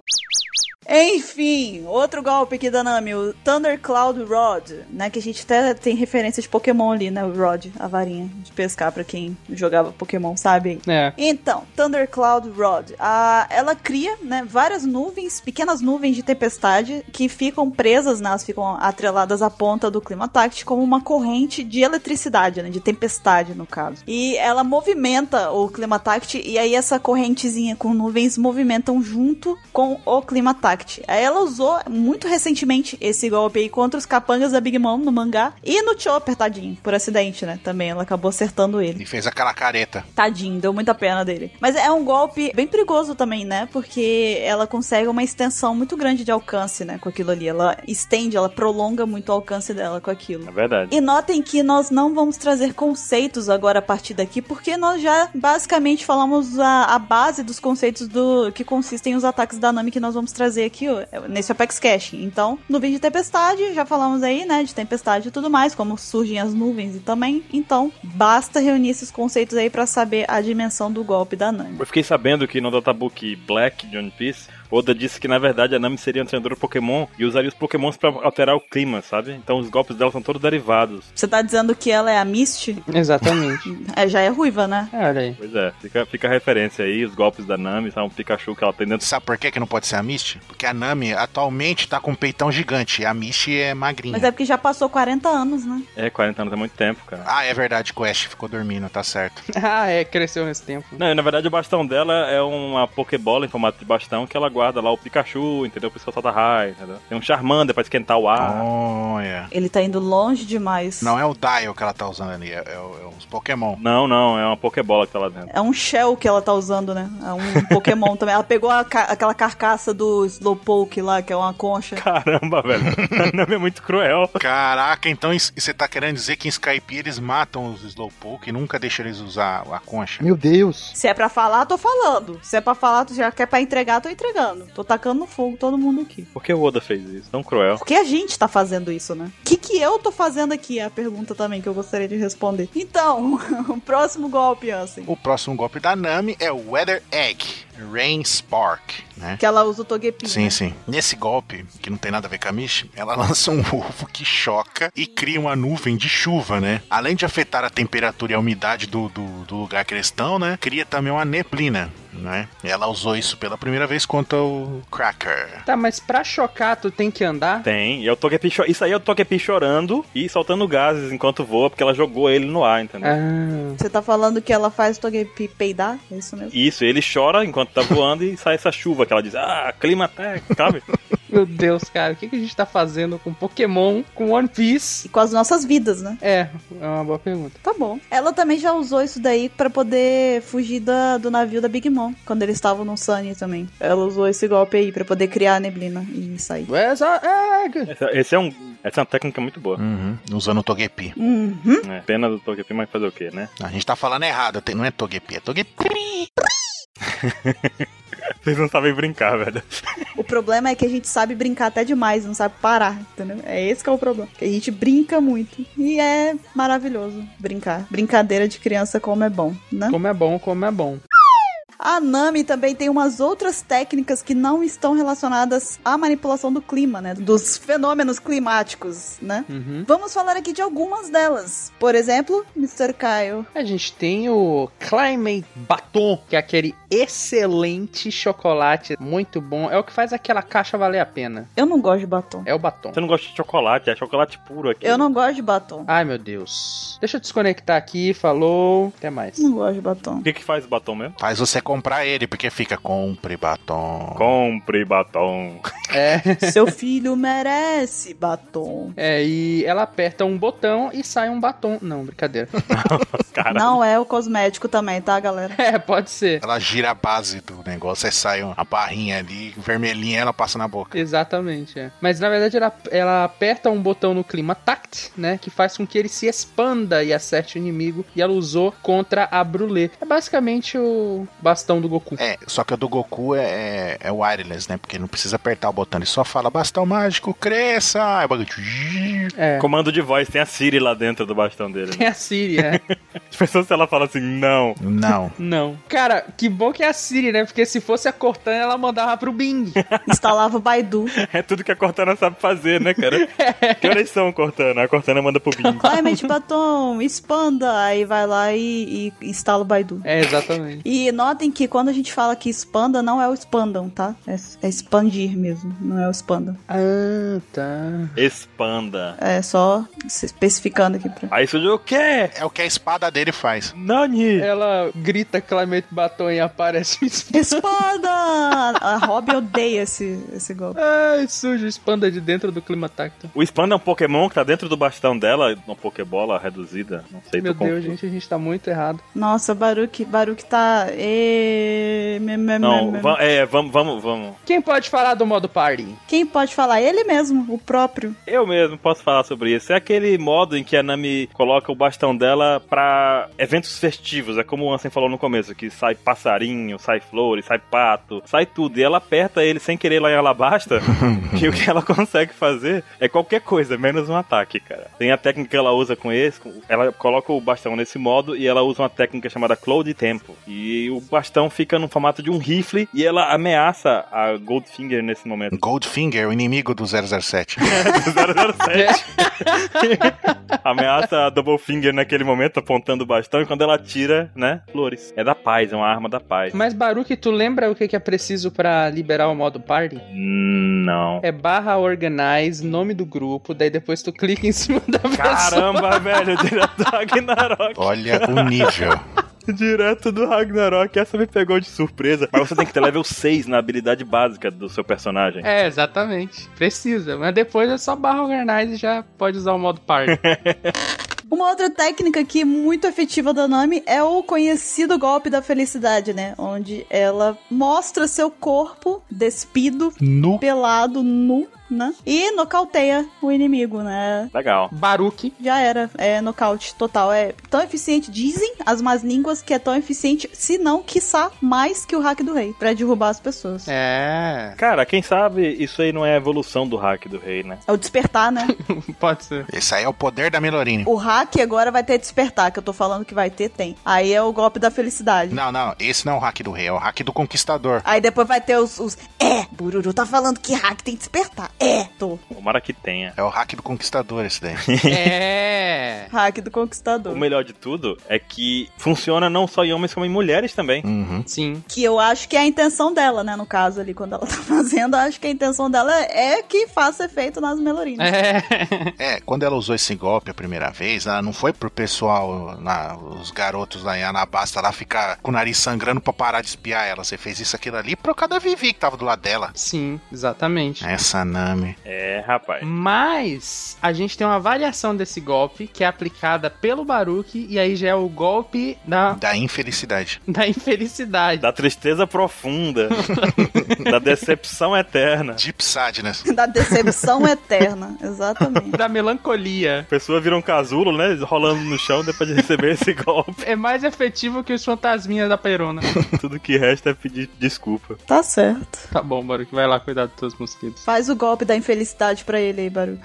[SPEAKER 4] Enfim, outro golpe aqui da Nami, o Thundercloud Rod, né? Que a gente até tem referência de Pokémon ali, né? O Rod, a varinha de pescar pra quem jogava Pokémon, sabe?
[SPEAKER 1] É.
[SPEAKER 4] Então, Thundercloud Rod, a- ela cria né, várias nuvens, pequenas nuvens de tempestade que ficam presas, né, elas ficam atreladas à ponta do clima Climatact como uma corrente de eletricidade, né, de tempestade no caso. E ela movimenta o clima Climatact e aí essa correntezinha com nuvens movimentam junto com o clima Climatact. Aí ela usou muito recentemente esse golpe aí contra os capangas da Big Mom no mangá e no Chopper, tadinho, por acidente, né? Também ela acabou acertando ele.
[SPEAKER 2] Ele fez aquela careta.
[SPEAKER 4] Tadinho, deu muita pena dele. Mas é um golpe bem perigoso também, né? Porque ela consegue uma extensão muito grande de alcance, né? Com aquilo ali. Ela estende, ela prolonga muito o alcance dela com aquilo.
[SPEAKER 3] É verdade.
[SPEAKER 4] E notem que nós não vamos trazer conceitos agora a partir daqui, porque nós já basicamente falamos a, a base dos conceitos do que consistem os ataques da Nami que nós vamos trazer aqui ó, nesse Apex Cash. Então, nuvem de tempestade, já falamos aí, né, de tempestade e tudo mais, como surgem as nuvens e também. Então, basta reunir esses conceitos aí pra saber a dimensão do golpe da Nami.
[SPEAKER 3] Eu fiquei sabendo que no Databook Black de One Piece, Oda disse que na verdade a Nami seria um treinador Pokémon e usaria os Pokémons pra alterar o clima, sabe? Então os golpes dela são todos derivados.
[SPEAKER 4] Você tá dizendo que ela é a Mist?
[SPEAKER 1] Exatamente.
[SPEAKER 4] É, já é ruiva, né?
[SPEAKER 1] É, Olha aí.
[SPEAKER 3] Pois é, fica, fica a referência aí, os golpes da Nami, sabe? Um Pikachu que ela tem dentro.
[SPEAKER 2] Sabe por que, que não pode ser a Misty? Porque a Nami atualmente tá com um peitão gigante. E a Misty é magrinha.
[SPEAKER 4] Mas é porque já passou 40 anos, né?
[SPEAKER 3] É, 40 anos é muito tempo, cara.
[SPEAKER 2] Ah, é verdade, que o Ash ficou dormindo, tá certo.
[SPEAKER 1] Ah, é, cresceu nesse tempo.
[SPEAKER 3] Não, e na verdade o bastão dela é uma Pokébola em formato de bastão que ela guarda lá o Pikachu, entendeu? Por isso que ela solta raio, entendeu? Tem um Charmander pra esquentar o
[SPEAKER 2] Ah.
[SPEAKER 3] ar.
[SPEAKER 2] Olha.
[SPEAKER 4] Ele tá indo longe demais.
[SPEAKER 2] Não é o Dial que ela tá usando ali, é, é o- é os Pokémon.
[SPEAKER 3] Não, não, é uma Pokébola que tá lá dentro.
[SPEAKER 4] É um shell que ela tá usando, né? É um Pokémon também. Ela pegou a ca- aquela carcaça do Slowpoke lá, que é uma concha.
[SPEAKER 3] Caramba, velho. A Nami é muito cruel.
[SPEAKER 2] Caraca, então isso- você tá querendo dizer que em Skype eles matam os Slowpoke e nunca deixam eles usar a concha?
[SPEAKER 9] Meu Deus.
[SPEAKER 4] Se é pra falar, tô falando. Se é pra falar, tu já quer pra entregar, tô entregando. Tô tacando no fogo todo mundo aqui.
[SPEAKER 3] Por que o Oda fez isso? Tão cruel.
[SPEAKER 4] Por que a gente tá fazendo isso, né? O que, que eu tô fazendo aqui? É a pergunta também que eu gostaria de responder. Então, o próximo golpe, assim.
[SPEAKER 2] O próximo golpe da Nami é o Weather Egg, Rain Spark, né?
[SPEAKER 4] Que ela usa o Togepi.
[SPEAKER 2] Sim,
[SPEAKER 4] né?
[SPEAKER 2] sim. Nesse golpe, que não tem nada a ver com a Mish, ela lança um ovo que choca e cria uma nuvem de chuva, né? Além de afetar a temperatura e a umidade do, do, do lugar que eles estão, né? Cria também uma neblina, né? Ela usou isso pela primeira vez contra o Cracker.
[SPEAKER 1] Tá, mas pra chocar, tu tem que andar?
[SPEAKER 3] Tem, e é o Togepi cho- Isso aí é o Togepi chorando e soltando gases enquanto voa, porque ela jogou ele no ar, entendeu?
[SPEAKER 1] Ah,
[SPEAKER 4] Você tá falando que ela faz o Togepi peidar? É isso mesmo?
[SPEAKER 3] Isso, ele chora enquanto tá voando e sai essa chuva que ela diz, ah, clima até, sabe?
[SPEAKER 1] Meu Deus, cara, o que, que a gente tá fazendo com Pokémon, com One Piece?
[SPEAKER 4] E com as nossas vidas, né?
[SPEAKER 1] É, é uma boa pergunta.
[SPEAKER 4] Tá bom. Ela também já usou isso daí pra poder fugir da- do navio da Big Mom, quando eles estavam no Sunny também. Ela usou esse golpe aí pra poder criar a neblina e sair.
[SPEAKER 1] Essa é,
[SPEAKER 3] Essa, esse é um, essa é uma técnica muito boa.
[SPEAKER 2] Uhum. Usando o Togepi.
[SPEAKER 4] Uhum.
[SPEAKER 3] É, pena do Togepi, mas fazer o quê, né?
[SPEAKER 2] A gente tá falando errado, tem- não é Togepi, é Togepi.
[SPEAKER 3] Vocês não sabem brincar, velho.
[SPEAKER 4] O problema é que a gente sabe brincar até demais, não sabe parar, entendeu? É esse que é o problema. Que a gente brinca muito. E é maravilhoso brincar. Brincadeira de criança como é bom, né?
[SPEAKER 1] Como é bom, como é bom.
[SPEAKER 4] A Nami também tem umas outras técnicas que não estão relacionadas à manipulação do clima, né? Dos fenômenos climáticos, né?
[SPEAKER 1] Uhum.
[SPEAKER 4] Vamos falar aqui de algumas delas. Por exemplo, Mr. Kyle.
[SPEAKER 1] A gente tem o Climate Baton, que é aquele excelente chocolate, muito bom. É o que faz aquela caixa valer a pena.
[SPEAKER 4] Eu não gosto de batom.
[SPEAKER 1] É o batom.
[SPEAKER 3] Você não gosta de chocolate, é chocolate puro aqui.
[SPEAKER 4] Eu não gosto de batom.
[SPEAKER 1] Ai, meu Deus. Deixa eu desconectar aqui, falou. Até mais.
[SPEAKER 4] Não gosto de batom.
[SPEAKER 3] O que, que faz o batom mesmo?
[SPEAKER 2] Faz você comprar ele, porque fica compre batom.
[SPEAKER 3] Compre batom.
[SPEAKER 1] É.
[SPEAKER 4] Seu filho merece batom.
[SPEAKER 1] É, e ela aperta um botão e sai um batom. Não, brincadeira.
[SPEAKER 3] Cara,
[SPEAKER 4] Não é o cosmético também, tá, galera?
[SPEAKER 1] É, pode ser.
[SPEAKER 2] Ela gira a base do negócio, aí sai uma barrinha ali, vermelhinha, ela passa na boca.
[SPEAKER 1] Exatamente, é. Mas na verdade ela, ela aperta um botão no clima tact, né? Que faz com que ele se expanda e acerte o inimigo. E ela usou contra a Brulé. É basicamente o bastão do Goku.
[SPEAKER 2] É, só que o do Goku é, é, é wireless, né? Porque não precisa apertar o botão, ele só fala bastão mágico, cresça! Aí o bagulho. tch,
[SPEAKER 1] É.
[SPEAKER 3] comando de voz, tem a Siri lá dentro do bastão dele. Né?
[SPEAKER 1] Tem a Siri, é.
[SPEAKER 3] Pensou se ela fala assim, não.
[SPEAKER 2] Não.
[SPEAKER 1] Não. Cara, que bom que é a Siri, né? Porque se fosse a Cortana, ela mandava pro Bing.
[SPEAKER 4] Instalava o Baidu.
[SPEAKER 3] É tudo que a Cortana sabe fazer, né, cara? que horas são, Cortana? A Cortana manda pro Bing.
[SPEAKER 4] Climate batom, expanda. Aí vai lá e, e instala o Baidu.
[SPEAKER 1] É, exatamente.
[SPEAKER 4] E notem que quando a gente fala que expanda, não é o expandam, tá? É, é expandir mesmo, não é o expandam.
[SPEAKER 1] Ah, tá.
[SPEAKER 3] Expanda.
[SPEAKER 4] É só se especificando aqui pra.
[SPEAKER 3] Aí surgiu o quê?
[SPEAKER 2] É o que a espada dele faz.
[SPEAKER 3] Nani!
[SPEAKER 1] Ela grita Climate Batom e aparece um esp-
[SPEAKER 4] Expanda! A Robin odeia esse, esse golpe.
[SPEAKER 1] Ai, sujo, expanda de dentro do clima tacto.
[SPEAKER 3] O Expanda é um Pokémon que tá dentro do bastão dela, uma Pokébola reduzida. Não sei,
[SPEAKER 1] Meu
[SPEAKER 3] tô
[SPEAKER 1] Deus,
[SPEAKER 3] confuso.
[SPEAKER 1] gente, a gente tá muito errado.
[SPEAKER 4] Nossa, Baruque, Baruque tá. Ê, me, me, me,
[SPEAKER 3] Não,
[SPEAKER 4] me.
[SPEAKER 3] va- é, vamos, vamos, vamos.
[SPEAKER 1] Quem pode falar do modo party?
[SPEAKER 4] Quem pode falar? Ele mesmo, o próprio.
[SPEAKER 3] Eu mesmo posso falar sobre isso. É aquele modo em que a Nami coloca o bastão dela pra eventos festivos. É como o Ansem falou no começo, que sai passarinho, sai flores, sai pato, sai tudo. E ela aperta ele sem querer lá em Alabasta, que o que ela consegue fazer é qualquer coisa, menos um ataque, cara. Tem a técnica que ela usa com esse, com- ela coloca o bastão nesse modo e ela usa uma técnica chamada Cloud de Tempo. E o bastão fica no formato de um rifle e ela ameaça a Goldfinger nesse momento.
[SPEAKER 2] Goldfinger, o inimigo do 007.
[SPEAKER 3] 007. Ameaça a Double Finger naquele momento, apontando o bastão, e quando ela tira, né, flores. É da paz, é uma arma da paz.
[SPEAKER 1] Mas, Baruque, tu lembra o que que é preciso pra liberar o modo party?
[SPEAKER 3] Não.
[SPEAKER 1] É barra organize, nome do grupo, daí depois tu clica em cima da pessoa.
[SPEAKER 3] Caramba, velho, direto do Ragnarok.
[SPEAKER 2] Olha o nível.
[SPEAKER 3] Direto do Ragnarok, essa me pegou de surpresa. Mas você tem que ter level 6 na habilidade básica do seu personagem.
[SPEAKER 1] É, exatamente. Precisa. Mas depois é só barra organize e já pode usar o modo party.
[SPEAKER 4] Uma outra técnica aqui muito efetiva da Nami é o conhecido golpe da felicidade, né? Onde ela mostra seu corpo despido,
[SPEAKER 2] Nu.
[SPEAKER 4] pelado, nu, né? E nocauteia o inimigo, né?
[SPEAKER 3] Legal.
[SPEAKER 1] Baruque.
[SPEAKER 4] Já era, é nocaute total. É tão eficiente, dizem as más línguas, que é tão eficiente, se não, quiçá, mais que o hack do rei, pra derrubar as pessoas. É,
[SPEAKER 1] É,
[SPEAKER 3] Cara, quem sabe isso aí não é a evolução do hack do rei, né?
[SPEAKER 4] o despertar, né?
[SPEAKER 1] pode ser.
[SPEAKER 2] Esse aí é o poder da Melorine.
[SPEAKER 4] o hack agora vai ter despertar, que eu tô falando que vai ter, tem. Aí é o golpe da felicidade.
[SPEAKER 2] Não, não, esse não é o hack do rei, é o hack do conquistador.
[SPEAKER 4] Aí depois vai ter os, os- É, Bururu tá falando que hack tem que despertar. É, tô.
[SPEAKER 3] Tomara que tenha.
[SPEAKER 2] É o hack do conquistador esse daí.
[SPEAKER 1] É.
[SPEAKER 4] Hack do
[SPEAKER 3] O
[SPEAKER 4] Conquistador.
[SPEAKER 3] melhor de tudo é que funciona não só em homens, como em mulheres também.
[SPEAKER 2] Uhum.
[SPEAKER 1] Sim.
[SPEAKER 4] Que eu acho que é a intenção dela, né? No caso ali, quando ela tá fazendo, eu acho que a intenção dela é que faça efeito nas melorinas.
[SPEAKER 1] É.
[SPEAKER 2] É, quando ela usou esse golpe a primeira vez, ela não foi pro pessoal, na- os garotos lá em Anabasta lá ficar com o nariz sangrando pra parar de espiar ela. Você fez isso, aquilo ali, por causa da Vivi que tava do lado dela.
[SPEAKER 1] Sim, exatamente.
[SPEAKER 2] Essa Nami.
[SPEAKER 3] É, rapaz.
[SPEAKER 1] Mas a gente tem uma variação desse golpe que é aplicada pelo Baruque e aí já é o golpe da,
[SPEAKER 2] Da infelicidade.
[SPEAKER 1] da infelicidade.
[SPEAKER 3] Da tristeza profunda. da decepção eterna.
[SPEAKER 2] Deep né? sadness.
[SPEAKER 4] Da decepção eterna. Exatamente.
[SPEAKER 1] Da melancolia.
[SPEAKER 3] A pessoa vira um casulo, né? Rolando no chão depois de receber esse golpe.
[SPEAKER 1] É mais efetivo que os fantasminhas da Perona.
[SPEAKER 3] Tudo que resta é pedir desculpa.
[SPEAKER 4] Tá certo.
[SPEAKER 1] tá bom, Baruque, vai lá cuidar dos teus mosquitos.
[SPEAKER 4] Faz o golpe da infelicidade pra ele aí, Baru.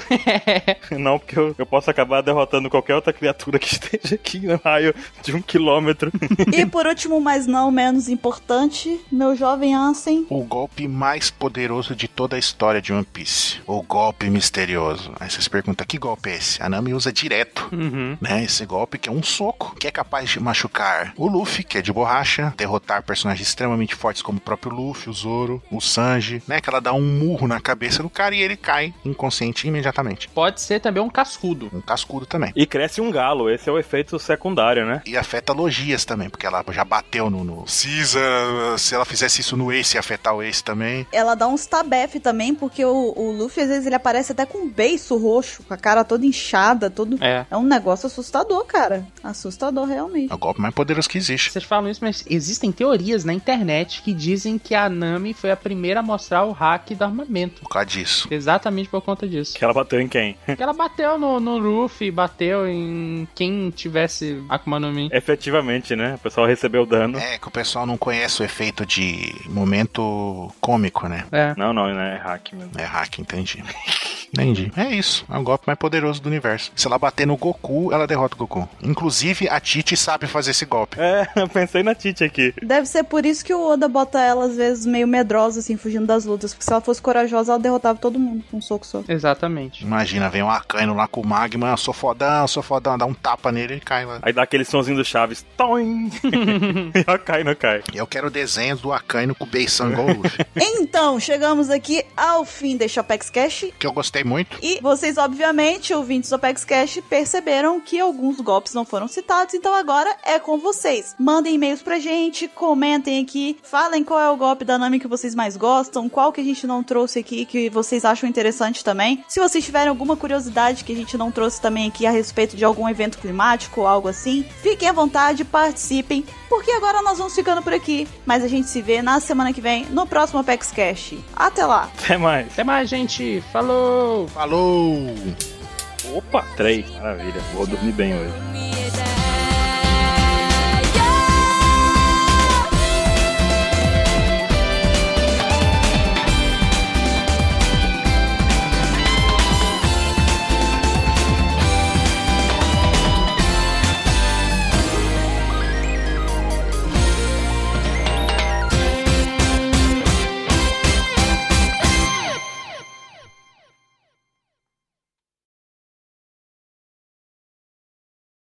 [SPEAKER 3] Não, porque eu, eu posso acabar derrotando qualquer outra criatura que esteja aqui no raio de um quilômetro.
[SPEAKER 4] E por último, mas não menos importante, meu jovem Ansem.
[SPEAKER 2] O golpe mais poderoso de toda a história de One Piece. O golpe misterioso. Aí você se pergunta, que golpe é esse? A Nami usa direto.
[SPEAKER 1] Uhum.
[SPEAKER 2] né? Esse golpe que é um soco, que é capaz de machucar o Luffy, que é de borracha, derrotar personagens extremamente fortes como o próprio Luffy, o Zoro, o Sanji, né? Que ela dá um murro na cabeça do cara e ele cai inconsciente imediatamente.
[SPEAKER 1] Pode ser também um cascudo.
[SPEAKER 2] Um cascudo também.
[SPEAKER 3] E cresce um galo. Esse é o efeito secundário, né?
[SPEAKER 2] E afeta logias também, porque ela já bateu no, no Caesar. Se ela fizesse isso no Ace, ia afetar o Ace também.
[SPEAKER 4] Ela dá uns tabef também, porque o, o Luffy às vezes ele aparece até com um beiço roxo, com a cara toda inchada, todo.
[SPEAKER 1] É.
[SPEAKER 4] É um negócio assustador, cara. Assustador, realmente.
[SPEAKER 2] É o golpe mais poderoso que existe.
[SPEAKER 1] Vocês falam isso, mas existem teorias na internet que dizem que a Nami foi a primeira a mostrar o hack do armamento.
[SPEAKER 2] Por causa disso.
[SPEAKER 1] Exatamente por conta disso.
[SPEAKER 3] Que ela bateu em quem?
[SPEAKER 1] Porque ela bateu no, no Luffy, bateu em quem tivesse Akuma no Mi.
[SPEAKER 3] Efetivamente, né? O pessoal recebeu o dano.
[SPEAKER 2] É que o pessoal não conhece o efeito de momento cômico, né?
[SPEAKER 1] É.
[SPEAKER 3] Não, não, né? É hack mesmo.
[SPEAKER 2] É hack, entendi. Entendi. É isso. É o golpe mais poderoso do universo. Se ela bater no Goku, ela derrota o Goku. Inclusive, a Titi sabe fazer esse golpe.
[SPEAKER 3] É, eu pensei na Titi aqui.
[SPEAKER 4] Deve ser por isso que o Oda bota ela, às vezes, meio medrosa, assim, fugindo das lutas. Porque se ela fosse corajosa, ela derrotava todo mundo com um soco só.
[SPEAKER 1] Exatamente.
[SPEAKER 2] Imagina, vem um Akainu lá com o Magma, eu sou fodão, eu sou fodão, dá um tapa nele e cai lá.
[SPEAKER 3] Aí dá aquele sonzinho do Chaves. Toim! e ó, cai, não cai.
[SPEAKER 2] Eu quero desenhos do Akainu com o Beissan igual o Luffy,
[SPEAKER 4] Então, chegamos aqui ao fim deste Apex Cash.
[SPEAKER 2] que eu gostei muito.
[SPEAKER 4] E vocês, obviamente, ouvintes do Apex Cash, perceberam que alguns golpes não foram citados, então agora é com vocês. Mandem e-mails pra gente, comentem aqui, falem qual é o golpe da Nami que vocês mais gostam, qual que a gente não trouxe aqui que vocês acham interessante também. Se vocês tiverem alguma curiosidade que a gente não trouxe também aqui a respeito de algum evento climático ou algo assim, fiquem à vontade, participem, porque agora nós vamos ficando por aqui. Mas a gente se vê na semana que vem, no próximo Apex Cash. Até lá!
[SPEAKER 3] Até mais.
[SPEAKER 1] Até mais, gente. Falou!
[SPEAKER 2] Falou!
[SPEAKER 3] Opa! Três. Maravilha. Vou dormir bem hoje.
[SPEAKER 8] Me